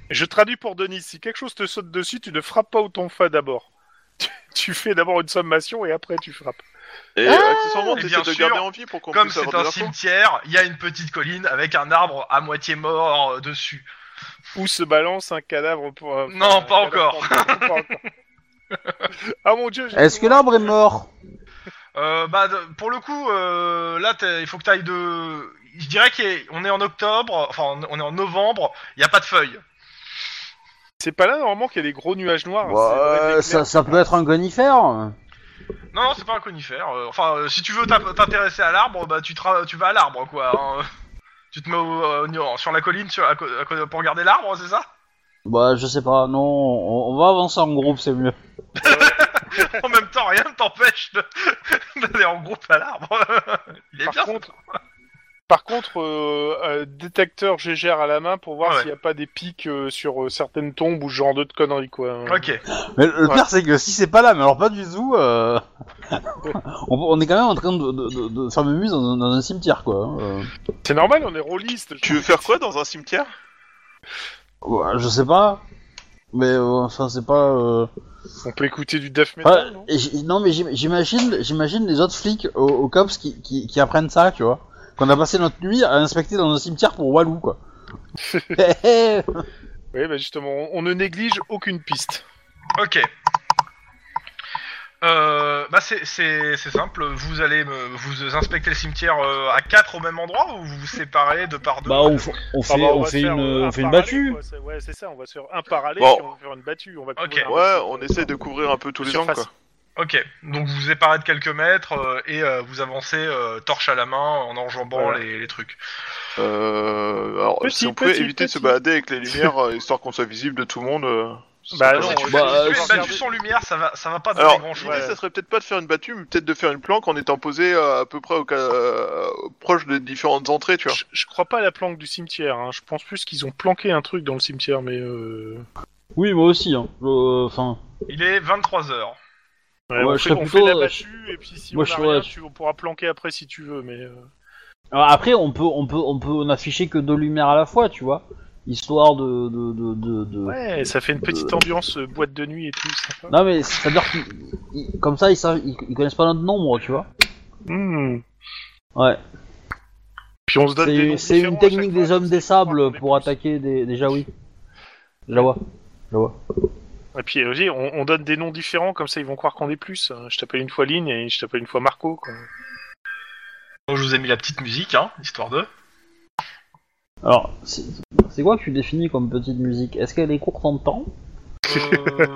Je traduis pour Denis. Si quelque chose te saute dessus, tu ne frappes pas au tonfa d'abord. Tu, tu fais d'abord une sommation et après tu frappes. Et Ah accessoirement, Et t'essaies bien de sûr, garder en vie pour qu'on Comme puisse c'est avoir un des infos. cimetière, il y a une petite colline avec un arbre à moitié mort euh, dessus. Où se balance un cadavre pour. un- Non, un pas encore. cadavre pour- pas encore. ah mon dieu. j'ai Est-ce que tout voir. l'arbre est mort Euh, bah, de- pour le coup, euh, là, t'es- il faut que tu ailles de. Je dirais qu'on est en octobre, enfin, on est en novembre, il n'y a pas de feuilles. C'est pas là normalement qu'il y a des gros nuages noirs. Bah, Ah, c'est vrai, euh, des ça, clairs. ça peut être un conifère. Non, non, c'est pas un conifère. euh, enfin, euh, si tu veux t'in- t'intéresser à l'arbre, bah tu, tra- tu vas à l'arbre, quoi. hein. Tu te mets au- euh, au- sur la colline sur- à co- à co- pour regarder l'arbre, c'est ça Bah, je sais pas, non, on, on va avancer en groupe, c'est mieux. En même temps, rien ne t'empêche de- d'aller en groupe à l'arbre. Il est Par bien. contre, par contre, euh, euh, détecteur GGR à la main pour voir Ouais. s'il n'y a pas des pics euh, sur euh, certaines tombes ou ce genre de conneries quoi. Ok. Mais le Ouais. pire, c'est que si c'est pas là, mais alors pas du tout, euh, on, on est quand même en train de, de, de, de faire une muse dans, dans un cimetière, quoi. hein, euh. C'est normal, on est rôliste. Tu veux faire quoi dans un cimetière Ouais, je sais pas, mais euh, enfin, c'est pas. euh, On peut écouter du death Ouais, metal. non et j'- non, mais j'im- j'imagine, j'imagine les autres flics au, au cops qui, qui, qui apprennent ça, tu vois. Qu'on a passé notre nuit à inspecter dans un cimetière pour Walou, quoi. Eh, Hé, hé. Oui, bah justement, on- on ne néglige aucune piste. Ok. Euh, bah c'est- c'est c'est simple, vous allez me, vous inspectez le cimetière euh, à quatre au même endroit ou vous vous séparez de par deux Bah, on, f- on fait, Ah bah, on va fait une, se faire, euh, un on fait une parallèle, battue. quoi, c'est- Ouais, c'est ça, on va se faire un parallèle Bon. puis on va faire une battue. On va Ok. couvrir un Ouais, cercle. on essaie de couvrir un peu tous les angles, Surface. quoi. Ok, donc vous vous séparez de quelques mètres euh, et euh, vous avancez euh, torche à la main en enjambant Voilà. les- les trucs. Euh, alors, Petit, si on pouvait petit, éviter de se petit. balader avec les lumières, euh, histoire qu'on soit visible de tout le monde. euh, ce Bah non, serait pas mal. si tu bah, fais, euh, si tu fais une je- battue sans lumière, ça va, ça va pas donner Alors, grand l'idée, chose. ça serait peut-être pas de faire une battue, mais peut-être de faire une planque en étant posé euh, à peu près au ca- euh, proche des différentes entrées, tu vois. Je, je crois pas à la planque du cimetière. hein. Je pense plus qu'ils ont planqué un truc dans le cimetière, mais. Euh... Oui, moi aussi. Hein. Euh, Enfin, Il est 23h. ouais, Ouais, on je fait, serais on fait plutôt, la euh, battue et puis si moi, on a je- rien, ouais. tu, on pourra planquer après si tu veux, mais. euh, alors après, on peut, on peut, on peut n'afficher que deux lumières à la fois, tu vois, histoire de, de, de, de, de- Ouais, ça fait une petite ambiance euh, boîte de nuit et tout. sympa. Non, mais c'est-à-dire qu'ils- ils- comme ça, ils, savent, ils, ils connaissent pas notre nombre, tu vois. Hmm. Ouais. Puis on se donne des noms C'est- C'est différents une à chaque technique fois, des hommes comme des ça, on sables est pour plus. attaquer des, des jaouis. Jawa. Jawa. Et puis, euh, vas-y, on, on hein. donne des noms différents, comme ça ils vont croire qu'on est plus. Je t'appelle une fois Ligne et je t'appelle une fois Marco. quoi. Donc, je vous ai mis la petite musique, hein, histoire de. Alors, c'est c'est quoi que tu définis comme petite musique Est-ce qu'elle est courte en temps Euh,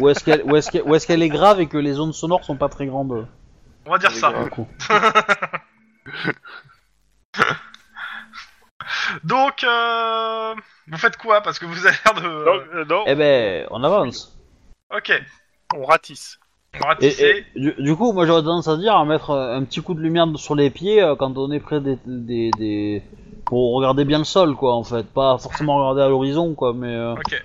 Ou est-ce qu'elle ou est-ce qu'elle- ou est-ce qu'elle est grave et que les zones sonores sont pas très grandes euh, on va dire ça. d'un coup Donc, euh, vous faites quoi Parce que vous avez l'air de. euh, Non, euh, non, Eh ben, on avance. Ok, on ratisse. on Et, ratisse. et du, du coup, moi j'aurais tendance à dire à mettre euh, un petit coup de lumière sur les pieds euh, quand on est près des, des, des- pour regarder bien le sol, quoi, en fait. Pas forcément regarder à l'horizon, quoi, mais. euh, Ok.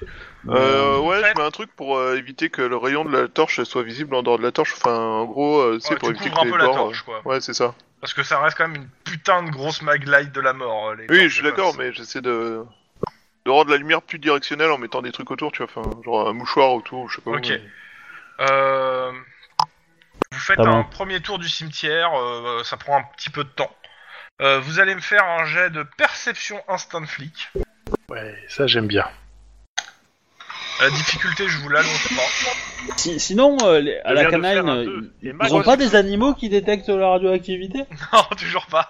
Euh, ouais, Ouais. je mets un truc pour euh, éviter que le rayon de la torche soit visible en dehors de la torche. Enfin, en gros, euh, c'est Ouais, pour Oh, tu éviter couvres que un peu les la bords. torche, quoi. euh, Ouais, c'est ça. Parce que ça reste quand même une putain de grosse maglite de la mort. euh, Les Oui, torches je suis de d'accord, face. mais j'essaie de... de rendre la lumière plus directionnelle en mettant des trucs autour, tu vois. Enfin, genre un mouchoir autour, je sais pas. Ok. mais- Euh, Vous faites Pas un bon. premier tour du cimetière, euh, ça prend un petit peu de temps. Euh, vous allez me faire un jet de perception instinct de flic. Ouais, ça j'aime bien. La difficulté, je vous l'annonce pas. Si- sinon, euh, les- à Je la viens de canine, faire un euh, deux. Les ils ont magos- pas des animaux qui détectent la radioactivité Non, toujours pas.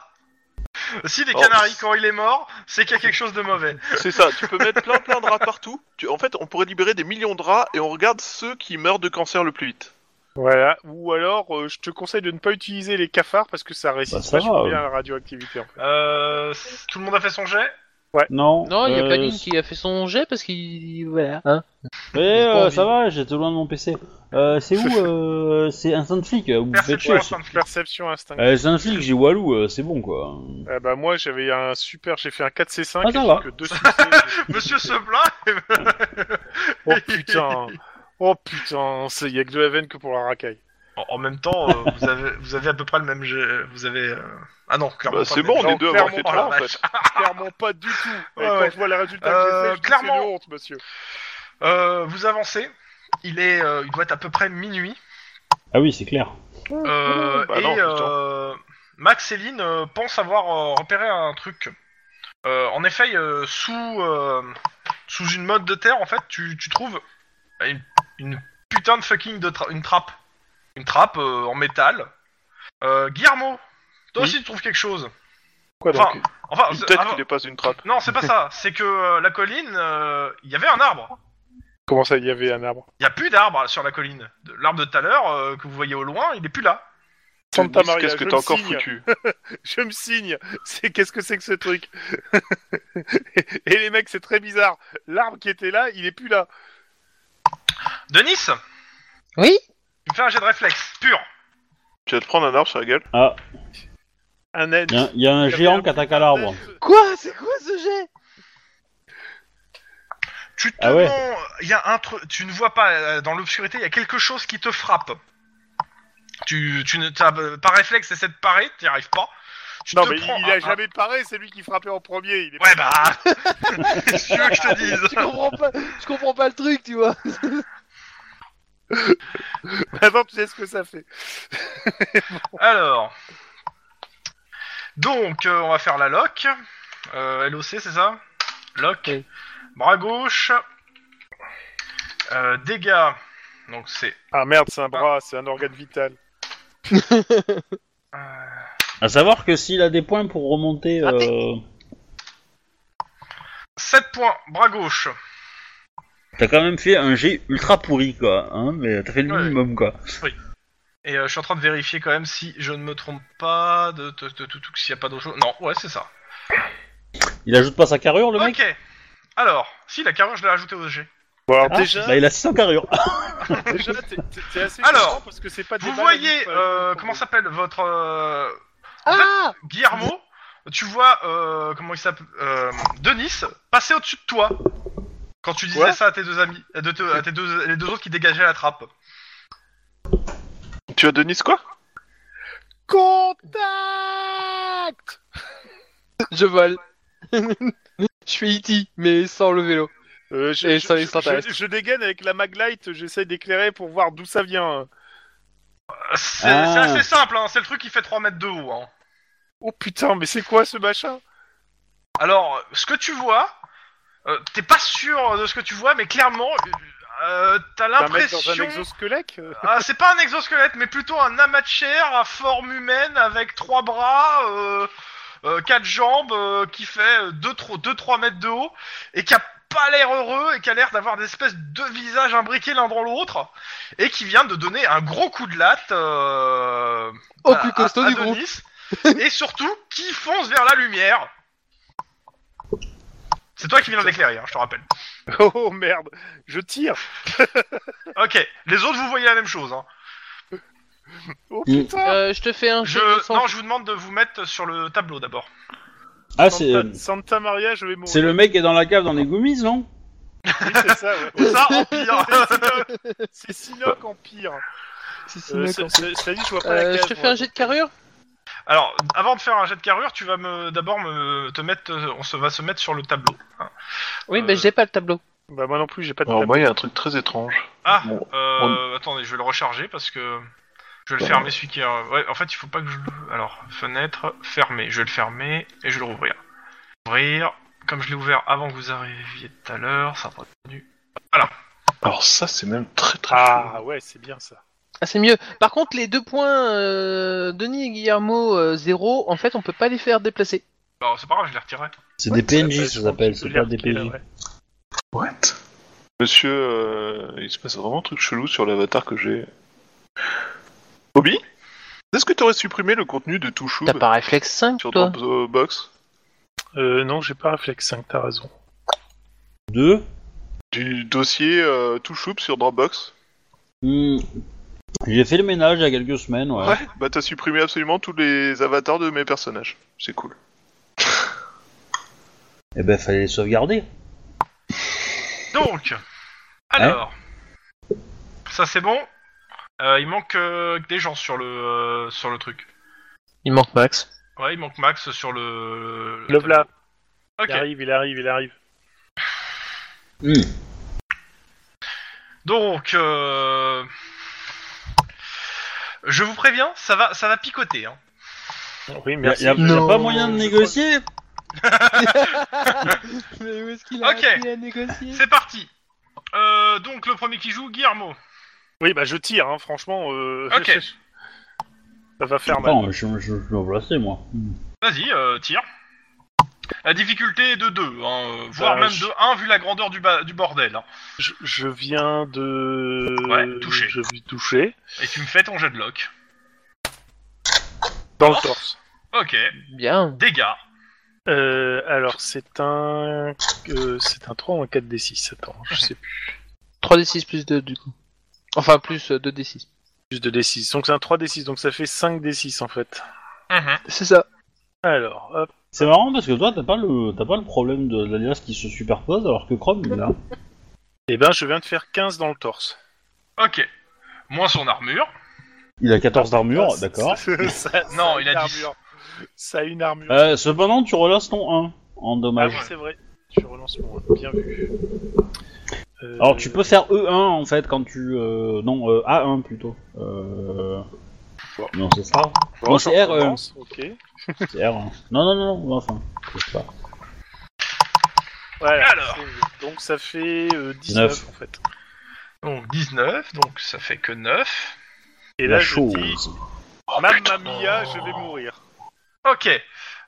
Si les Oh. canaris, quand il est mort, c'est qu'il y a quelque chose de mauvais. C'est ça, tu peux mettre plein plein de rats partout. Tu- En fait, on pourrait libérer des millions de rats et on regarde ceux qui meurent de cancer le plus vite. Voilà. Ou alors, euh, je te conseille de ne pas utiliser les cafards parce que ça résiste Bah, ça vachement va, bien à la radioactivité. En fait. Euh, tout le monde a fait son jet Non. Non, il y a euh, pas Lynn qui a fait son jet parce qu'il. Voilà. Hein Mais J'ai pas euh, envie. ça va, j'étais loin de mon PC. Euh, c'est où euh, C'est Instant Flic, euh, vous me faites Perception chier. instinct de flic. Perception instinctive. Euh, Instant Flic, j'ai Walou, euh, c'est bon quoi. Ah bah moi j'avais un super, j'ai fait un 4C5 Ah, et ça j'ai va. que deux succès. Monsieur se plaint oh putain, oh putain, c'est- y a que de la veine que pour la racaille. En en même temps, euh, vous, avez, vous avez à peu près le même jet. Vous avez. euh, Ah non, clairement. Bah, pas c'est le bon, même on jet. est deux à avoir clairement, fait oh la trois en vache. fait. Clairement pas du tout. Et Ouais, quand ouais. je vois les résultats que j'ai Euh, fait, je dis, clairement. c'est une honte, monsieur. Euh, vous avancez. Il est, euh, il doit être à peu près minuit. Ah oui, c'est clair. Euh, Bah et non, putain. euh, Max et Lynn euh, pensent avoir euh, repéré un truc. Euh, en effet, euh, sous euh, sous une mode de terre, en fait, tu, tu trouves une, une putain de fucking de tra- une trappe, une trappe euh, en métal. Euh, Guillermo, toi aussi tu trouves quelque chose. Quoi Enfin, enfin, Une c'est- Ah. tête avant- qui dépasse une trappe. non, c'est pas ça. C'est que euh, la colline, euh, il y avait un arbre. Comment ça, il y avait un arbre Il y a plus d'arbre sur la colline. De- L'arbre de tout à l'heure euh, que vous voyez au loin, il est plus là. Santa Nice, Maria, Qu'est-ce que je t'as me encore signe. foutu Je me signe. C'est qu'est-ce que c'est que ce truc Et les mecs, c'est très bizarre. L'arbre qui était là, il est plus là. Denis, Oui il me fait un jet de réflexe pur. Tu vas te prendre un arbre sur la gueule. Ah, Un âne. il y, a- y a un géant qui attaque à l'arbre. Quoi C'est quoi ce jet Tu te Ah ouais. demandes- il y a un truc, tu ne vois pas euh, dans l'obscurité, il y a quelque chose qui te frappe. Tu, tu ne, t'as, euh, par réflexe, essaie de parer, t'y arrives pas. Tu Non te mais prends il un- a un- jamais paré, c'est lui qui frappait en premier. Il est Ouais bah. Qu'est-ce que tu veux que je te dise Je comprends pas, je comprends pas le truc, tu vois. Maintenant, tu sais ce que ça fait. Alors. Donc, euh, on va faire la lock. Euh, LOC, c'est ça Lock. Oui. Bras gauche. Euh, dégâts. Donc, c'est. Ah merde, c'est un bras, c'est un organe vital. À savoir que s'il a des points pour remonter. Euh... 7 points, bras gauche. T'as quand même fait un G ultra pourri quoi, hein, mais t'as fait le Ouais. minimum quoi. Et euh, je suis en train de vérifier quand même si je ne me trompe pas, de, de, de- de- de- s'il n'y a pas d'autre chose. Non, ouais, c'est ça. Il ajoute pas sa carrure le mec Ok. Alors, si, la carrure, je l'ai ajoutée au G. Bon, alors, Ah, déjà, Bah il a 600 carrures. déjà, t'es- t'es t'es assez Alors, content parce que c'est pas des Vous balles à voyez, mille balles. euh, comment s'appelle votre. euh, Ah Guillermo, tu vois, euh, comment il s'appelle euh, Denis passer au-dessus de toi quand tu disais Quoi ça à tes deux amis, à, de te- à tes deux, les deux autres qui dégageaient la trappe. Tu as Denis quoi Contact Je vole. je fais E.T., mais sans le vélo. Euh, je, Et je- ça, je- ça t'intéresse. je- je dégaine avec la maglite, j'essaie d'éclairer pour voir d'où ça vient. Euh, C'est Ah. c'est assez simple, hein, c'est le truc qui fait 3 mètres de haut. hein. Oh putain, mais c'est quoi ce machin Alors, ce que tu vois, euh, t'es pas sûr de ce que tu vois, mais clairement, euh, t'as T'as un mec dans un l'impression... exosquelette euh, Ah, c'est pas un exosquelette, mais plutôt un amas de chair à forme humaine avec trois bras, euh, euh, quatre jambes, euh, qui fait 2-3 mètres de haut, et qui a pas l'air heureux, et qui a l'air d'avoir des espèces de visages imbriqués l'un dans l'autre, et qui vient de donner un gros coup de latte euh, Au à- Oh, plus à- costaud à du groupe. Denis, et surtout qui fonce vers la lumière. C'est toi qui viens d'éclairer, hein, je te rappelle. Oh, oh, merde, je tire. Ok, les autres vous voyez la même chose. Hein. Oh Mm. putain. Euh, je te fais un Je... jeu de sang- Non, je vous demande de vous mettre sur le tableau d'abord. Ah, c'est Santa, Santa Maria, je vais mourir. c'est le mec qui est dans la cave dans les goumises, non Oui, c'est ça. ouais. Ou ça, en pire. C'est Sinoc en pire. Si, si, Euh, mec, c'est- en- c'est- Cela dit, je vois pas la Euh, case. je te fais un jet de carrure Alors, avant de faire un jet de carrure, tu vas me d'abord me te mettre, euh, on se va se mettre sur le tableau. Oui, Euh, bah j'ai pas le tableau. Bah, moi non plus, j'ai pas de Alors, table. moi, il y a un truc très étrange. Ah, Bon, euh, attendez, je vais le recharger parce que je vais le Ouais. fermer celui qui est. euh, Ouais, en fait, il faut pas que je. le- Alors, fenêtre, fermer. Je vais le fermer et je vais le rouvrir. Ouvrir. Comme je l'ai ouvert avant que vous arriviez tout à l'heure, ça va pas du. Alors, ça, c'est même très très Ah ouais, c'est bien ça. Ah, c'est mieux. Par contre, les deux points, euh, Denis et Guillermo, euh, zéro, en fait, on peut pas les faire déplacer. Bah, c'est pas grave, je les retirerai. C'est des PNJ, Ouais, bah, ça je s'appelle, pense c'est que pas je des l'ai retiré, PNJ. ouais. chaud. What Monsieur, euh, il se passe vraiment un truc chelou sur l'avatar que j'ai. Bobby Est-ce que tu aurais supprimé le contenu de Touchou T'as pas réflexe 5, sur toi Dropbox Euh, non, j'ai pas réflexe 5, t'as raison. Deux Du dossier euh, Touchou sur Dropbox Hmm. J'ai fait le ménage il y a quelques semaines, ouais. Bah, t'as supprimé absolument tous les avatars de mes personnages. C'est cool. Et ben, fallait les sauvegarder. Donc, alors, ça c'est bon. Euh, il manque euh, des gens sur le euh, sur le truc. Il manque Max. Ouais, il manque Max sur le. Le voilà. Ok. Il arrive, il arrive, il arrive. Hmm. Donc, euh, je vous préviens, ça va, ça va picoter. Hein. Oui, Y a, merci. y a- y a Non. pas moyen de négocier Mais où est-ce qu'il a Ok. appris à négocier C'est parti. Euh, donc le premier qui joue, Guillermo. Oui, bah je tire, hein, franchement. euh, Ok. ça va faire mal. Attends, je, je, je vais me placer, moi. Hmm. Vas-y, euh, tire. La difficulté est de 2, voire Bah, même je- de 1 vu la grandeur du, ba- du bordel. hein. Je, je viens de. Ouais, toucher. Je vais toucher. Et tu me fais ton jet de lock. Dans le torse. Ok, Bien. dégâts. Euh, alors, c'est un. euh, c'est un 3 ou un 4d6. Attends, je sais plus. 3d6 plus 2, du coup. Enfin, plus euh, 2d6. Plus de d6. Donc, c'est un 3d6. Donc, ça fait 5d6 en fait. Mhm. C'est ça. Alors, hop. C'est marrant parce que toi, t'as pas le, t'as pas le problème de, de l'alias qui se superpose alors que Chrome, il a. Eh ben, je viens de faire 15 dans le torse. Ok. Moins son armure. Il a 14 d'armure, Ah, c'est- d'accord. c'est- ça- ça Non, a il une a 10. armure. Ça a une armure. Euh, cependant, tu relances ton 1 en Ah dommage. oui, c'est vrai. Je relance mon un. Bien vu. Euh, Alors, tu peux faire E1 en fait quand tu. euh, non, euh, A1 plutôt. Euh... Bon. Non, c'est ça. bon, Non, je c'est R, euh, recommence, Ok. Ouais, C'est R1. Non, non, non, non, enfin. Je sais pas. Alors. c'est- Donc ça fait euh, 19 en fait. Donc 19, donc ça fait que 9. Et là La je dis chose. Mamma mia, je Oh. vais mourir. Ok.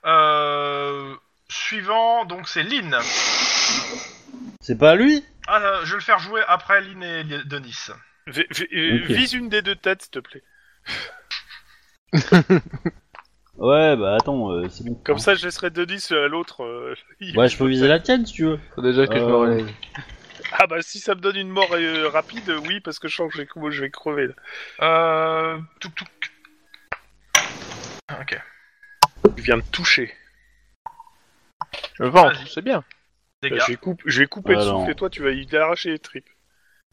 Euh, Suivant, donc c'est Lynn. C'est pas lui Ah, euh, je vais le faire jouer après Lynn et Li- Denis. V- v- euh, Ok. Vise une des deux têtes s'il te plaît. Ouais, bah attends, euh, c'est bon. Hein Comme ça je laisserai Denis à l'autre. euh, il- Ouais, je peux viser la tienne si tu veux. Faut déjà que je me Euh, relève. Ah bah si ça me donne une mort euh, rapide, euh, oui parce que je sens que je vais, je vais crever. là. Euh. Touk touk. Ok. Je viens de toucher. Le ventre, Vas-y. c'est bien. Euh, Dégâts. Je vais, coupe- je vais couper Ah, le Alors. souffle et toi tu vas y arracher les tripes.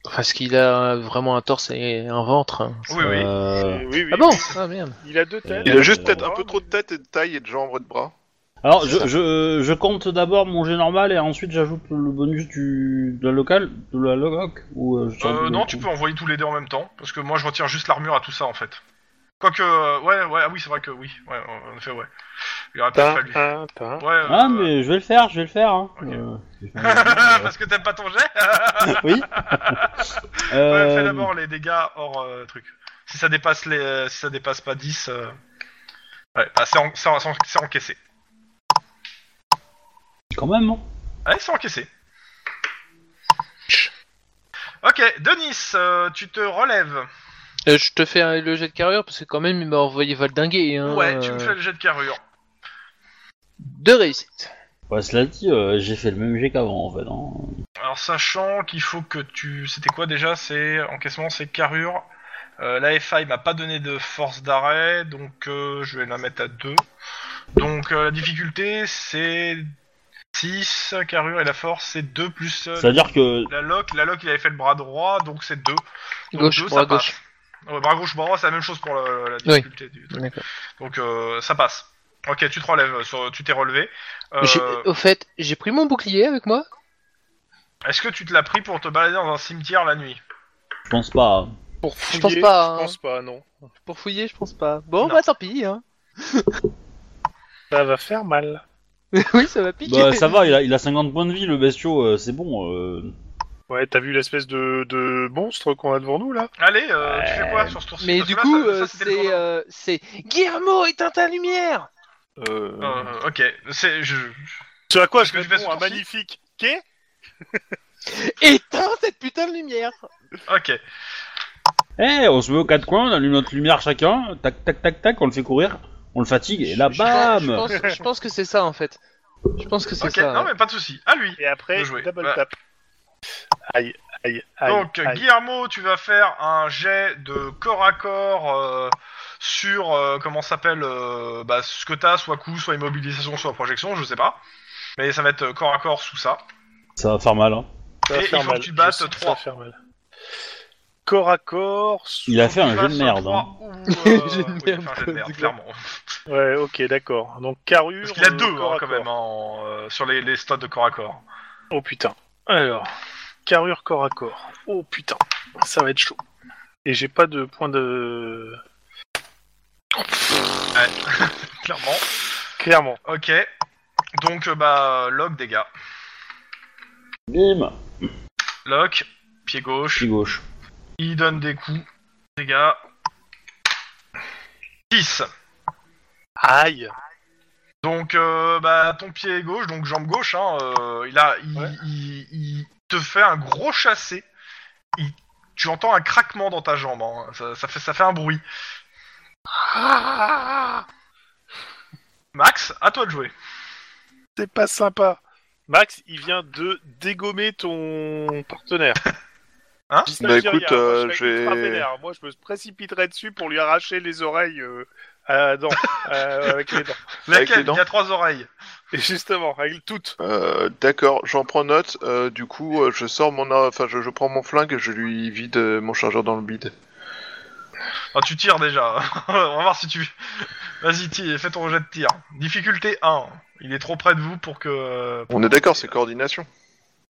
Parce qu'il a euh, vraiment un torse et un ventre. hein. Oui, oui. Euh, Et Oui, oui. Ah bon Ah merde. Il a deux têtes. Il a juste Euh, peut-être un peu trop de tête et de taille et de jambes et de bras. Alors, je, je, je compte d'abord mon jet normal et ensuite j'ajoute le bonus du, de la locale, de la loc ou euh, je Euh, non, tu peux envoyer tous les deux en même temps, parce que moi je retire juste l'armure à tout ça en fait. Quoique, euh, ouais, ouais, ah oui, c'est vrai que oui, ouais, en en effet, ouais. Il aurait peut-être fallu. Tin, tin. Ouais, euh, Ah, mais je vais le faire, je vais le faire. Hein. Ok. Euh, je vais faire un- euh, Parce que t'aimes pas ton jet oui. Ouais, Fais euh, d'abord les dégâts hors euh, truc. Si ça dépasse les, euh, si ça dépasse pas 10, euh, ouais, bah, c'est en- c'est en- c'est encaissé. quand même. hein. Ouais, c'est encaissé. Ok, Denis, euh, tu te relèves. Euh, je te fais un- le jet de carrure parce que quand même il m'a envoyé valdinguer. Hein, ouais, tu euh, me fais le jet de carrure. Deux réussites. Ouais, cela dit, euh, j'ai fait le même jet qu'avant en fait. hein. Alors, sachant qu'il faut que tu. C'était quoi déjà C'est encaissement, c'est carrure. Euh, la FA, il m'a pas donné de force d'arrêt, donc euh, je vais la mettre à 2. Donc, euh, la difficulté, c'est 6, carrure, et la force, c'est 2 plus euh, C'est-à-dire que la lock. La lock, il avait fait le bras droit, donc c'est 2. Donc Gauche, deux, bras ça passe. gauche. Ouais, bras gauche, bras droit, c'est la même chose pour la, la difficulté du truc. D'accord. Donc, euh, ça passe. Ok, tu te relèves, sur- tu t'es relevé. Euh, J'ai- Au fait, j'ai pris mon bouclier avec moi. Est-ce que tu te l'as pris pour te balader dans un cimetière la nuit je pense pas. hein. Pour Je fouiller, pense pas, hein. Je pense pas, non. Pour fouiller, je pense pas. Bon, Non. bah tant pis. Hein. Ça va faire mal. oui, ça va piquer. Bah ça va, il a, il a 50 points de vie le bestiau, euh, c'est bon. euh. Ouais, t'as vu l'espèce de, de monstre qu'on a devant nous là Allez, euh, tu Euh, fais quoi sur ce tour-ci Mais Parce du que là, coup, ça- ça, euh, c'était le c'est tour euh, c'est Guillermo éteint ta lumière. euh... de- Euh, ok, c'est je. Ce à quoi Parce je que tu fais réponds ce un tour-ci magnifique quai Éteins cette putain de lumière. Ok. Eh, on se met aux quatre coins, on allume notre lumière chacun, tac tac tac tac, on le fait courir, on le fatigue et là Je pense- bam. je, pense, je pense que c'est ça en fait. Je pense que c'est Ok. ça. non ouais. mais pas de souci. À lui. et après Bien joué. double Ouais. tap. Aïe, aïe, aïe. Donc aïe. Guillermo, tu vas faire un jet de corps à corps euh, sur euh, comment ça s'appelle euh, bah, ce que t'as, soit coup, soit immobilisation, soit projection, je sais pas. Mais ça va être euh, corps à corps sous ça. Ça va faire mal. Hein. Ça va et faire il faut que mal. tu battes Je sais que ça trois. va faire mal. Corps à corps. sous- Il a fait un Tu jeu de passes merde. hein. trois ou, euh, Jeu de oui, il a fait un merde, jeu de merde, c'est clairement. Ouais, ok, d'accord. Donc carrure. Parce qu'il a euh, deux corps hein, à quand corps. même hein, en, euh, sur les, les stats de corps à corps. Oh putain. Alors, carrure corps à corps. Oh putain, ça va être chaud. Et j'ai pas de point de. Clairement. Clairement. Ok. Donc, euh, bah, lock, dégâts. Bim, Lock, pied gauche. pied gauche. Il donne des coups. Dégâts. 10. Aïe. Donc, euh, bah, ton pied gauche, donc jambe gauche, hein, euh, il, a, il, Ouais. il- il te fait un gros chassé. Il- tu entends un craquement dans ta jambe. hein. Ça, ça fait, ça fait un bruit. Max, à toi de jouer. C'est pas sympa. Max, il vient de dégommer ton partenaire. Hein J'y suis Bah, rien, écoute, moi, euh, je je serais vais- ultra vénère. Moi, je me précipiterais dessus pour lui arracher les oreilles euh, à dents. euh, avec les dents. Avec les Laquelle dents Il y a trois oreilles. Et justement, avec toutes. Euh, D'accord, j'en prends note. Euh, du coup, euh, je sors mon, enfin, je, je prends mon flingue et je lui vide euh, mon chargeur dans le bide. Ah, tu tires déjà. On va voir si tu. Vas-y, tire, fais ton jet de tir. Difficulté 1. Il est trop près de vous pour que. On est d'accord, c'est coordination.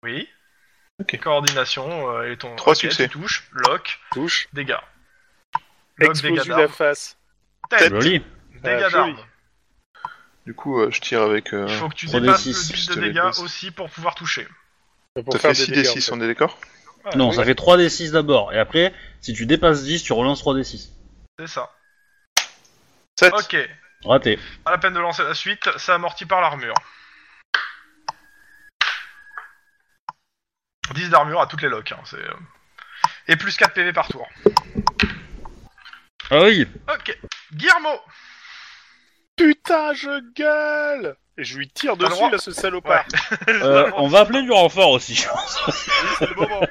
Oui. Ok. Coordination euh, et ton. Trois Ok, succès. Tu touches, lock, Touche. dégâts. Lock, dégâts Explose la d'armes. face. Tête, Joli. dégâts Ah, joli. d'armes. Du coup, euh, je tire avec. euh, Il faut que tu Prenez dépasses six, le 10 de je te les dégâts pose. aussi pour pouvoir toucher. Pour Ça faire fait des 6 dégâts, des en fait. 6, on est d'accord Ouais, Non, oui, ça fait 3 d 6 d'abord et après si tu dépasses 10, tu relances 3 d 6. C'est ça. 7 Ok. Raté. Pas la peine de lancer la suite, ça amortit par l'armure. 10 d'armure à toutes les locks. hein, c'est, euh, Et plus 4 PV par tour. Ah oui. Ok. Guillermo Putain, je gueule Et je lui tire T'as le dessus, droit. là, ce salopard. Euh, on va appeler du renfort aussi. je pense. Oui, c'est le moment.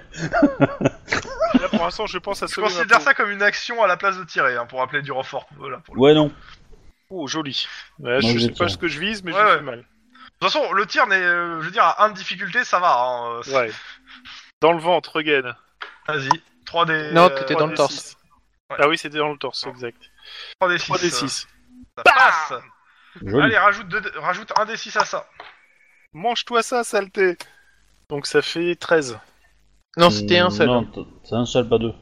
là, pour l'instant, je pense à Je sauver ma considère peau. ça comme une action à la place de tirer, hein, pour appeler du renfort. voilà, pour le- Ouais non. Oh, joli. Ouais, Non, je vous sais êtes pas bien. ce que je vise, mais Ouais, je ouais. fais mal. De toute façon, le tir, n'est, euh, je veux dire, à 1 de difficulté, ça va. hein, euh, c'est- Ouais. Dans le ventre, regain. Vas-y. 3D. Non, t'étais dans le 3D6. torse. Ouais. euh. Ah oui, c'était dans le torse, exact. 3D6. 3d6. Ça passe. Joli. Allez, rajoute, deux- rajoute 1 D6 à ça. Mange-toi ça, saleté Donc ça fait 13. Non, c'était un seul. Hmm, Non, t- c'est un seul pas deux.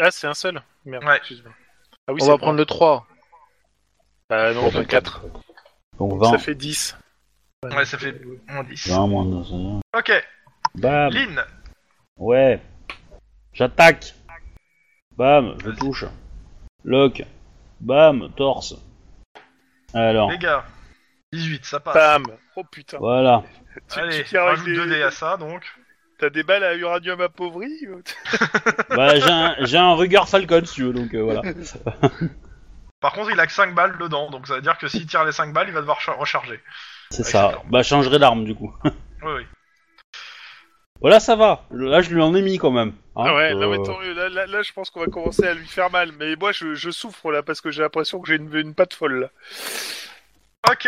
Ah, c'est un seul Merde, Ouais. excuse-moi. Ah oui, On va prendre le 3. Ah non, Bon, bah, 4. Donc Ça 20, fait 10. Ouais, ça fait moins 10. 20 moins 2, ça vient. Ok, Ah Bam Lynn, Ouais. J'attaque. Bam, je touche. Lock. Bam, torse. Alors, les gars. 18, ça passe. Bam Oh putain. voilà. Tu- Allez, tu tires avec rajoute des- 2 dés à ça donc. T'as des balles à uranium appauvri ou t- Bah, j'ai un, j'ai un Ruger Falcon, si tu veux, donc euh, voilà. Par contre, il a que 5 balles dedans, donc ça veut dire que s'il tire les 5 balles, il va devoir cha- recharger. Ouais, C'est ça. j'adore. Bah, je changerai d'arme, du coup. Oui, oui. Voilà, ça va. Là, je lui en ai mis, quand même. Hein, Ah euh, ouais, non, mais tant mieux. Là, là- là, je pense qu'on va commencer à lui faire mal. Mais moi, je, je souffre là parce que j'ai l'impression que j'ai une, une patte folle. là. Ok.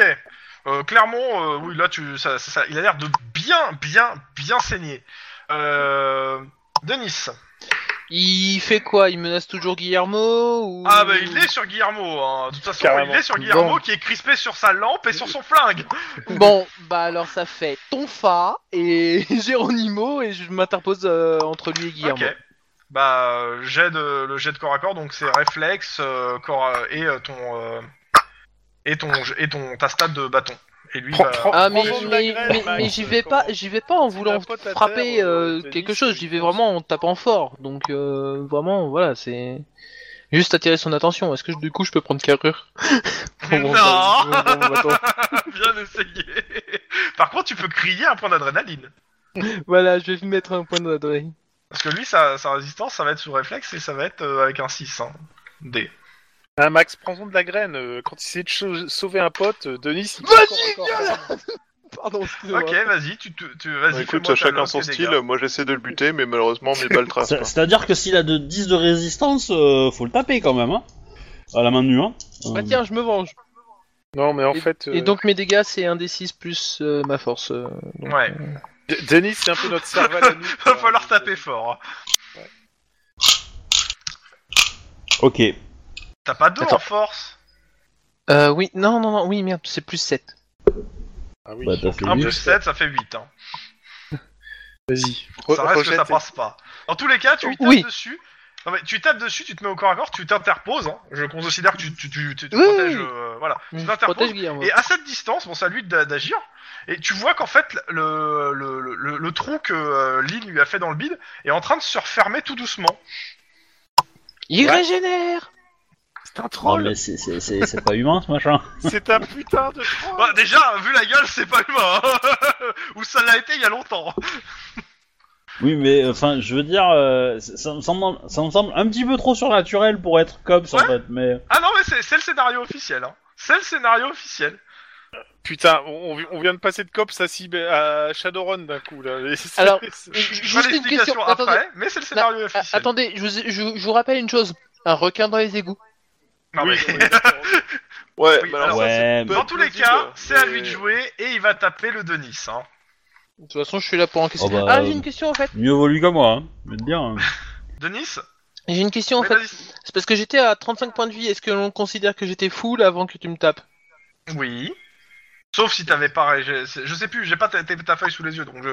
Euh, clairement, euh, oui, là, tu, ça, ça- ça- il a l'air de bien, bien, bien saigner. Euh, Denis. Il fait quoi Il menace toujours Guillermo ou... Ah bah il est sur Guillermo, hein. de toute façon Carrément. il est sur Guillermo Bon. qui est crispé sur sa lampe et sur son flingue. Bon, bah alors ça fait Tonfa et Géronimo et je m'interpose euh, entre lui et Guillermo. Ok. Bah euh, jet de, le jet de corps à corps donc c'est réflexe euh, corps à- et euh, ton euh, et ton et ton ta stat de bâton. Et lui Prends- bah, prends- Ah mais, Prends-en de la mais, graine, mais, Max, mais j'y vais comment- pas j'y vais pas en voulant la pote à frapper terre, euh, euh, quelque Denis, chose, tu j'y vais penses. vraiment en tapant fort. Donc euh, vraiment voilà, c'est juste attirer son attention. Est-ce que du coup je peux prendre carrure euh, Non. attends. bien essayé. Par contre tu peux crier un point d'adrénaline Voilà, je vais mettre un point de l'adrénaline. parce que lui sa, sa résistance ça va être sous réflexe et ça va être euh, avec un 6 hein. D. Hein, Max, prends-en de la graine. euh, Quand il essaie de chau- sauver un pote, euh, Denis. il- Vas-y, viens là Pardon, excusez-moi. Ok vas-y tu tu, tu vas-y Bah, écoute, fais-moi à ta chacun lock son et des style. dégâts. Moi, j'essaie de le buter, mais malheureusement, mes balles tracent. hein. c'est- C'est-à-dire que s'il a de 10 de résistance, euh, faut le taper, quand même, hein. À la main nue, hein. Euh, Bah tiens, je me venge. Non, mais en fait. Et euh, donc mes dégâts c'est un D6 plus euh, ma force. euh, donc, Ouais. euh, D- Denis, c'est un peu notre cerveau. à nous, Va quoi. falloir taper fort. hein. Ok. T'as pas deux en Attends. force Euh, oui, non, non, non, oui, merde, c'est plus 7. Ah oui. Bah, t'as fait 1 huit. plus 7 ça fait 8 hein. Vas-y. Ça reste que ça passe pas. Dans tous les cas, tu lui tapes Oui. dessus. Non, mais tu tapes dessus, tu te mets au corps à corps, tu t'interposes. hein. Je considère que tu, tu, tu, tu te Oui, protèges. oui. euh, voilà. Tu Je t'interposes. Hum, protège Guillermo. Et à cette distance, bon, c'est à lui d'a- d'agir. Et tu vois qu'en fait, le, le, le, le- le trou que euh, Lynn lui a fait dans le bide est en train de se refermer tout doucement. Il régénère C'est un Non, troll. mais c'est- c'est c'est- c'est pas humain, ce machin. C'est un putain de troll. Bah, déjà, vu la gueule, c'est pas humain. hein. Ou ça l'a été il y a longtemps. Oui, mais enfin, je veux dire, euh, ça, ça me semble, ça me semble un petit peu trop surnaturel pour être cops en fait, mais. Ah non, mais c'est c'est le scénario officiel. hein. C'est le scénario officiel. Putain, on, on vient de passer de cops à, Cyber- à Shadowrun d'un coup là. Et c'est- Alors, c'est- Je ferai Juste une l'explication question, après, attendez. mais c'est le scénario Ah, officiel. attendez, je vous, je- je vous rappelle une chose. Un requin dans les égouts. Non, Oui, mais- oui, d'accord. Ouais, bah, Oui, mais alors, alors, ça, c'est ouais, peut mais- Dans être tous les plausible, cas, c'est à mais- lui euh, de jouer et il va taper le Denis. Hein. De toute façon, je suis là pour encaisser. Oh bah, ah, euh, j'ai une question en fait. mieux vaut lui que moi, hein. Je vais te dire. hein. Denis J'ai une question en Oui, fait. vas-y. C'est parce que j'étais à 35 points de vie. Est-ce que l'on considère que j'étais full avant que tu me tapes Oui. Sauf si t'avais pas. ré- Je je sais plus, j'ai pas ta, ta feuille sous les yeux donc je.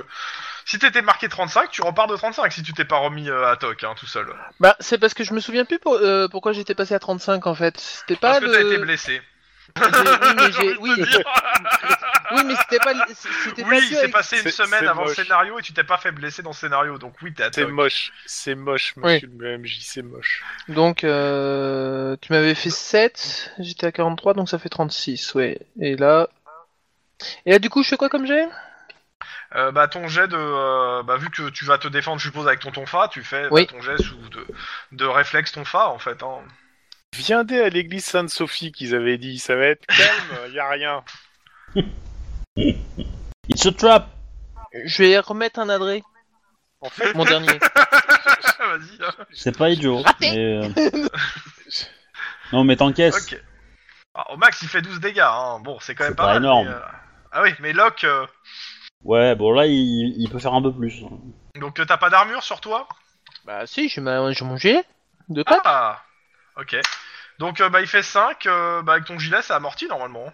Si t'étais marqué 35, tu repars de 35 si tu t'es pas remis euh, à toc hein, tout seul. Bah, c'est parce que je me souviens plus pour- euh, pourquoi j'étais passé à 35 en fait. C'était Parce pas que le. t'as été blessé. Oui, mais j'ai- J'ai envie oui, de te dire. oui, mais c'était pas. le- C'était pas Oui, dû il avec- s'est passé une C'est- semaine c'est avant le moche. scénario et tu t'es pas fait blesser dans le scénario donc oui, t'es à C'est toc. moche, c'est moche, monsieur le MJ, c'est moche. Donc, euh, tu m'avais fait 7, j'étais à 43, donc ça fait 36, ouais. Et là. Et là, du coup, je fais quoi comme j'ai Euh, bah ton jet de euh, bah vu que tu vas te défendre je suppose avec ton tonfa tu fais bah, Oui. ton jet sous de, de réflexe tonfa en fait hein. Viendez à l'église Sainte-Sophie qu'ils avaient dit, ça va être calme, y a rien. It's a trap. Je vais remettre un adré, En fait, mon dernier. vas-y hein. C'est pas idiot. Raté. mais, euh, non, mais t'encaisses. ok Ah, au max il fait 12 dégâts hein. bon c'est quand même C'est pas, pas mal, énorme. mais, euh, ah oui mais Locke euh, Ouais, bon là, il, il peut faire un peu plus. hein. donc euh, t'as pas d'armure sur toi bah, si, j'ai ma... j'ai mon gilet. De quoi ah ok donc euh, bah il fait 5 euh, bah avec ton gilet ça amortit normalement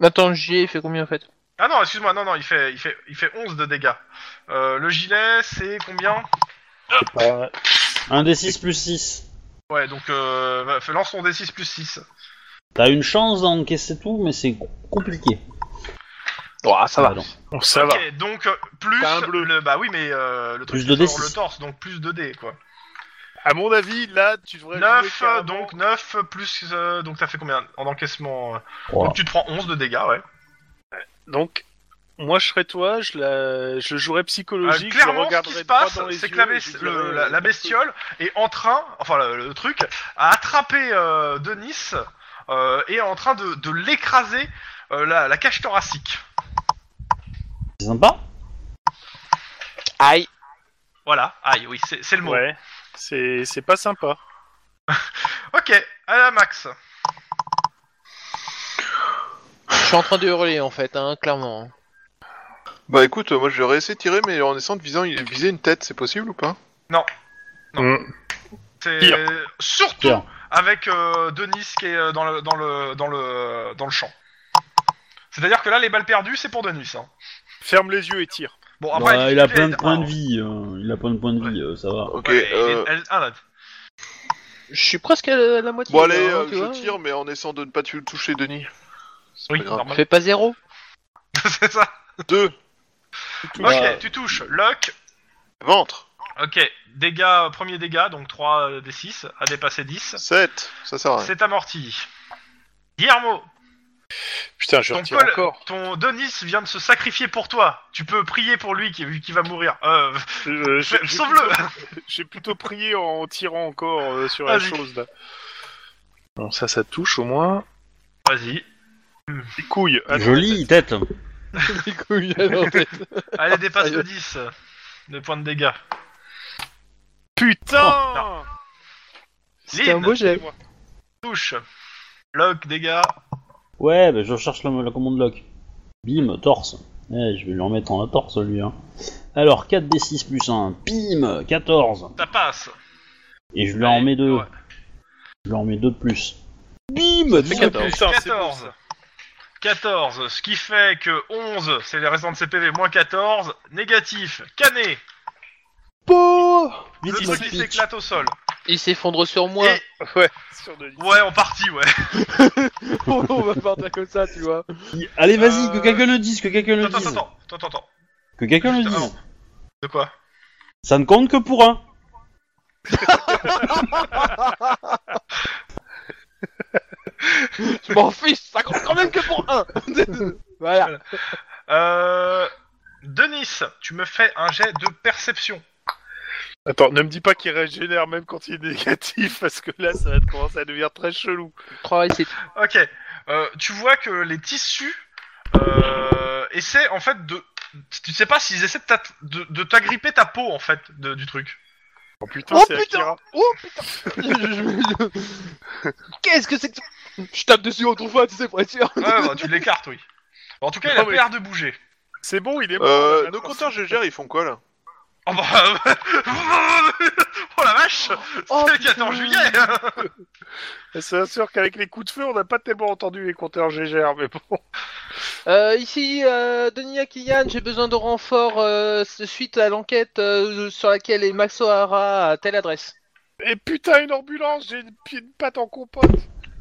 Attends, le gilet, il fait combien en fait ah non excuse-moi non non il fait il fait il fait 11 de dégâts Euh, le gilet c'est combien bah, 1 des 6 plus 6. ouais donc euh, bah, lance ton d6 plus 6 T'as une chance d'encaisser tout, mais c'est compliqué. Ouah, ça va. Pardon. Bon, ça va. Ok, donc euh, plus T'as un bleu. le bah oui mais euh, le truc Plus de c'est sur D6. le torse donc plus de dés quoi. À mon avis, là, tu devrais. 9 jouer carrément- donc 9 plus euh, donc ça fait combien en encaissement euh Trois. Donc tu te prends 11 de dégâts ouais. Donc, moi, je serais toi, je, la... je le jouerais Euh, psychologique. je le clairement ce qui regarderais se droit passe dans les c'est que yeux la, et bes- je lui le- dirais, la, la euh, bestiole est en train enfin le, le truc a attrapé euh, Denis euh, et est en train de, de l'écraser euh, la, la cage thoracique. C'est sympa Aïe. Voilà, aïe oui c'est c'est le mot. euh, Ouais, c'est c'est pas sympa. Ok, à la max. Je suis en train de hurler en fait, hein, clairement. Bah écoute, euh, moi je vais réessayer de tirer, mais en essayant de viser, viser une tête, c'est possible ou pas Mm. C'est Pire. surtout Pire. avec euh, Denis qui est euh, dans le dans le dans le dans le champ. C'est-à-dire que là les balles perdues c'est pour Denis. hein. Ferme les yeux et tire. Bon après Ouais, la il a difficulté plein est de points de un. vie, euh, il a plein de points de vie, euh, ça va. Ok. Ouais, il est- euh, elle- un, là. Je suis presque à la, à la moitié. Bon allez, hein, euh, tu je vois. tire, mais en essayant de ne pas tu- toucher Denis. C'est Oui, pas grave. normal. Fais pas zéro. c'est ça. Deux, Ok, Ouais. tu touches. Lock. ventre, Ok, dégâts, euh, premier dégât, donc 3 des 6, à dépasser 10. 7, ça sert à rien. C'est amorti. Guillermo, Putain, je ton, retire col- encore. ton Denis vient de se sacrifier pour toi. Tu peux prier pour lui qui, vu qu'il va mourir. Euh, Euh, j'ai- j'ai Sauve-le plutôt- J'ai plutôt prié en tirant encore euh, sur la Vas-y. chose là. Bon, ça, ça touche au moins. Vas-y. Les couilles. Ah non, Jolie tête Les couilles, alors, en fait. Allez, dépasse Sérieux le 10 euh, de points de dégâts. Putain C'était un beau jet. Excusez-moi. touche. Lock, dégâts. Ouais, bah, je cherche la, la commande lock. Bim, torse. Eh, je vais lui en mettre en la torse, lui. Hein. Alors, 4d6 plus 1. Bim, 14. Ça passe. Et je lui en Ouais, mets 2. ouais. Je lui en mets 2 de plus. Bim, 12 de plus. Putain, c'est bon, 14. ça. 14, ce qui fait que 11, c'est les restants de CPV, moins 14, négatif, cané, le Vite, il truc qui me pique. s'éclate au sol. Il s'effondre sur moi. Et- Ouais, sur Denis. Ouais, en partie, ouais. on va partir comme ça, tu vois. Allez, vas-y, que Euh, quelqu'un le dise, que quelqu'un le Attends, dise. attends, attends, attends, attends. Que quelqu'un le Juste dise. avant. De quoi Ça ne compte que pour un. Je m'en fiche, ça compte quand même que pour un. voilà. Euh. Denis, tu me fais un jet de perception. Attends, ne me dis pas qu'il régénère même quand il est négatif, parce que là, ça va commencer à devenir très chelou. Travail, c'est Ok. Euh, tu vois que les tissus euh, essaient en fait de. Tu sais pas s'ils essaient de t'at- de de t'agripper ta peau en fait de- du truc. Oh putain, Oh, c'est putain Akira. Oh putain Qu'est-ce que c'est que ça Je tape dessus autrefois, tu sais, pour être sûr. Ouais, bah, tu l'écartes, oui. En tout cas, il a Non, mais- l'air de bouger. C'est bon, il est mort. hein, Euh, Attends, nos compteurs GGR, ils font quoi là Oh, bah, oh la vache Oh, C'est le putain. 14 juillet hein. C'est sûr qu'avec les coups de feu, on n'a pas tellement entendu les compteurs GGR, mais bon. Euh, ici, euh, Denis Akiyan, j'ai besoin de renfort euh, suite à l'enquête euh, sur laquelle est Max O'Hara à telle adresse. Et putain, une ambulance, j'ai une, pi- une patte en compote.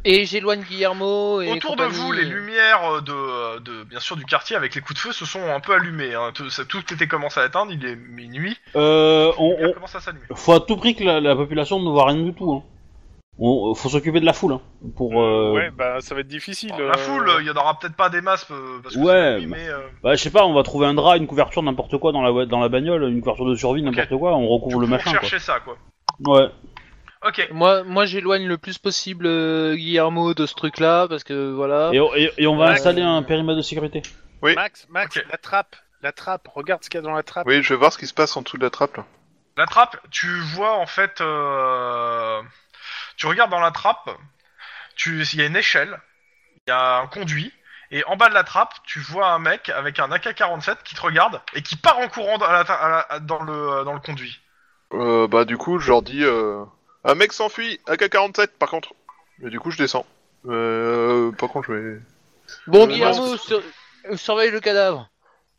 Et j'éloigne Guillermo et Autour de compagnie. vous, les lumières euh, de, de, bien sûr, du quartier avec les coups de feu se sont un peu allumées. hein. Tout, ça- tout était commencé à atteindre, il est minuit, Euh, on, les lumières commencent à s'allumer. on- faut à tout prix que la, la population ne voit rien du tout. Hein. On, faut s'occuper de la foule. Hein, pour, euh, Ouais, bah ça va être difficile. Alors, La euh, foule, il y en aura peut-être pas des masses euh, parce que Ouais, c'est la nuit, mais- mais euh, Bah, je sais pas, on va trouver un drap, une couverture, n'importe quoi dans la, dans la bagnole, une couverture de survie, n'importe quoi, on recouvre le pour machin, chercher ça, quoi. quoi. Ouais. Ok, Moi, moi j'éloigne le plus possible euh, Guillermo de ce truc-là parce que voilà. Et, on- et- et on va Ouais. installer un périmètre de sécurité. Oui. Max, Max, Ok. la trappe, la trappe, regarde ce qu'il y a dans la trappe. Oui, je vais voir ce qui se passe en dessous de la trappe là. la trappe, tu vois en fait, euh, tu regardes dans la trappe, tu, il y a une échelle, il y a un conduit, et en bas de la trappe, tu vois un mec avec un AK-47 qui te regarde et qui part en courant dans, la tra- à la- dans le, dans le conduit. Euh, bah du coup, je leur dis... Euh... Un mec s'enfuit, AK-47 par contre. Mais du coup, je descends. Euh, par contre, je vais... Bon, Euh, Guillermo, non, sur- euh, surveille le cadavre.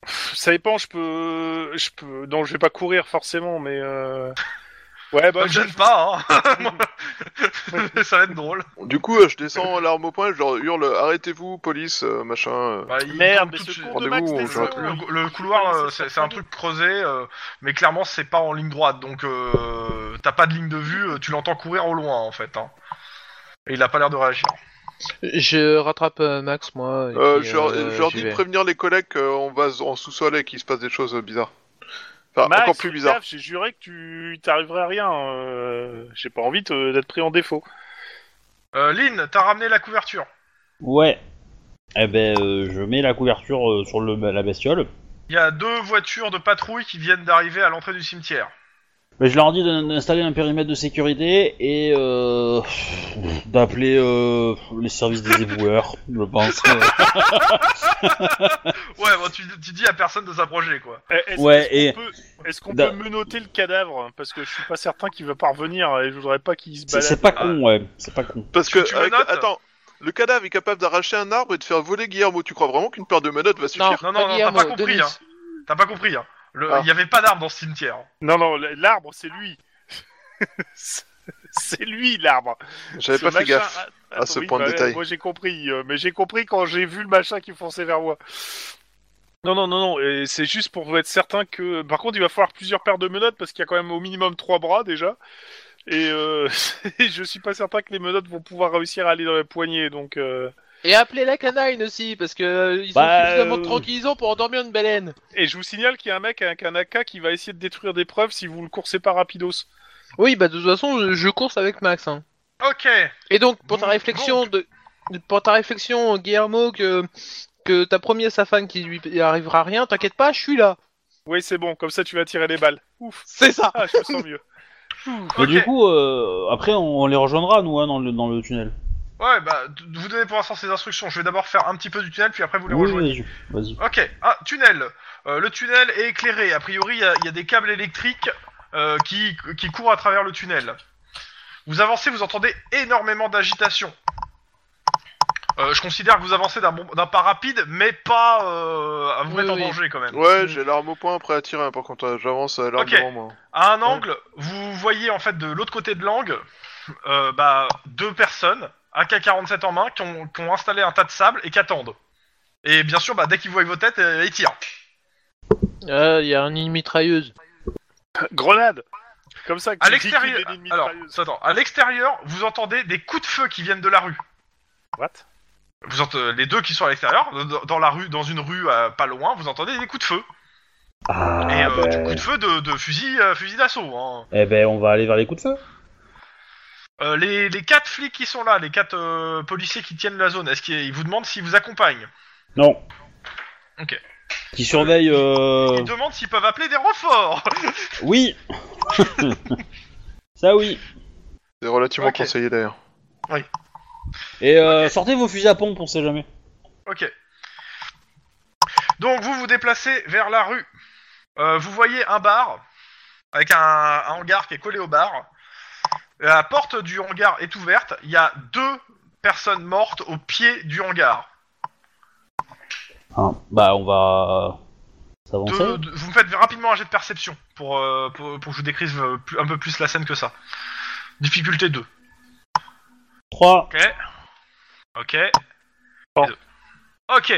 Pff, Ça dépend, je peux, je peux, non, je vais pas courir forcément, mais euh, Ouais, bah, Ça me gêne pas, hein Ça va être drôle. Du coup, euh, je descends l'arme au poing, je leur hurle arrêtez-vous, police, euh, machin. euh. Bah, il Merde, tombe mais tout de ce suite. cours de Max Rendez-vous, Tesson, je- il- Le, le couloir, il- euh, c'est c'est un truc creusé, euh, mais clairement, c'est pas en ligne droite, donc euh, t'as pas de ligne de vue, euh, tu l'entends courir au loin, en fait. hein. Et il a pas l'air de réagir. Je rattrape euh, Max, moi. et Euh, puis, je leur, euh, je leur j'y dis de vais. prévenir les collègues qu'on va en sous-sol et qu'il se passe des choses euh, bizarres. Enfin, Max, encore plus fais bizarres. gaffe, J'ai juré que tu t'arriverais à rien. euh, J'ai pas envie de- d'être pris en défaut. Euh, Lynn, t'as ramené la couverture. Ouais. Eh ben, euh, je mets la couverture euh, sur le, la bestiole. Il y a deux voitures de patrouille qui viennent d'arriver à l'entrée du cimetière. Mais je leur dis d'in- d'installer un périmètre de sécurité et euh, d'appeler euh, les services des éboueurs, je pense. Ouais, bon, tu, tu dis à personne de s'approcher, quoi. Eh, Est-ce Ouais, est-ce et- qu'on peut, est-ce qu'on Da- peut menoter le cadavre Parce que je suis pas certain qu'il va pas revenir et je voudrais pas qu'il se C'est- balade. C'est pas con, ouais. C'est pas con. Parce Tu- que, tu avec- menottes attends, le cadavre est capable d'arracher un arbre et de faire voler Guillermo. Tu crois vraiment qu'une paire de menottes va suffire Non, non, non, t'as Guillermo, pas compris, Denis. hein. T'as pas compris, hein. Le- Il Ah. y avait pas d'arbre dans ce cimetière. Non, non, l- l'arbre, c'est lui. c'est lui, l'arbre. J'avais Ce pas fait machin- gaffe. Ah, à ce oui, point de bah, détail. Moi, j'ai compris. euh, mais j'ai compris quand j'ai vu le machin qui fonçait vers moi. Non, non, non, non. et C'est juste pour être certain que... Par contre, il va falloir plusieurs paires de menottes parce qu'il y a quand même au minimum trois bras, déjà. Et euh, je suis pas certain que les menottes vont pouvoir réussir à aller dans la poignée, donc... euh, Et appelez la canine aussi, parce que euh, ils Bah, ont suffisamment euh, de tranquillisants pour endormir une baleine. Et je vous signale qu'il y a un mec avec un AK qui va essayer de détruire des preuves si vous le coursez pas rapidos. Oui, bah de toute façon, je, je course avec Max. hein. Ok. Et donc, pour ta Donc- réflexion, de, de- pour ta réflexion, Guillermo, que, que t'as promis à sa femme qu'il lui arrivera rien, t'inquiète pas, je suis là. Oui, c'est bon, comme ça tu vas tirer les balles. Ouf, C'est ça. ah, je me sens mieux. Mais Ok. du coup, euh, après, on, on les rejoindra, nous, hein, dans, le, dans le tunnel. Ouais, bah, d- vous donnez pour l'instant ces instructions. Je vais d'abord faire un petit peu du tunnel, puis après vous les Oui, rejoignez. oui, je- vas-y. Ok, ah, tunnel. Euh, le tunnel est éclairé. A priori, il y a- il y, a des câbles électriques euh, qui, qui courent à travers le tunnel. Vous avancez, vous entendez énormément d'agitation. Euh, je considère que vous avancez d'un bon- d'un pas rapide, mais pas euh, à vous Oui, mettre oui. en danger quand même. Ouais, j'ai l'arme au poing prêt à tirer, hein, par contre, euh, j'avance à l'arme mm. Ok. devant moi. À un angle, vous voyez en fait de l'autre côté de l'angle euh, bah, deux personnes, AK-47 en main, qui ont, qui ont installé un tas de sable et qui attendent. Et bien sûr, bah, dès qu'ils voient vos têtes, euh, ils tirent. Il Euh, y a un une mitrailleuse. Grenade Comme ça que À tu liquides l'extérieur, les ennemis alors, mitrailleuses. attends, à l'extérieur, vous entendez des coups de feu qui viennent de la rue. What Vous entendez les deux qui sont à l'extérieur, dans, dans la rue, dans une rue euh, pas loin, vous entendez des coups de feu. Ah, et euh, ben... du coup de feu de, de fusil, euh, fusil d'assaut. hein. Eh ben, on va aller vers les coups de feu. Euh, les, les quatre flics qui sont là, les quatre euh, policiers qui tiennent la zone, est-ce qu'ils vous demandent s'ils vous accompagnent Non. Ok. Qui surveille... Euh... Ils demandent s'ils peuvent appeler des renforts. Oui Ça, oui. C'est relativement Ok. conseillé d'ailleurs. Et euh, sortez vos fusils à pompe, on sait jamais. ok. Donc vous vous déplacez vers la rue. Euh, vous voyez un bar avec un, un hangar qui est collé au bar. La porte du hangar est ouverte. Il y a deux personnes mortes au pied du hangar. Hein, bah, on va... euh, s'avancer. Deux- deux- vous me faites rapidement un jet de perception pour, euh, pour, pour que je vous décrive euh, plus- un peu plus la scène que ça. Difficulté 2. 3. Ok. Ok. Bon. Ok.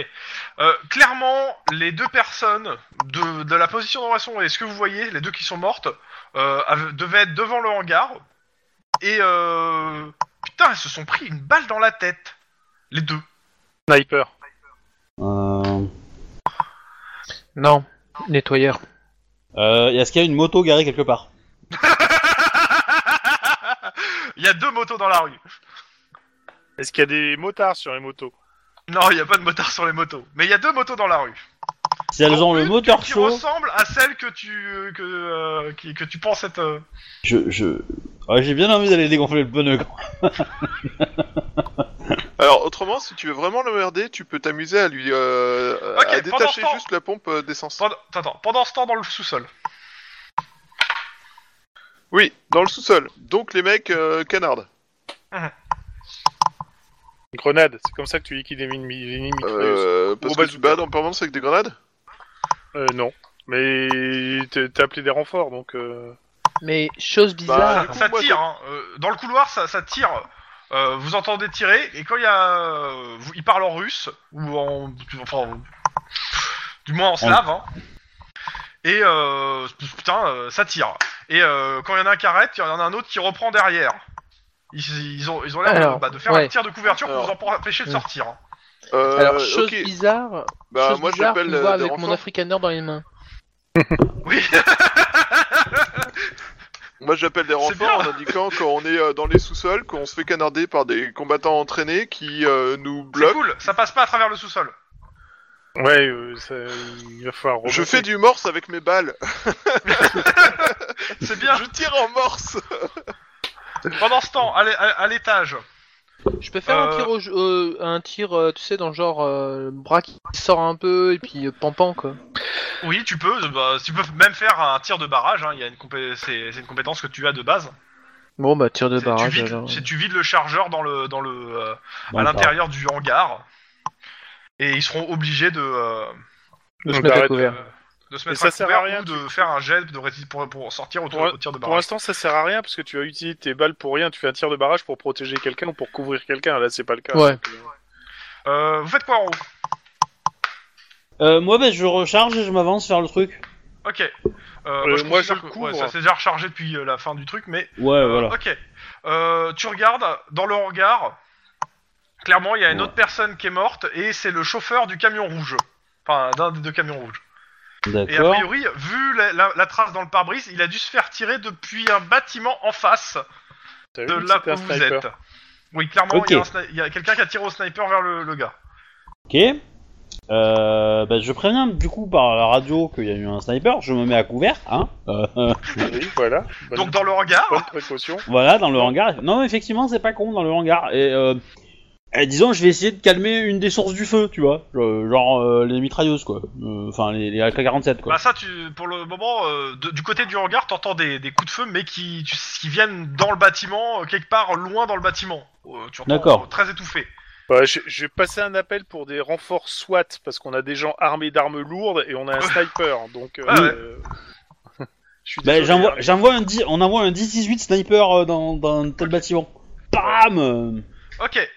Euh, clairement, les deux personnes de, de la position dont elles sont et ce que vous voyez, les deux qui sont mortes, euh, av- devaient être devant le hangar. Et euh... putain, elles se sont pris une balle dans la tête. Les deux. Sniper. Euh... Non, nettoyeur. Euh, Est-ce qu'il y a une moto garée quelque part Il y a deux motos dans la rue. Est-ce qu'il y a des motards sur les motos Non, il n'y a pas de motard sur les motos. Mais il y a deux motos dans la rue. Si elles ont le Une moteur Ah, qui chaud... ressemble à celle que tu que, euh, qui- que tu penses être. euh, Je... je... Ouais, J'ai bien envie d'aller dégonfler le pneu. quoi. Alors, autrement, si tu veux vraiment le merder, tu peux t'amuser à lui euh, Ok, à pendant ce détacher temps- juste la pompe euh, d'essence. Pendant, attends, pendant ce temps dans le sous-sol. Oui, dans le sous-sol. Donc les mecs euh, canardent. Grenade, c'est comme ça que tu liquides les ennemis les ennemis mitrailleuses. Euh, parce Au que bah, bazooka. tu balades en permanence avec des grenades Euh, non. Mais t'as t'as appelé des renforts, donc... euh, Mais chose Bah, bizarre. du coup, ça moi, tire, hein. Euh, dans le couloir, ça, ça tire. Euh, vous entendez tirer, et quand il y a, euh, vous- ils parlent en russe ou en, enfin, en- du moins en slave. hein. Et euh, putain, euh, ça tire. Et euh, quand il y en a un qui arrête, il y en a un autre qui reprend derrière. Ils, ils ont, ils ont l'air Alors, bah, de faire ouais. un tir de couverture pour Alors. vous empêcher de Ouais. sortir. hein. Euh, Alors chose ok. bizarre. Bah, chose moi bizarre j'appelle qu'on euh, voit des avec mon renforts. africaner dans les mains. Oui. Moi j'appelle des renforts en bien. indiquant qu'on est euh, dans les sous-sols, qu'on se fait canarder par des combattants entraînés qui euh, nous C'est bloquent. cool, ça passe pas à travers le sous-sol. Ouais, euh, ça- il va falloir. Je remonter. fais du morse avec mes balles. C'est bien. Je tire en morse. Pendant ce temps, à l'é- à à l'étage, Je peux faire un Euh. tir, au, ju- euh, un tir, euh, tu sais, dans le genre euh, le bras qui sort un peu et puis euh, pampan quoi. oui, tu peux. euh, bah, tu peux même faire un tir de barrage. hein, il y a une compé- c'est c'est une compétence que tu as de base. Bon bah tir de C'est- tu, barrage. vides, alors. c'est- tu vides le chargeur dans le, dans le, euh, Dans à le l'intérieur du hangar et ils seront obligés de, euh, De se Donc, mettre à arrête, couvert. euh, de se Mais mettre ça à sert couvert à rien, ou de faire un jet de rési- pour, pour sortir au, tir- Pour- au tir de Pour barrage. l'instant, ça sert à rien parce que tu as utilisé tes balles pour rien. Tu fais un tir de barrage pour protéger quelqu'un ou pour couvrir quelqu'un. Là, c'est pas le cas. Ouais. Donc, euh, Euh, vous faites quoi en haut Euh, moi, ben, je recharge et je m'avance vers le truc. Ok. Euh, moi, considère je que- couvre. ouais, ça s'est déjà rechargé depuis euh, la fin du truc, mais Ouais, voilà. ok. Euh, tu regardes dans le hangar. Clairement, il y a une Ouais. autre personne qui est morte et c'est le chauffeur du camion rouge. Enfin, d'un des deux camions rouges. Et a D'accord. priori, vu la, la- la trace dans le pare-brise, il a dû se faire tirer depuis un bâtiment en face t'as de vu que là c'était où un vous sniper. êtes. Oui, clairement, il y a, Ok. un sni- il y a quelqu'un qui a tiré au sniper vers le, le gars. Ok. Euh, ben, je préviens du coup par la radio qu'il y a eu un sniper. Je me mets à couvert, hein. Euh, euh, Oui, voilà. Bonne- Donc dans le hangar, bonne précaution. voilà, dans le hangar. Non, mais effectivement, c'est pas con dans le hangar. Et, euh, et disons, je vais essayer de calmer une des sources du feu, tu vois. Euh, Genre euh, les mitrailleuses, quoi. Euh, Enfin, les, les AK-47, quoi. bah ça, tu, pour le moment, euh, de- du côté du hangar, t'entends des, des coups de feu, mais qui, tu- qui viennent dans le bâtiment, euh, quelque part loin dans le bâtiment. Euh, tu entends D'accord. euh, très étouffé. Ouais, Bah, je, je vais passer un appel pour des renforts SWAT parce qu'on a des gens armés d'armes lourdes et on a un sniper. Donc, euh, Ah ouais. euh, je suis Bah, désolé, j'envoie hein, j'envoie un 10, on envoie un 10-18 sniper euh, dans, dans tel bâtiment. Bam euh, Ok.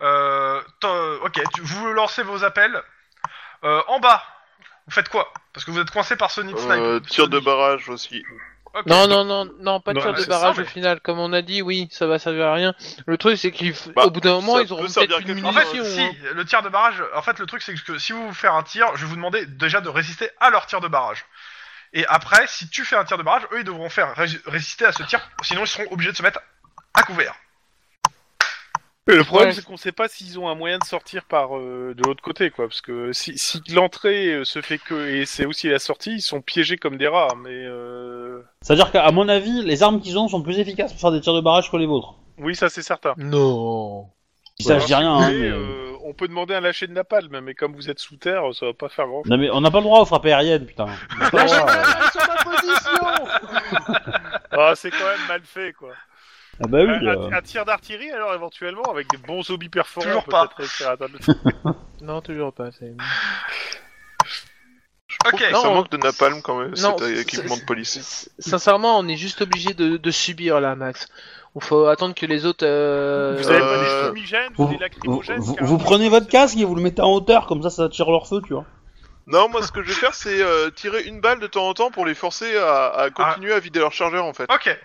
Euh, t'en- ok, tu, vous lancez vos appels. Euh, en bas, vous faites quoi Parce que vous êtes coincé par Sonic Sniper. Euh, tir de barrage aussi. Ok. Non non non non pas de Non, tir ah, de c'est ça, barrage mais- au final. Comme on a dit, oui ça va servir à rien. Le truc c'est qu'au Bah, bout d'un moment ça ils auront peut peut-être servir à une quelque En chose. fait, munition, si, hein. le tir de barrage, en fait, le truc, c'est que si vous faites un tir, je vais vous demander déjà de résister à leur tir de barrage. Et après, si tu fais un tir de barrage, eux, ils devront faire ré- résister à ce tir, sinon ils seront obligés de se mettre à couvert. Mais le problème, Ouais. c'est qu'on sait pas s'ils ont un moyen de sortir par euh, de l'autre côté, quoi. Parce que si, si l'entrée euh, se fait que et c'est aussi la sortie, ils sont piégés comme des rats. Mais euh, C'est-à-dire qu'à mon avis, les armes qu'ils ont sont plus efficaces pour faire des tirs de barrage que les vôtres. oui, ça c'est certain. Non. Ça, je dis rien, hein, Mais, mais... euh, on peut demander un lâcher de napalm, mais comme vous êtes sous terre, ça va pas faire grand. chose Non, mais on n'a pas le droit aux frappes aériennes, putain. On Bah, n'a pas le droit, euh. Ah, c'est quand même mal fait, quoi. ah bah oui, Un- euh, un, un tir d'artillerie, alors éventuellement, avec des bons hobbies performants, Toujours pas. peut-être réussir à atteindre le- Non toujours pas. c'est- Ok, Et Non, ça on- manque de napalm quand même, non, cet c'est- équipement c'est- de police. S- Sincèrement, on est juste obligé de, de subir là, Max. Il faut attendre que les autres. euh, Vous avez pas Euh, des fumigènes, vous, des vous- lacrymogènes vous- carrément vous prenez votre casque et vous le mettez en hauteur, comme ça, ça attire leur feu, tu vois. Non, moi ce que je vais faire, c'est euh, tirer une balle de temps en temps pour les forcer à, à continuer Ah. à vider leur chargeur en fait. ok,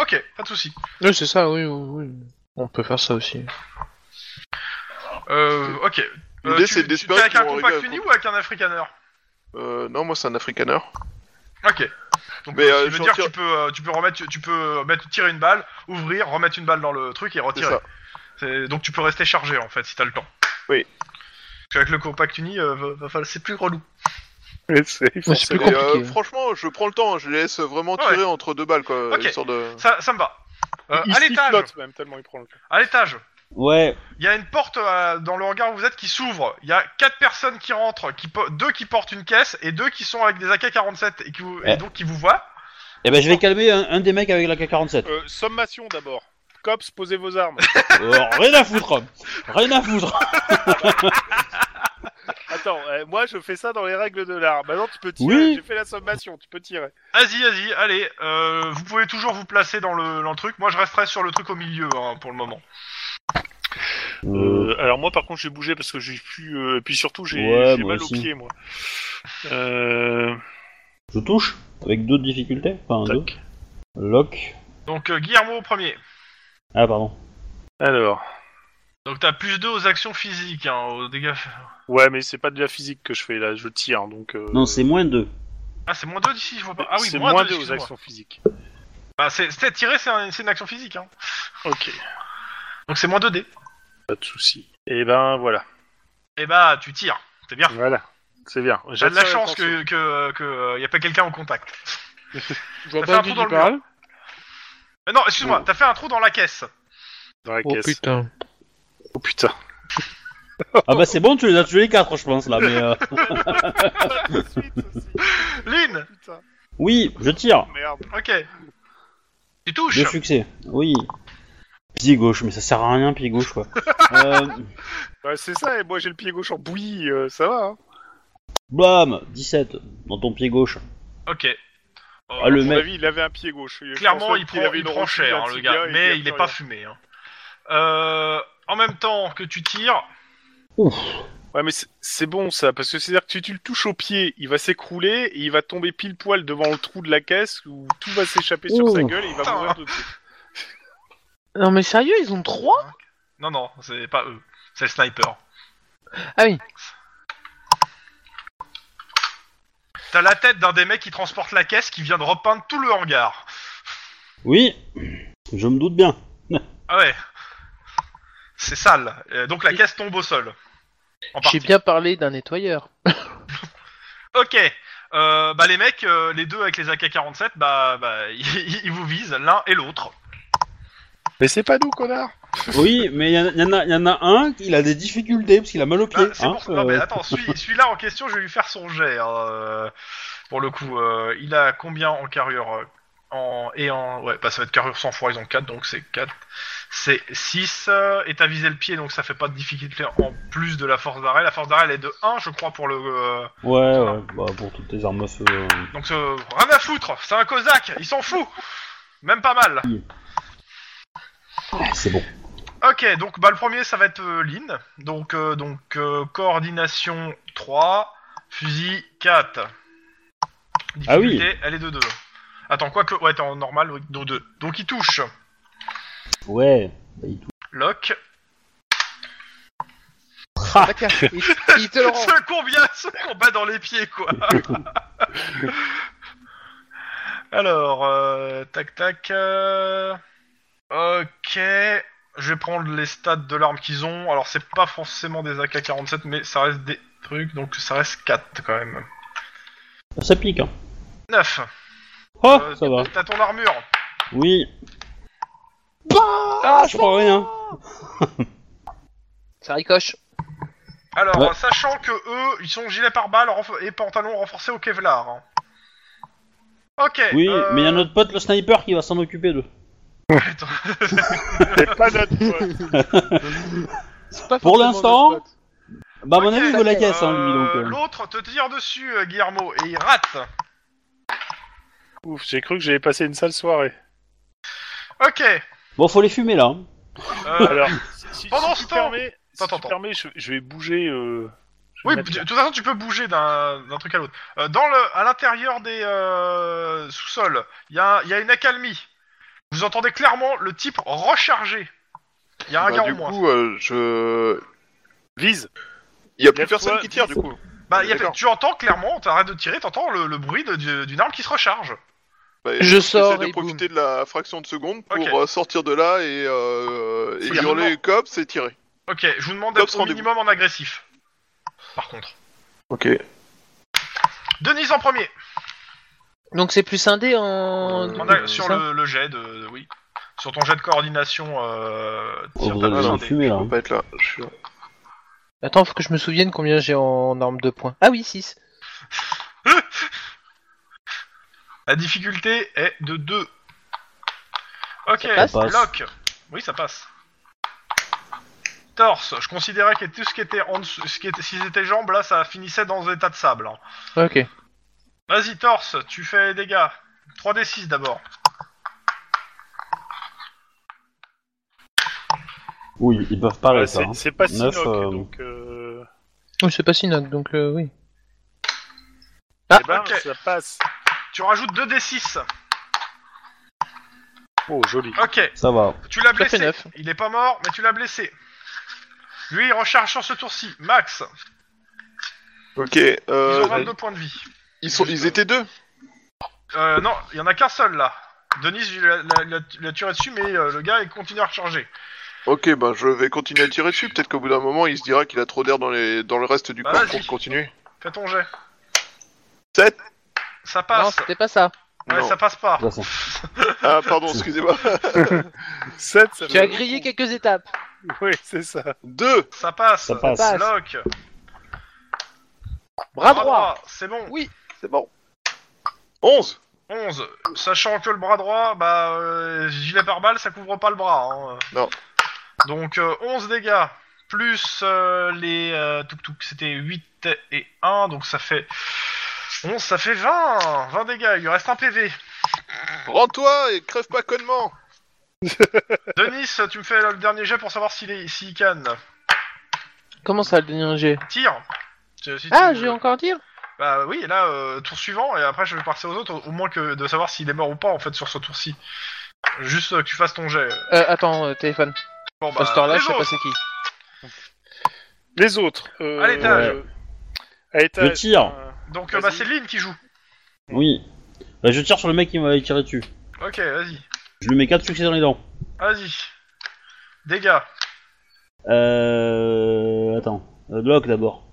ok, pas de soucis. Oui, c'est ça, oui, oui, oui. On peut faire ça aussi. Euh, ok. Euh, L'idée, tu- c'est tu- d'espérer t'es avec qu'ils un vont compact arriver à uni ou avec un africaner Euh, non, moi c'est un africaner. Ok. Donc, Mais, euh, euh, ce qui je veut dire, retire- tu peux, euh, tu peux remettre, tu peux mettre, tirer une balle, ouvrir, remettre une balle dans le truc et C'est retirer. ça. C'est- Donc tu peux rester chargé en fait si t'as le temps. Oui. Parce qu'avec le compact uni, euh, va- va falloir- c'est plus relou. Mais c'est- c'est plus Et, euh, compliqué. franchement, je prends le temps, hein. je les laisse vraiment Ouais. tirer entre deux balles quoi. Ok. histoire de... Ça, ça me va. Euh, Il à s'y l'étage, flotte même tellement il prend le temps. à l'étage, Ouais, il y a une porte euh, dans le hangar où vous êtes qui s'ouvre. Il y a quatre personnes qui rentrent, qui po- deux qui portent une caisse et deux qui sont avec des AK-47 et, qui vous- et Ouais. donc qui vous voient. et ben je vais calmer un, un des mecs avec la K-47. Euh, sommation d'abord. Cops, posez vos armes. Euh, rien à foutre Rien à foutre attends, euh, moi je fais ça dans les règles de l'art. Maintenant tu peux tirer, Oui. j'ai fait la sommation, tu peux tirer. Vas-y, vas-y, allez. euh, vous pouvez toujours vous placer dans le, dans le truc. Moi, je resterai sur le truc au milieu hein, pour le moment. Euh, Euh, alors moi par contre j'ai bougé parce que j'ai plus... euh, puis surtout j'ai Ouais, j'ai moi mal aux aussi. pieds moi. Euh... je touche avec deux difficultés. Enfin, deux. tac. Lock. Donc, euh, Guillermo au premier. Ah, pardon. Alors... Donc, t'as plus 2 aux actions physiques, hein, aux dégâts. Ouais mais c'est pas de la physique que je fais là, je tire donc... euh, Non, c'est moins deux. Ah, c'est moins 2 d'ici, je vois pas. Ah oui, c'est moins moins 2 deux aux actions physiques. Bah, c'est c'est- tirer, c'est un- c'est une action physique. Hein. Ok, Donc, c'est moins 2 dés. pas de souci. Et ben voilà, Et bah, tu tires. C'est bien. voilà. C'est bien. J'ai de la J'attire chance que l'attention. que, euh, que, euh, y a pas quelqu'un au contact. Je Ça vois pas fait un qui trou dans tu le parles. Mais non, excuse-moi, t'as fait un trou dans la caisse. Dans la Oh caisse. putain. Oh putain. Ah bah c'est bon, tu les as tués les quatre, je pense là. Mais euh, Lynn putain. oui, je tire. Merde. Ok. Tu touches Deux succès. Oui. Pied gauche, mais ça sert à rien, pied gauche quoi. Euh, Bah, c'est ça, et moi j'ai le pied gauche en bouillie, euh, ça va. Hein blam, 17 dans ton pied gauche. Ok. Euh, Ah, le À mon mec. avis, il avait un pied gauche. Je pense Clairement, même il prend, qu'il avait il une prend rotule, cher, hein, un le petit gars, gars, et mais puis il est après, pas rien. fumé. hein. Euh, en même temps que tu tires, Ouais, mais c'est- c'est bon ça, parce que c'est-à-dire que si tu le touches au pied, il va s'écrouler et il va tomber pile poil devant le trou de la caisse où tout va s'échapper sur Ouh. sa gueule et il va Putain. mourir de pied. Non mais sérieux, ils ont trois non, non, c'est pas eux, c'est le sniper. Ah oui. T'as la tête d'un des mecs qui transporte la caisse qui vient de repeindre tout le hangar. Oui, je me doute bien. Ah ouais, c'est sale. Euh, donc la caisse tombe au sol. En J'ai partie. bien parlé d'un nettoyeur. Ok. Euh, bah les mecs, euh, les deux avec les AK-47, bah, bah ils, ils vous visent l'un et l'autre. Mais c'est pas nous, connard Oui, mais il y, en a- y en a- y en a un, il a des difficultés parce qu'il a mal au Ah, pied. c'est hein, pour- non, mais euh, attends, celui- celui-là en question, je vais lui faire son jet. hein, euh, pour le coup, euh, il a combien en carrure euh, en, Et en. Ouais, bah ça va être carrure sans fois, ils ont 4, donc c'est 4. C'est 6, et t'as visé le pied, donc ça fait pas de difficulté en plus de la force d'arrêt. La force d'arrêt, elle est de 1, je crois, pour le. euh, Ouais, ouais, bah pour toutes tes armes à feu. euh, donc euh, rien à foutre, c'est un cosaque, il s'en fout Même pas mal ah, c'est bon. Ok, donc bah, le premier, ça va être euh, Lynn. Donc, euh, donc euh, coordination 3, fusil 4. Difficulté, Ah oui. elle est de 2. Attends, quoi que... Ouais, t'es en normal, oui, de 2. Donc il touche. Ouais. Bah, il touche. Lock. Ah. D'accord, il, il te le rend. Ce combien ce combat dans les pieds, quoi Alors, euh, tac tac... euh, Ok... Je vais prendre les stats de l'arme qu'ils ont. Alors, c'est pas forcément des AK-47, mais ça reste des trucs, donc ça reste 4 quand même. Ça pique. Hein. 9. Oh, Euh, ça va. T'as ton armure. Oui. ah, je prends rien. Ça ricoche. Alors, Ouais. euh, sachant que eux, ils sont gilets pare-balles renf- et pantalons renforcés au Kevlar. hein. Ok. Oui, euh, mais il y a notre pote le sniper qui va s'en occuper d'eux. attends. C'est pas notre pote. C'est pas Pour forcément l'instant- notre pote. Bah, à mon Ok, avis, il veut la caisse, hein, lui, donc. euh, euh. L'autre te tire dessus, euh, Guillermo, et il rate. Ouf, j'ai cru que j'avais passé une sale soirée. Ok. Bon, faut les fumer, là. hein. euh, Alors, si, si- Pendant si ce tu temps- permets, si Attends, tu attends. permets, je, je vais bouger. euh, je oui, vais mettre de là. toute façon, tu peux bouger d'un d'un truc à l'autre. Euh, dans le, à l'intérieur des euh, sous-sols, il y a, il y a une accalmie. Vous entendez clairement le type recharger. Il y a un Bah, gars du en moins. coup, euh, je. Vise. Il y a plus Lève-toi, personne qui tire, du vise. coup. Bah, y a- D'accord. tu entends clairement, t'arrêtes de tirer, t'entends le, le bruit de- du- d'une arme qui se recharge. Bah, Je J'essaie sors de et boum. profiter de la fraction de seconde pour Ok. euh, sortir de là et, euh, et Faut hurler absolument. cops et tirer. Ok, je vous demande Cops, d'être au rendez-vous. minimum en agressif. Par contre. Ok. Denise en premier, Donc c'est plus scindé en. Euh, en a- ag- sur ça le, le jet de, de- Oui. Sur ton jet de coordination. Euh, Oh, sur vous ta allez les blindée. fumer, là. Je peux pas être là. Je suis là. Attends, faut que je me souvienne combien j'ai en arme de points. Ah oui, 6. La difficulté est de 2. Ok, Ça passe Ça passe. lock. Oui, ça passe. torse. Je considérais que tout ce qui était en dessous, ce qui était, si c'était jambes, là, ça finissait dans un état de sable. hein. Ah, Ok. Vas-y, torse, tu fais des dégâts. 3d6 d'abord. Oui, ils peuvent pas Ouais, rester. c'est c'est pas Neuf, Sinoc, euh, donc. euh, Oui, c'est pas Sinoc, donc euh, oui. Ah, eh ben, ok. ça passe. Tu rajoutes 2d6. Oh, joli. Ok, Ça va. tu l'as Ça fait blessé. neuf. Il est pas mort, mais tu l'as blessé. Lui, il recharge sur ce tour-ci. Max, Ok. ils euh, ont 22 points de vie. ils, sont, ils étaient deux. Euh, non, il y en a qu'un seul là. Denis, je l'ai- l'a- l'a l'a tiré dessus, mais euh, le gars, il continue à recharger. Ok, bah je vais continuer à tirer dessus. Peut-être qu'au bout d'un moment, il se dira qu'il a trop d'air dans, les... dans le reste du Bah, corps vas-y. pour continuer. Fais ton jet. Sept. Ça Non, passe. c'était pas ça. ouais, Non. ça passe pas. Ça, ça- Ah, pardon, excusez-moi. 7, ça Tu as grillé quelques étapes. Oui, c'est ça. Deux. Ça passe. Ça passe. Ça passe. Lock. Bras Bras droit. droit. C'est bon. C'est bon. Onze. 11. Sachant que le bras droit, bah, euh, gilet pare-balles, ça couvre pas le bras. hein. Non. Donc euh, 11 dégâts, plus euh, les... Euh, touk touk, c'était 8 et 1, donc ça fait... 11, ça fait 20 20 dégâts, il lui reste un PV. Rends-toi et crève pas connement. Denis, tu me fais le dernier jet pour savoir s'il est- s'il canne. Comment ça, le dernier jet Tire Si- si tu Ah, veux. j'ai encore dire Bah oui, et là, euh, tour suivant, et après je vais passer aux autres, au- au moins que de savoir s'il est mort ou pas, en fait, sur ce tour-ci. Juste euh, que tu fasses ton jet. euh, Attends, euh, téléphone. Bon, bah, À ce temps-là, les je sais pas autres. c'est qui. Les autres. euh, À l'étage. euh, À l'étage. Le tir. euh, Donc euh, bah, Vas-y. c'est Lynn qui joue. Oui. Bah, je tire sur le mec qui m'avait tiré dessus. Ok, vas-y. Je lui mets 4 succès dans les dents. Vas-y. Dégâts. Euh. Attends. Euh, Locke d'abord.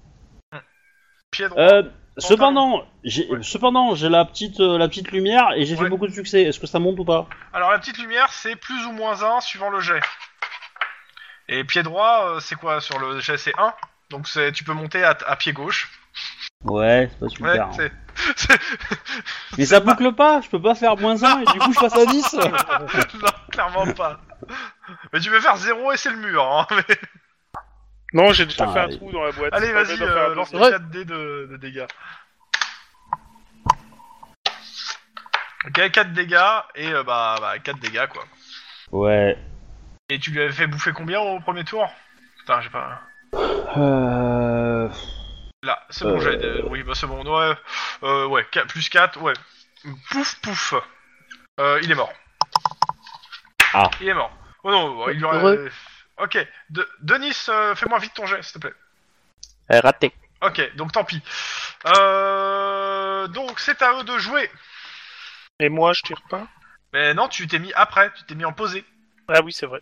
Pied droit. Euh. Cependant, j'ai cependant j'ai la petite euh, la petite lumière et j'ai Ouais. fait beaucoup de succès. Est-ce que ça monte ou pas Alors la petite lumière, c'est plus ou moins 1 suivant le jet. Et pied droit, euh, c'est quoi sur le jet C'est 1. Donc c'est, tu peux monter à, à pied gauche. Ouais, c'est pas Ouais, super. hein. c'est. c'est- Mais ça boucle pas. Je peux pas faire moins 1 et du coup je passe à 10 non, clairement pas. Mais tu peux faire 0 et c'est le mur. Hein. Mais- Non, j'ai déjà Putain, fait un allez. trou dans la boîte. Allez, Ça vas-y, va faire euh, un lance deuxième. les Ouais. 4 dés de, de dégâts. Ok, 4 dégâts, et euh, bah, bah 4 dégâts quoi. Ouais. Et tu lui avais fait bouffer combien au premier tour Putain, j'ai pas. Euh... Là, c'est bon, Euh. j'ai. euh, oui, bah c'est bon, ouais. Euh, ouais, qua- plus 4, ouais. Pouf, pouf. Euh, il est mort. Ah. Il est mort. Oh non, il lui aurait. Heureux. Ok, De- Denis, euh, fais-moi vite ton jet, s'il te plaît. Euh, raté. Ok, donc tant pis. Euh, donc c'est à eux de jouer. Et moi, je tire pas Mais non, tu t'es mis après, tu t'es mis en posé. Ah oui, c'est vrai.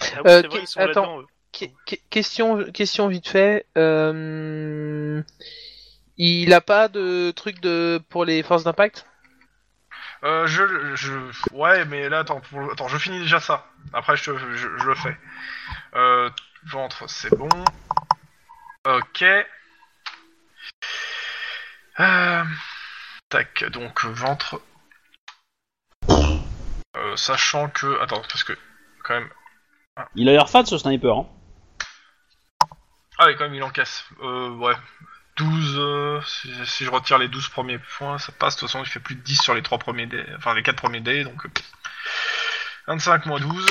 Ah oui, Euh, c'est vrai, qui- ils sont attends. là-dedans, eux. Qu- qu- question, question vite fait. Euh, il a pas de truc de pour les forces d'impact Euh, je, je. Ouais, mais là, attends, pour- attends je finis déjà ça. Après, je, te- je, je le fais. Euh, ventre, c'est bon. Ok. Euh, tac, donc ventre. Euh, sachant que. Attends, parce que. Quand même. Il a l'air fat ce sniper. Hein. Ah, oui, quand même, il encaisse. Euh, ouais. 12. euh, si, si je retire les 12 premiers points, ça passe. De toute façon, il fait plus de 10 sur les trois premiers dés. Enfin, les 4 premiers dés, donc. euh, 25 moins 12.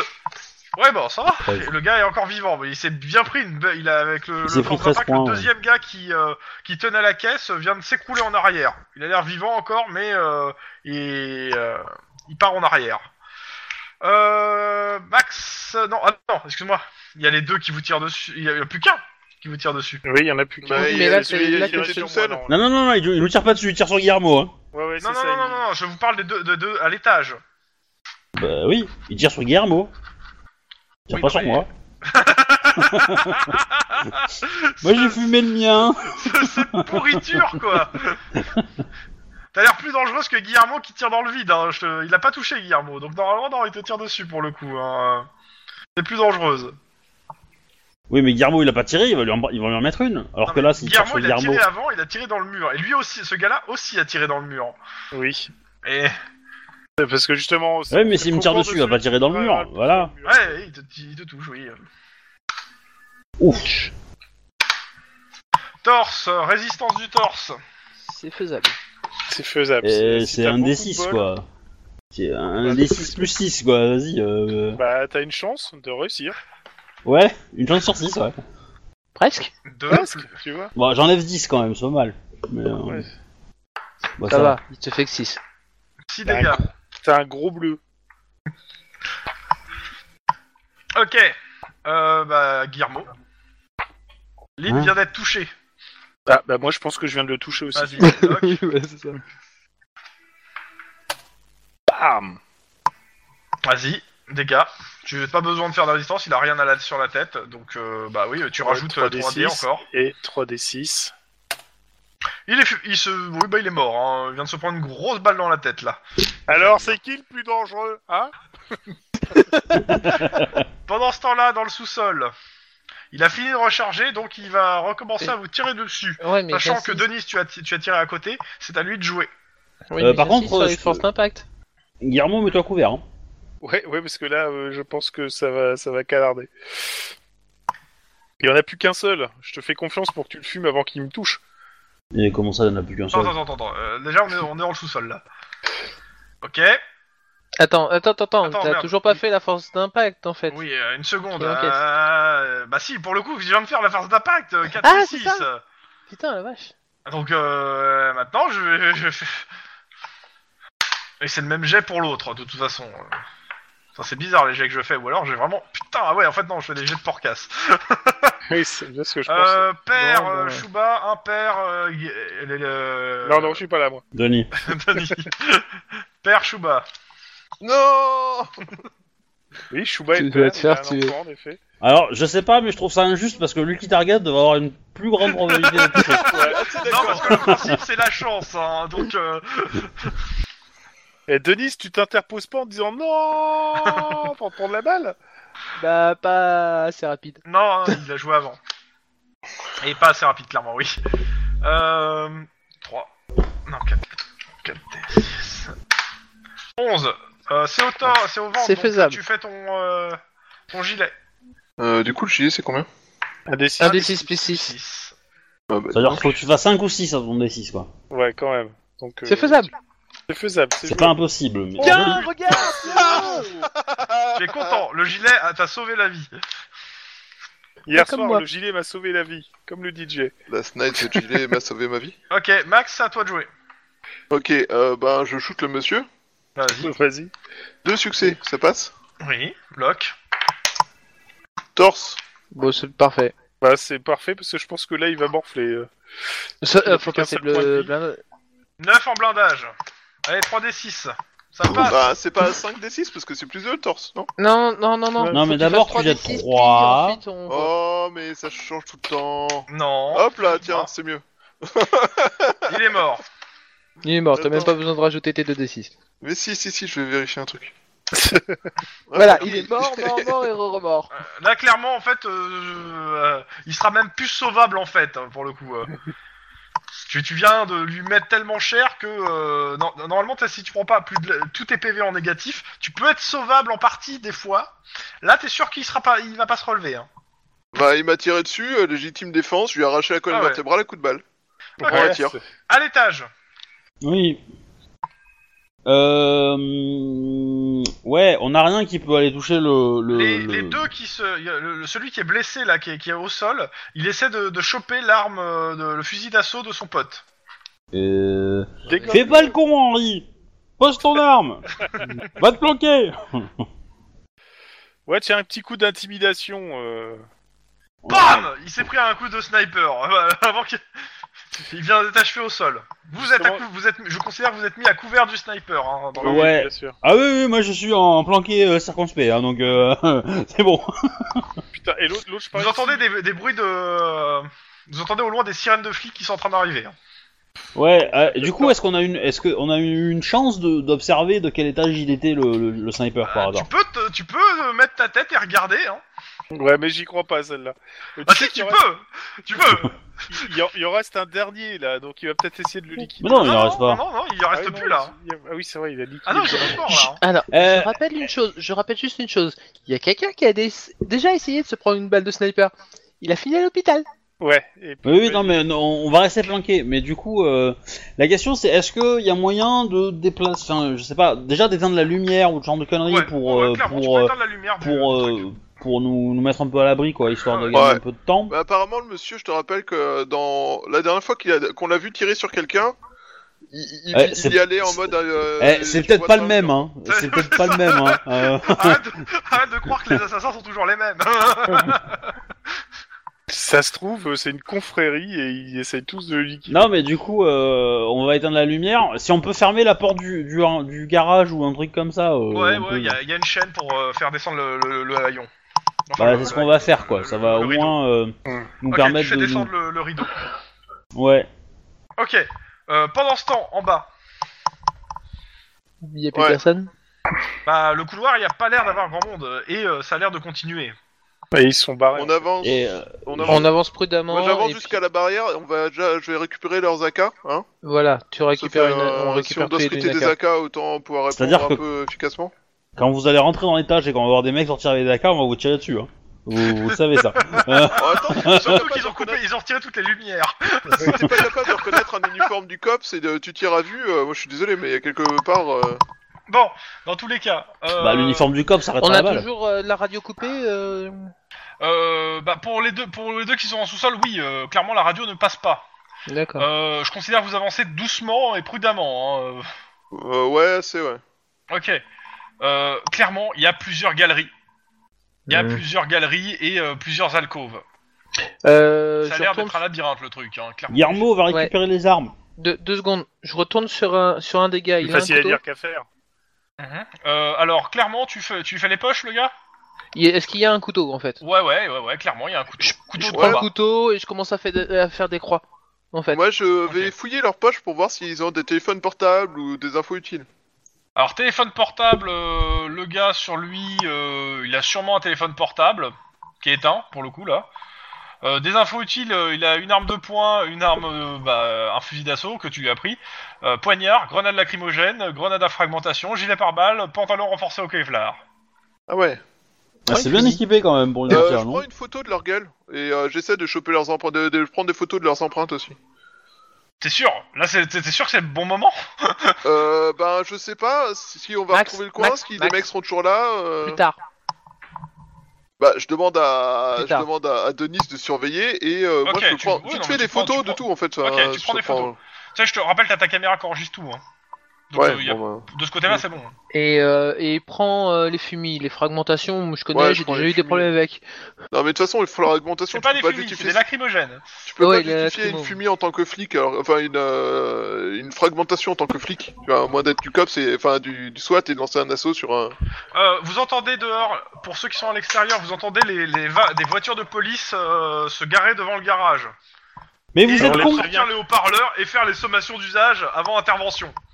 Ouais, bon, ça va. Treize. Et Le gars est encore vivant, mais il s'est bien pris une. be- Il a, avec le, s'est le, pris force 13 d'impact, points, le ouais. deuxième gars qui, euh, qui tenait la caisse vient de s'écrouler en arrière. Il a l'air vivant encore, mais euh, il, euh, il part en arrière. Euh, Max, euh, non, attends, excuse-moi. Il y a les deux qui vous tirent dessus. Il y a plus qu'un qui vous tire dessus. Oui, il y en a plus qu'un. Bah, Oui, mais il- là, il- c'est- il- là, il t'es était sur tout moi, seul. non. Non non non non, il, il nous tire pas dessus, il tire sur Guillermo. Hein. Ouais, ouais, c'est Non, non, ça, non, non, il- non, je vous parle des deux, de deux à l'étage. Bah oui, il tire sur Guillermo. Il tire Oui, pas non, sur mais- moi. Moi j'ai fumé le mien. Ce- Cette pourriture, quoi. T'as l'air plus dangereuse que Guillermo qui tire dans le vide. Hein. Je te- Il a pas touché Guillermo, donc normalement, non, il te tire dessus pour le coup. Hein. C'est plus dangereuse. Oui mais Guillermo il a pas tiré, il va lui en, il va lui en mettre une. Alors Non, que mais là s'il tire Guillermo, sur il a Guillermo. tiré avant, il a tiré dans le mur. Et lui aussi, ce gars-là aussi a tiré dans le mur. Oui. Et C'est Parce que justement. Ouais mais bah, s'il me tire dessus, il va pas tirer dans le Ouais, mur. ouais, Voilà. ouais. ouais, il te, il te touche, oui. Ouf. Torse, euh, résistance du torse. C'est faisable. C'est faisable. Et Si- si c'est t'as un beaucoup de D6 bol, quoi. C'est un D6 plus 6 quoi, vas-y. euh, Bah, t'as une chance de réussir. Ouais, une chance sur 6 ouais. Presque Deux. Presque, tu vois. Bon, j'enlève 10 quand même, c'est pas mal. Mais, euh, Ouais. bah, Ça va, il te fait que 6. Six Bah, dégâts. T'as un gros bleu. Ok. Euh, bah, Guillermo. Lynn Hein vient d'être touché. Ah, bah, moi, je pense que je viens de le toucher aussi. Vas-y. toc. Bam Vas-y, dégâts. Tu n'as pas besoin de faire de résistance, il a rien à la, sur la tête. Donc, euh, bah oui, tu Ouais, rajoutes 3 d 3D6. encore. Et 3d6. Il est, fu- il se, oui, bah il est mort. hein. Il vient de se prendre une grosse balle dans la tête là. Alors, c'est qui le plus dangereux, hein Pendant ce temps-là, dans le sous-sol, il a fini de recharger, donc il va recommencer à vous tirer dessus. Ouais, mais Sachant t'as que six. Denis, tu as, ti- tu as tiré à côté, c'est à lui de jouer. Oui, Euh, mais par t'as six contre, sur euh, les je- forces d'impact. Guillermo, mets-toi couvert. Hein. Ouais, ouais, parce que là, euh, je pense que ça va, ça va calarder. Il y en a plus qu'un seul. Je te fais confiance pour que tu le fumes avant qu'il me touche. Et comment ça, il n'y en a plus qu'un seul Ah, Attends, attends, attends. attends. Euh, déjà, on est, on est dans le sous-sol là. Ok, Attends, attends, attends, Attends, t'as merde. toujours pas fait la force d'impact en fait. oui, euh, une seconde. Et on caisse. Euh, bah si, pour le coup, je viens de faire la force d'impact, euh, 4 Ah, et c'est 6. ça. Putain, la vache. Donc euh, maintenant, je vais. je fais- Et c'est le même jet pour l'autre, de toute façon. Ça, c'est bizarre les jets que je fais, ou alors j'ai vraiment. Putain, ah ouais, en fait, non, je fais des jets de porcasse. Oui, c'est bien ce que je pense. Euh, père, Non, euh, non. Chouba, impair. Euh, y- euh, le- le- Non, non, je suis pas là, moi. Denis. Denis. père Chouba. Non Oui, Chouba Tu est dois père, te il a faire un tuer. enfant, en effet. Alors, je sais pas, mais je trouve ça injuste parce que Lucky Target devrait avoir une plus grande probabilité de toucher. Non, parce que le principe, c'est la chance, hein, donc. euh, Et Denis, Eh, tu t'interposes pas en disant non pour prendre la balle Bah, pas assez rapide. Non, hein, il a joué avant. Et pas assez rapide, clairement, oui. Euh, 3. Non, 4. 4 6. 11. Euh, c'est au temps, c'est au ventre. C'est donc faisable. Tu fais ton, euh, ton gilet. Euh, Du coup, le gilet, c'est combien Un des six. Un des 6 plus 6. 6. Ah, bah, C'est-à-dire qu'il faut que tu fasses 5 ou 6 à ton D6, quoi. Ouais, quand même. Donc, euh, C'est faisable. C'est faisable. C'est C'est jouable. pas impossible. Mais... Tiens, regarde Tu es content, le gilet ah, t'a sauvé la vie. Hier comme soir, moi. le gilet m'a sauvé la vie, comme le DJ. La snipe, ce gilet m'a sauvé ma vie. Ok, Max, c'est à toi de jouer. Ok, euh, ben je shoot le monsieur. Vas-y. Vas-y. Deux succès, ça passe. Oui, bloc. Torse. Bon, c'est parfait. Bah, c'est parfait parce que je pense que là, il va morfler. euh. Ça, Il a euh, plus faut qu'un passer seul point de le vie. blinde. 9 en blindage. Allez, 3d6. Ça passe. Bah, c'est pas 5 des 6 parce que c'est plus 2 le torse, non Non, non, non, non. Non, mais d'abord, tu jettes 3. Oh, mais ça change tout le temps. Non, Hop là, tiens, Ah. c'est mieux. il est mort. Il est mort, t'as même Attends. pas besoin de rajouter tes 2d6. Mais si, si, si, je vais vérifier un truc. Voilà, il est mort, mort, mort et re-remort. Là, clairement, en fait, euh, euh, il sera même plus sauvable, en fait, hein, pour le coup. euh. tu, tu viens de lui mettre tellement cher que, euh, non- normalement, t'as- si tu prends pas plus de, la- tous tes PV en négatif, tu peux être sauvable en partie, des fois. Là, t'es sûr qu'il sera pas, il va pas se relever. Hein. Bah, il m'a tiré dessus, euh, légitime défense, je lui ai arraché la colonne Ah ouais. vertébrale à coup de balle. Ok. Ouais, tire. Ah c'est- À l'étage. Oui. Euh... Ouais, on a rien qui peut aller toucher le. le les, le- les deux qui se, y a le- le- celui qui est blessé là, qui est, qui est au sol, il essaie de, de choper l'arme, euh, de, le fusil d'assaut de son pote. Euh... Dégomme. Fais pas le con, Henri Pose ton arme Va te planquer Ouais, tiens, un petit coup d'intimidation. euh. Bam Il s'est pris un coup de sniper euh, avant qu'il il vient d'être achevé au sol. Vous êtes, à cou- vous êtes, je considère que vous êtes mis à couvert du sniper. Hein, dans le- Ouais. Bien sûr. Ah oui, oui, moi je suis en planqué euh, circonspect, hein, donc euh, c'est bon. Putain, et l'autre, l'autre, je Vous parlais. entendez des, des bruits de, vous entendez au loin des sirènes de flics qui sont en train d'arriver. hein. Ouais, euh, du coup, est-ce qu'on a une, est-ce qu'on a eu une chance de- d'observer de, quel étage il était le, le- le sniper par Tu hasard peux, te- tu peux euh, mettre ta tête et regarder. Hein. Ouais, mais j'y crois pas, celle-là. Mais Ah sais si, qu'il tu en reste- peux, tu peux. Il, en- il en reste un dernier, là, donc il va peut-être essayer de le liquider. Mais non, il en reste non, pas. non, non, il en Ah reste oui, non, plus là. hein. il- Ah oui, c'est vrai, il a liquidé. Ah non, il est mort là. hein. Alors, Euh, je rappelle une chose, je rappelle juste une chose. Il y a quelqu'un qui a dé- déjà essayé de se prendre une balle de sniper. il a fini à l'hôpital. Ouais. Et puis, Oui, oui, non, mais non, on va rester planqué. Mais du coup, euh, la question c'est est-ce qu'il y a moyen de déplacer, enfin, je sais pas, déjà d'éteindre la lumière ou ce genre de conneries hein. Ouais, pour, ouais, euh, clairement, tu pour, peux euh, éteindre la lumière du- pour, du euh, truc. pour nous, nous mettre un peu à l'abri, quoi, histoire de gagner Ouais. un peu de temps. Bah, apparemment, le monsieur, je te rappelle que dans la dernière fois qu'il a- qu'on l'a vu tirer sur quelqu'un, il, il- Ouais, il c'est- y allait en mode. euh, Eh, c'est tu peut-être vois pas ça, le même, hein. C'est peut-être pas le même, hein. Euh, Arrête, arrête de croire que les assassins sont toujours les mêmes. Ça se trouve, euh, c'est une confrérie et ils essaient tous de le liquider. Non, mais du coup, euh, on va éteindre la lumière. Si on peut fermer la porte du, du, du garage ou un truc comme ça. euh, ouais, on ouais, peut- il y, a- y a une chaîne pour euh, faire descendre le, le, le haillon. Enfin, Bah, le- c'est ce le- qu'on va faire, quoi. le- Ça le- va le au rideau. moins euh, nous Ok, tu permettre fais de. descendre le, le rideau. Ouais. Ok, euh, pendant ce temps, en bas, Il y a plus Ouais. personne. bah, le couloir, il n'y a pas l'air d'avoir grand monde, euh, et euh, ça a l'air de continuer. Et ils sont barrés. On avance. Et euh, On avance. On avance prudemment. Moi, j'avance et jusqu'à puis- la barrière. On va, déjà- je vais récupérer leurs AK. Hein Voilà, tu récupères Ça fait, une. euh, on si récupère on doit tous les scripter deux des AK. AK, autant pouvoir C'est-à-dire répondre un que- peu efficacement. quand vous allez rentrer dans l'étage et qu'on va voir des mecs sortir avec des AK, on va vous tirer dessus. Hein. Vous, vous savez ça. Euh, Oh, attends, Surtout qu'ils ont coupé, ils ont retiré toutes les lumières. si t'es pas capable de reconnaître un uniforme du COPS et de, tu tires à vue, euh, moi je suis désolé, mais quelque part. euh, Bon, dans tous les cas, euh, Bah, l'uniforme du cop, ça On arrêtera la a balle. toujours euh, la radio coupée. euh, euh, bah, pour, les deux, pour les deux qui sont en sous-sol, oui, euh, clairement, la radio ne passe pas. Ah. D'accord. Euh, je considère que vous avancez doucement et prudemment. hein, euh. euh, ouais, c'est ouais. Ok. Euh, clairement, il y a plusieurs galeries. Il y a Mmh. Mhm. plusieurs galeries et euh, plusieurs alcôves. Euh, ça a je l'air retourne d'être un labyrinthe le truc, hein, clairement. Guillermo va récupérer les armes. Deux, deux secondes, je retourne sur un, sur un des gars. Plus Ah, Il a un facile à couteau. dire qu'à faire. Mhm. Euh, alors, clairement, tu fais, tu lui fais les poches, le gars Il y a- Est-ce qu'il y a un couteau en fait Ouais, ouais, ouais, ouais, clairement, il y a un couteau. couteau Je de prends le combat. couteau et je commence à, faire des- à faire des croix. En fait. Moi je vais Ok. fouiller leurs poches pour voir s'ils ont des téléphones portables ou des infos utiles. Alors, téléphone portable, euh, le gars sur lui, euh, il a sûrement un téléphone portable, qui est éteint, pour le coup, là. Euh, des infos utiles, euh, il a une arme de poing, une arme, euh, bah, un fusil d'assaut que tu lui as pris, euh, poignard, grenade lacrymogène, grenade à fragmentation, gilet pare-balles, pantalon renforcé au Kevlar. Ah ouais. Ah, c'est bien équipé quand même pour les Euh, affaires, je non prends une photo de leur gueule et euh, j'essaie de choper leurs empreintes, de, de prendre des photos de leurs empreintes aussi. T'es sûr Là, c'est- t'es t'es sûr que c'est le bon moment euh, ben je sais pas si on va Max, retrouver le coin, Max, si les Max. mecs seront toujours là. euh, Plus tard. Bah, je demande à, Plus je tard. demande à, à Denis de surveiller et euh, Ok, moi je tu- prends. oui, tu non, te mais fais tu des prends- photos tu de prends- tout en fait. Ok, euh, tu je prends des prends- photos. Tu sais, je te rappelle, t'as ta caméra qui enregistre tout. Hein. Donc, Ouais, euh, y a- bon, bah, de ce côté-là, c'est bon. Et, euh, et il prend euh, les fumis, les fragmentations. moi, Je connais, Ouais, je j'ai prends déjà les eu des fumis. problèmes avec. Non mais de toute façon, il faut leur augmentation. C'est Tu pas peux des pas fumées, c'est justifier, des lacrymogènes. tu peux Ouais, il pas est justifier une lacrymo. fumée en tant que flic, alors- enfin une euh, une fragmentation en tant que flic. Tu vois, au moins d'être du cop, c'est enfin du, du SWAT et de lancer un assaut sur un. Euh, vous entendez dehors, pour ceux qui sont à l'extérieur, vous entendez les, les va- des voitures de police euh, se garer devant le garage. Et Mais vous on êtes les con prévient les haut-parleurs et faire les sommations d'usage avant intervention.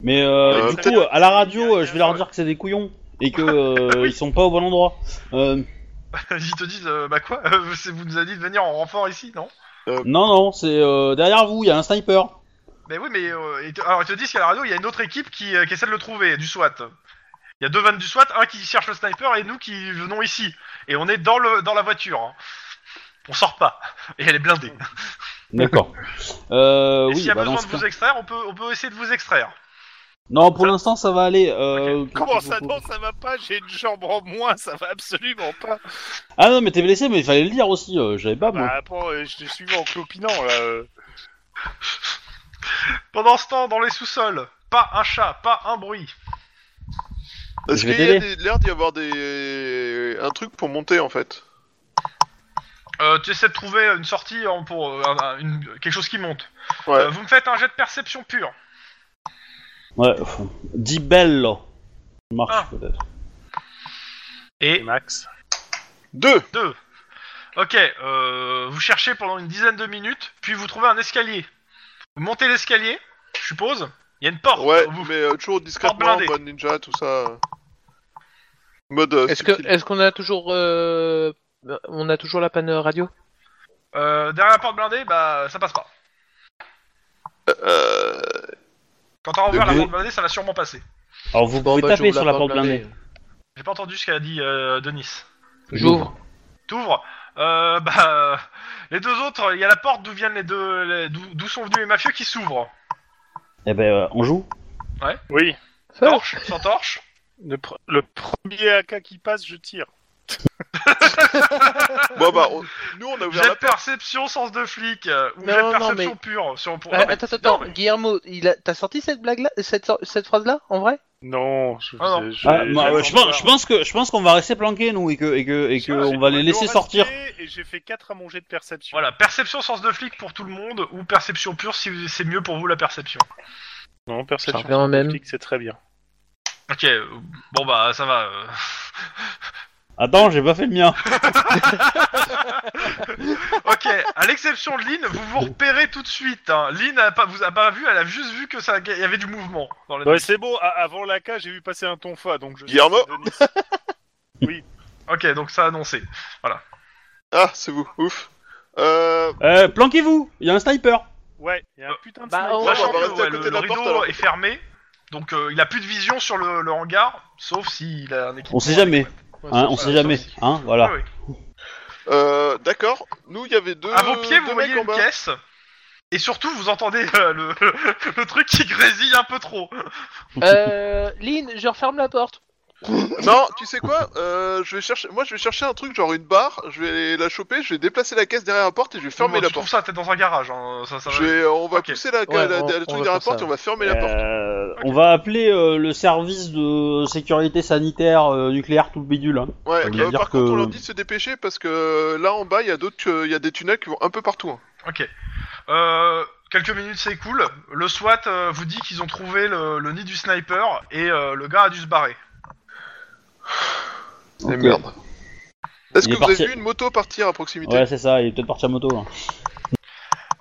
Mais euh, Euh, du peut-être coup, à la qu'il y radio, a- euh, je vais leur dire que c'est des couillons et que euh, ils sont pas au bon endroit. Euh, Ils te disent, euh, bah quoi euh, c'est- Vous nous avez dit de venir en renfort ici, non non, non, c'est euh, derrière vous, il y a un sniper. Mais oui, mais euh, ils te- alors ils te disent qu'à la radio, il y a une autre équipe qui, euh, qui essaie de le trouver, du SWAT. Il y a deux vannes du SWAT, un qui cherche le sniper et nous qui venons ici. Et on est dans, le, dans la voiture. hein. On sort pas. Et elle est blindée. D'accord. Euh, et oui, s'il y a bah, dans besoin ce de cas- vous extraire, on peut, on peut essayer de vous extraire. Non, pour l'instant, ça va aller. Euh, Comment ça non, ça va pas J'ai une jambe en moins, ça va absolument pas. Ah non, mais t'es blessé, mais il fallait le dire aussi. euh, J'avais pas moi. Bah, attends, euh, je te suivais en clopinant là. euh. Pendant ce temps, dans les sous-sols, pas un chat, pas un bruit. Est-ce Je vais qu'il y a t'aider. des- l'air d'y avoir des un truc pour monter en fait Euh, tu essaies de trouver une sortie hein, pour euh, un- un- une- quelque chose qui monte. Ouais. Euh, vous me faites un jet de perception pure. Ouais. pff, Di bello. Ça Marche Ah. peut-être. Et Max. Deux. deux. Ok, euh, vous cherchez pendant une dizaine de minutes, puis vous trouvez un escalier. Vous montez l'escalier, je suppose. Il y a une porte. Ouais, au bout. mais euh, toujours discrètement, blindée. mode ninja, tout ça. Mode. euh, Est-ce que subtil. est-ce qu'on a toujours euh, on a toujours la panne radio Euh, derrière la porte blindée, bah ça passe pas. Euh, Quand t'auras ouvert la bruit. porte blindée, ça va sûrement passer. Alors vous Bon, pouvez bah, taper j'ouvre sur la porte blindée. J'ai pas entendu ce qu'a dit euh, Denis. J'ouvre. T'ouvres, Euh, bah, les deux autres, il y a la porte d'où viennent les deux, les- d'où d'où sont venus les mafieux qui s'ouvre. Eh ben, euh, on joue. Oui. Torche, sans torche. Le, pr- le premier AK qui passe, je tire. Bon bah, on- nous on a ouvert J'ai la perception, sens de flic, euh, ou Non, j'ai non, perception mais- pure. Sur... Euh, attends, attends, attends, Guillermo, il a... t'as sorti cette blague-là, cette, so- cette phrase-là, en vrai Non, je, Ah non. je- Ah, je- bah, j'attends ouais, je, pense, pas. je pense que je pense qu'on va rester planqué nous et que et que et que Ah, on j'ai va les le laisser resté sortir. Et j'ai fait 4 à mon jet de perception. Voilà, perception, sens de flic pour tout le monde, ou perception pure si vous- c'est mieux pour vous la perception. Non, Ça perception. revient au sur le même. flic, C'est très bien. Ok, euh, bon bah ça va. euh. Attends, j'ai pas fait le mien. Ok, à l'exception de Lynn, vous vous repérez tout de suite. Hein. Lynn a pas, vous a pas vu, elle a juste vu que ça, qu'il y avait du mouvement dans les. Ouais, c'est bon, a- avant la cage, j'ai vu passer un tonfa, donc je. Guillermo c'est Denis. Ok, donc ça a annoncé. Ah, c'est vous, ouf. Euh, Euh, planquez-vous. Il y a un sniper. Ouais, il y a un putain de Bah, sniper. on- va Sachant que rester à ouais, côté le, de la le rideau porte, alors. est fermé, donc euh, il a plus de vision sur le, le hangar, sauf s'il a un équipement. On sait jamais. Hein, on sait ça jamais. aussi. Hein, voilà. Ouais, ouais. euh, D'accord, nous il y avait deux. À vos pieds, Euh, vous deux mecs voyez en une bas. caisse. Et surtout, vous entendez euh, le, le truc qui grésille un peu trop. Euh, Lynn, je referme la porte. Non, tu sais quoi euh, Je vais chercher. Moi, je vais chercher un truc genre une barre. Je vais la choper. Je vais déplacer la caisse derrière la porte et je vais fermer Bon, la tu trouves porte. ça, t'es dans un garage. hein, Ça, ça va. Je vais- On va Ok. pousser la, Ouais, la- on- le on truc va derrière la faire porte ça. et on va fermer la porte. Euh, Ok. On va appeler euh, le service de sécurité sanitaire euh, nucléaire tout le bidule. hein. Ouais. ça veut dire euh, par contre, que- on leur dit de se dépêcher parce que euh, là en bas, il y a d'autres, euh, il y a des tunnels qui vont un peu partout. hein. Ok. Euh, quelques minutes, c'est cool. Le SWAT euh, vous dit qu'ils ont trouvé le, le nid du sniper et euh, le gars a dû se barrer. Et Ok. merde. Est-ce Il que est vous parti- avez vu une moto partir à proximité euh, Ouais, c'est ça. Il est peut-être parti à moto. là.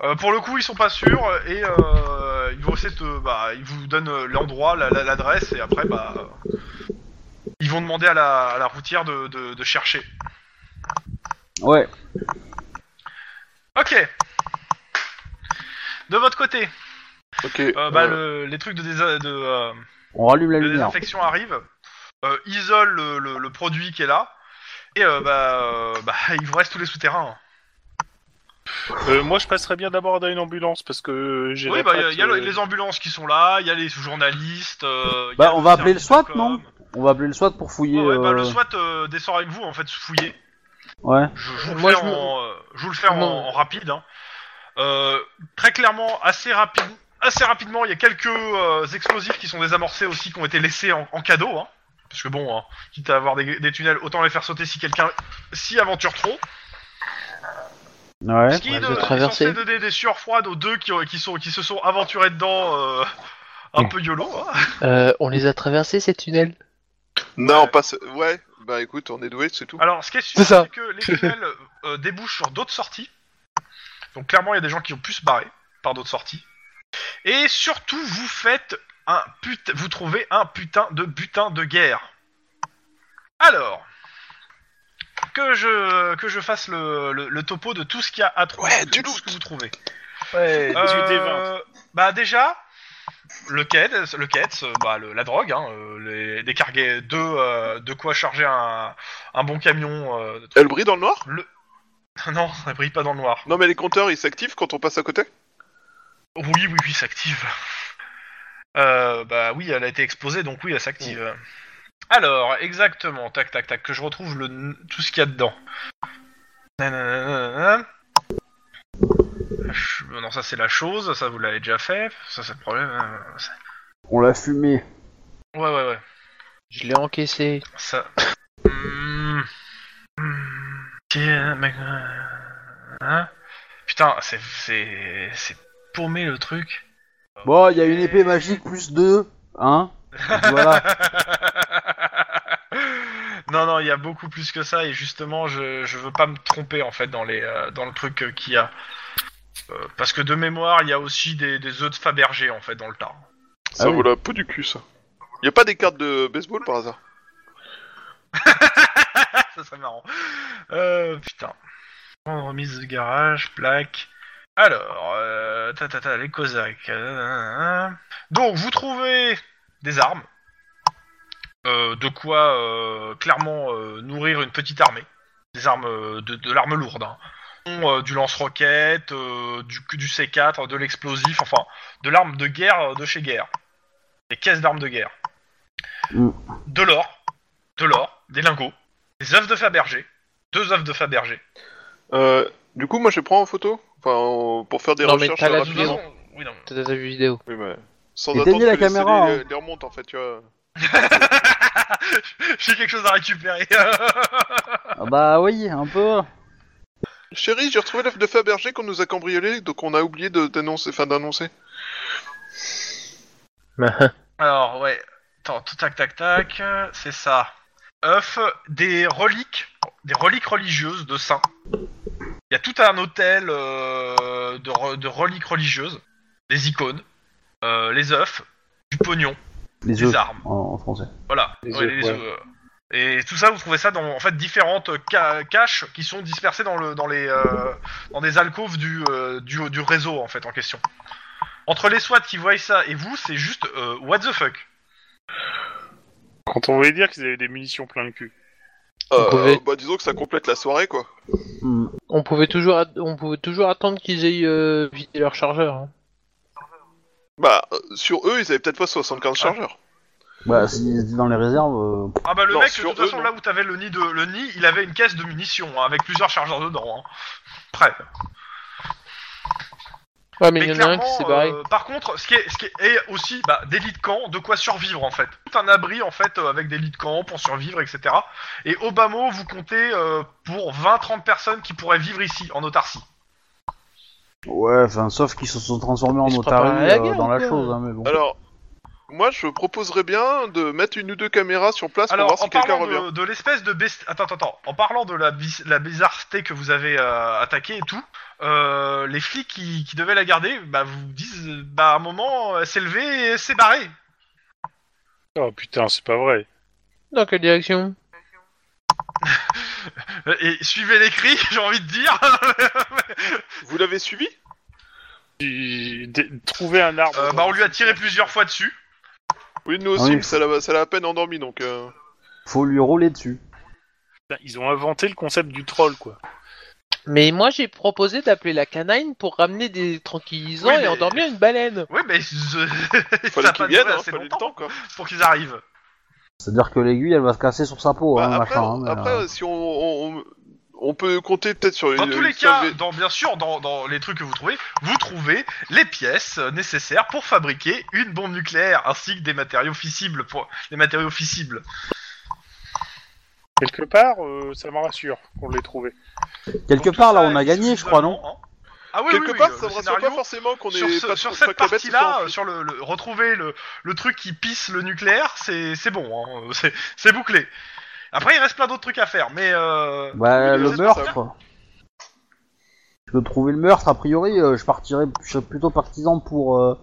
Euh, pour le coup, ils sont pas sûrs et euh, ils vont essayer de, te- bah, ils vous donnent euh, l'endroit, la- la- l'adresse et après, bah, euh, ils vont demander à la, à la routière de, de- de chercher. Ouais. Ok. De votre côté, Ok. euh, bah, euh, le- les trucs de, désa- de, euh, On rallume la de lumière. désinfection arrivent, euh, isolent le, le- le produit qui est là et euh, bah, euh, bah, il vous reste tous les souterrains. hein. Euh, moi, je passerais bien d'abord à une ambulance parce que j'ai. Oui, la bah, il y a, patte, y a euh, les ambulances qui sont là, il y a les journalistes. euh, y Bah, a on va appeler le SWAT, service de non com. On va appeler le SWAT pour fouiller. Ouais, ouais, bah, euh, le SWAT euh, descend avec vous, en fait, se fouiller. ouais. Je, je vous le Moi, fais je me- en, euh, je vous le fais en, Non. en rapide. hein. Euh, très clairement, assez rapide. Assez rapidement, il y a quelques euh, explosifs qui sont désamorcés aussi, qui ont été laissés en, en cadeau. hein. Parce que bon, hein, quitte à avoir des, des tunnels, autant les faire sauter si quelqu'un s'y aventure trop. Ouais. Ce qui Ouais, est de traverser. censé donner des sueurs froides aux deux qui, ont- qui sont, qui se sont aventurés dedans euh, un Mm. peu yolo. hein. Euh, on les a traversés ces tunnels. Non, pas. ce- Ouais. Bah écoute, on est doué, c'est tout. Alors, ce qui est sûr, C'est ça. c'est que les tunnels euh, débouchent sur d'autres sorties. Donc, clairement, il y a des gens qui ont pu se barrer par d'autres sorties. Et surtout, vous faites un put- vous trouvez un putain de butin de guerre. Alors, que je que je fasse le, le- le topo de tout ce qu'il y a à trouver, Ouais, de du tout ce loot. que vous trouvez. Ouais, 18 et 20. Euh, Bah déjà, le KEDS, le KEDS, euh, bah, le- la drogue, hein, euh, les, des carguets, deux, euh, de quoi charger un, un bon camion. euh, de trucs. Elle brille dans le noir non, ça brille pas dans le noir. Non, mais les compteurs, ils s'activent quand on passe à côté Oui, oui, oui, s'active. Euh, bah oui, elle a été exposée, donc oui, elle s'active. Alors, exactement, tac, tac, tac, que je retrouve le, tout ce qu'il y a dedans. Nananana. Ch- Euh, Non, ça c'est la chose, ça vous l'avez déjà fait, ça c'est le problème. euh, ça- On l'a fumé. Ouais, ouais, ouais. Je l'ai encaissé. Ça. Hmm. Hmm. Tiens, mec, euh, hein Putain, c'est c'est c'est paumé le truc. Bon, il y a une épée magique plus 2. Hein Voilà. non non, il y a beaucoup plus que ça et justement, je je veux pas me tromper en fait dans les euh, dans le truc euh, qu'il y a. Euh, parce que de mémoire, il y a aussi des, des œufs de Fabergé en fait dans le tas. Ça Ah oui. vaut la peau du cul, ça. Y a pas des cartes de baseball par hasard ça serait marrant. Euh, putain. En Remise de garage, plaque. Alors, euh, ta, ta, ta, les Cosaques. euh, Donc, vous trouvez des armes. Euh, de quoi euh, clairement euh, nourrir une petite armée. des armes euh, de, de l'arme lourde. hein. Euh, du lance-roquette, euh, du, du C4, de l'explosif, enfin, de l'arme de guerre euh, de chez guerre. Des caisses d'armes de guerre. Mm. De l'or, de l'or, des lingots, des œufs de Fabergé, deux œufs de Fabergé. Euh, du coup, moi, je les prends en photo. Enfin, en- pour faire des Non, mais recherches t'as la De rapides. toute Bien. façon, oui, non. T'as ta vue vidéo. Oui, mais sans Et attendre t'as mis la que les- caméra, les, hein. les remontes, en fait, tu vois. J'ai quelque chose à récupérer. Ah bah oui, un peu. Chérie, j'ai retrouvé l'œuf de Fabergé qu'on nous a cambriolé, donc on a oublié de- d'annoncer. Enfin, d'annoncer. Alors, ouais. Attends, tout tac tac tac, euh, c'est ça. Œuf, des reliques, des reliques religieuses de saints. Il y a tout un hôtel euh, de, re- de reliques religieuses, des icônes, euh, les œufs, du pognon, Les des œufs armes. en, en français. Voilà. Les Ouais, œufs, les ouais. œufs, euh. Et tout ça, vous trouvez ça dans en fait différentes ca- caches qui sont dispersées dans le dans les euh, dans des alcôves du, euh, du du réseau en fait en question. Entre les SWAT qui voient ça et vous, c'est juste euh, what the fuck. Quand on voulait dire qu'ils avaient des munitions plein le cul. Euh, pouvez. bah, disons que ça complète la soirée, quoi. Hmm. On pouvait toujours, at- on pouvait toujours attendre qu'ils aient euh, vidé leur chargeur. hein. Bah, euh, sur eux, ils avaient peut-être pas 75 chargeurs. Bah, si c'est dans les réserves. euh, Ah bah le Non, mec, de sur toute eux, façon, non. là où t'avais le nid, de, le nid, il avait une caisse de munitions hein, avec plusieurs chargeurs dedans. Hein. Prêt. Ouais, mais il y en a un qui s'est barré. euh, par contre, ce qui est, ce qui est et aussi bah, des lits de camp, de quoi survivre en fait. Tout un abri en fait euh, avec des lits de camp pour survivre, etc. Et Obama, vous comptez euh, pour 20-30 personnes qui pourraient vivre ici en autarcie. Ouais, enfin, sauf qu'ils se sont transformés en Ils se préparent à otaries la euh, guerre, dans la quoi. chose, hein, mais bon. Alors, moi, je proposerais bien de mettre une ou deux caméras sur place Alors, pour voir en si quelqu'un parlant de, revient. de l'espèce de best... attends, attends, attends. En parlant de la, bis- la bizarreté que vous avez euh, attaquée et tout, euh, les flics qui, qui devaient la garder, bah, vous disent, euh, bah, à un moment, elle s'est levée et s'est barrée. Oh putain, c'est pas vrai. Dans quelle direction Euh, Et suivez les cris, j'ai envie de dire. Vous l'avez suivi Tu- d- Trouver un arbre. Euh, bah, on lui a tiré plusieurs fois dessus. Oui, nous aussi, oui. mais ça l'a ça l'a à peine endormi, donc... euh, Faut lui rouler dessus. Putain, Ils ont inventé le concept du troll, quoi. Mais moi j'ai proposé d'appeler la canine pour ramener des tranquillisants Oui, et mais- endormir une baleine. Oui, mais je- ça Fallait a qu'il pas vienne, duré hein, assez fallait le longtemps temps, quoi. pour qu'ils arrivent. C'est-à-dire que l'aiguille, elle va se casser sur sa peau, Bah, hein, après, machin, hein, on- mais, après, euh, si on, on, on- on peut compter peut-être sur une... Dans tous une les cas, survie- dans, bien sûr, dans, dans les trucs que vous trouvez, vous trouvez les pièces euh, nécessaires pour fabriquer une bombe nucléaire, ainsi que des matériaux fissibles. Pour... Des matériaux fissibles. Quelque part, euh, ça me rassure qu'on l'ait trouvé. Quelque Donc, tout part, là, ça on a est gagné, je crois, non suffisamment, hein. Ah oui, Quelque oui, oui, part, euh, ça le me rassure scénario, pas forcément qu'on Sur, est ce- pas sur trop- cette pas que la bête soit partie-là, en euh, fuite. sur le, le- retrouver le, le truc qui pisse le nucléaire, c'est c'est bon, hein, c'est c'est bouclé. Après, il reste plein d'autres trucs à faire, mais euh, Bah, Oui, le c'est meurtre. Je peux trouver le meurtre, a priori, euh, je partirais, je serais plutôt partisan pour, euh,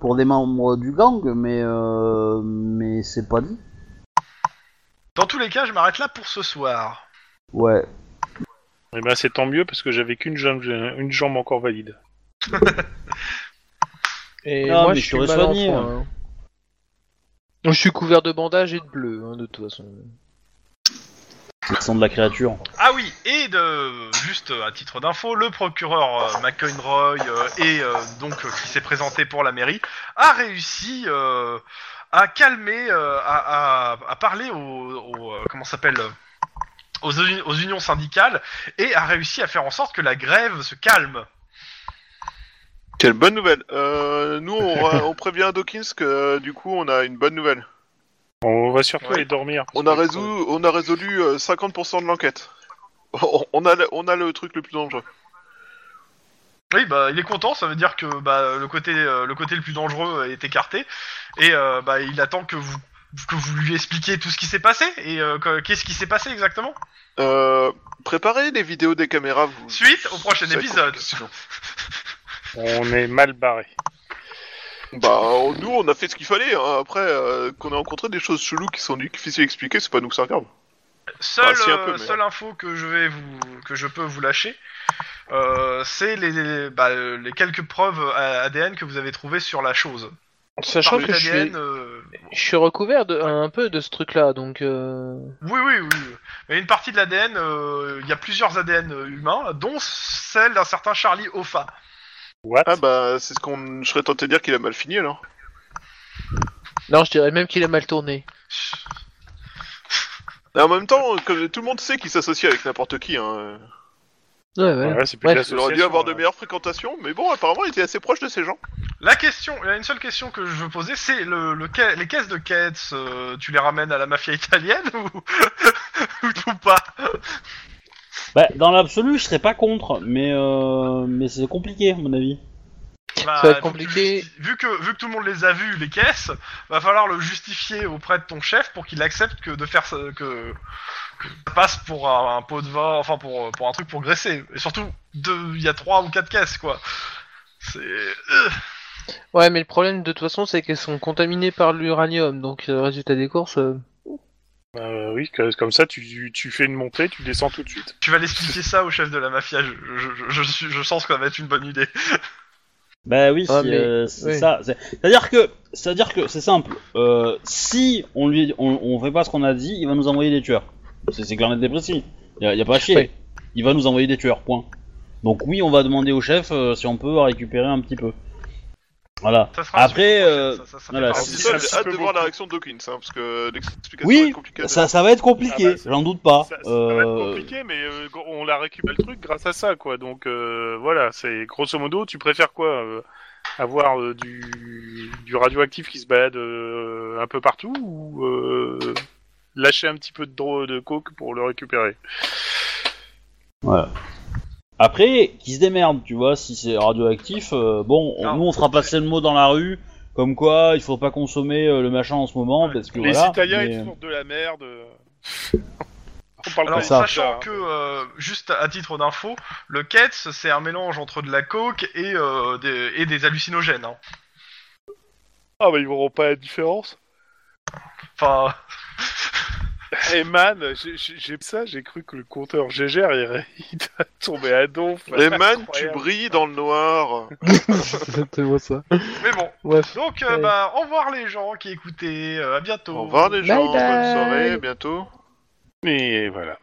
pour des membres du gang, mais, euh, mais c'est pas dit. dans tous les cas, je m'arrête là pour ce soir. Ouais. Eh ben, c'est tant mieux parce que j'avais qu'une jambe, euh, une jambe encore valide. Et Non, moi mais je je suis t'aurais mal en soigné, point, hein. Donc, Je suis couvert de bandages et de bleu hein, de toute façon. Le sang de la créature. Ah oui, et de, juste euh, à titre d'info, le procureur euh, McEnroy euh, et euh, donc euh, qui s'est présenté pour la mairie a réussi euh, à calmer, euh, à, à- à parler aux, aux, euh, comment ça s'appelle euh, aux, uni- aux unions syndicales et a réussi à faire en sorte que la grève se calme. Quelle bonne nouvelle Euh, Nous, on, on prévient Dawkins que euh, du coup, on a une bonne nouvelle. On va surtout Ouais. aller dormir. parce On a, que- résolu, on a résolu euh, 50% de l'enquête. On- On a, le- on a le truc le plus dangereux. Oui, bah il est content, ça veut dire que bah, le côté euh, le côté le plus dangereux est écarté et euh, bah il attend que vous que vous lui expliquiez tout ce qui s'est passé et euh, que- qu'est-ce qui s'est passé exactement. Euh, préparez les vidéos des caméras. Vous... Suite au prochain Ça va être épisode. compliqué, On est mal barré. sinon. Bah, on- nous, on a fait ce qu'il fallait. hein. Après, euh, qu'on a rencontré des choses cheloues qui sont difficiles à expliquer, c'est pas nous que ça regarde. Seule, Ah, si, un peu, euh, mais- seule info que je vais vous que je peux vous lâcher, euh, c'est les les, bah, euh, les quelques preuves euh, ADN que vous avez trouvées sur la chose. Sachant Parmi que je suis, l'ADN, euh, Je suis recouvert de, un peu de ce truc-là, donc. euh, Oui, oui, oui. Mais une partie de l'ADN, euh, il y a plusieurs ADN humains, dont celle d'un certain Charlie Hoffa. What Ah bah, c'est ce qu'on. Je serais tenté de dire qu'il a mal fini alors. Non, je dirais même qu'il a mal tourné. Mais en même temps, comme tout le monde sait qu'il s'associe avec n'importe qui. Hein. Ouais, ouais. Ouais, c'est plus de Bref, Il aurait dû l'association, avoir de là. meilleures fréquentations, mais bon, apparemment, il était assez proche de ces gens. La question, il y a une seule question que je veux poser, c'est le, le ca- les caisses de Ketz, euh, tu les ramènes à la mafia italienne ou, ou pas Bah, dans l'absolu, je serais pas contre, mais, euh, mais c'est compliqué, à mon avis. Bah, Ça va être faut que tu compliqué. justifies- Vu que, vu que tout le monde les a vus, les caisses, va falloir le justifier auprès de ton chef pour qu'il accepte que de faire ça- que, que ça passe pour un, un pot de vin, enfin pour, pour un truc pour graisser. Et surtout, deux- il y a trois ou quatre caisses, quoi. C'est... euh, Ouais, mais le problème de toute façon, c'est qu'elles sont contaminées par l'uranium, donc euh, résultat des courses. euh, Euh, oui, que- comme ça, tu, tu fais une montée, tu descends tout de suite. Tu vas l'expliquer ça au chef de la mafia, je, je, je, je suis- je sens que ça va être une bonne idée. Bah oui, Ah, si, mais- euh, c'est oui. ça. C'est- C'est-à-dire que, c'est-à-dire que c'est simple. Euh, si on lui, on, on fait pas ce qu'on a dit, il va nous envoyer des tueurs. C'est c'est clair net et précis. Y a, y a pas à chier. Oui. Il va nous envoyer des tueurs. Point. Donc oui, on va demander au chef euh, si on peut récupérer un petit peu. Voilà. Ça sera la Après, semaine prochaine, ça- euh, ça- ça fait voilà, Alors, partie si- des- dis ça, un j'ai petit hâte peu de voir la beaucoup. réaction de Dawkins, hein, parce que l'explication Oui, est compliquée. à Ça, donner. ça va être compliqué. Ah bah, ça- J'en doute pas. Ça, ça va Euh, être compliqué, mais euh, on la récupère le truc grâce à ça, quoi. Donc euh, voilà, c'est grosso modo, tu préfères quoi euh, Avoir euh, du, du radioactif qui se balade euh, un peu partout ou euh, lâcher un petit peu de, dro- de coke pour le récupérer Après, qui se démerde, tu vois, si c'est radioactif, euh, bon, on- Non. nous on fera passer le mot dans la rue, comme quoi il faut pas consommer euh, le machin en ce moment, parce que Les voilà. Italiens, mais- euh, ils font de la merde. euh. on parle Alors, pas hein. ça. ça. sachant que, euh, juste à titre d'info, le Ketz, c'est un mélange entre de la coke et, euh, des, et des hallucinogènes. hein. Ah, bah ils verront pas la différence. Enfin, Et Eh, man, j'ai- j'ai j'ai- ça, j'ai cru que le compteur Gégère, il, il a tombé à donf. Rayman, tu Incroyable. brilles dans le noir. c'est exactement ça. mais bon. Bref. Donc, euh, Ouais. bah, au revoir les gens qui écoutaient, euh, à bientôt. Au revoir les gens, Bye bye. bonne soirée, à bientôt. Mais voilà.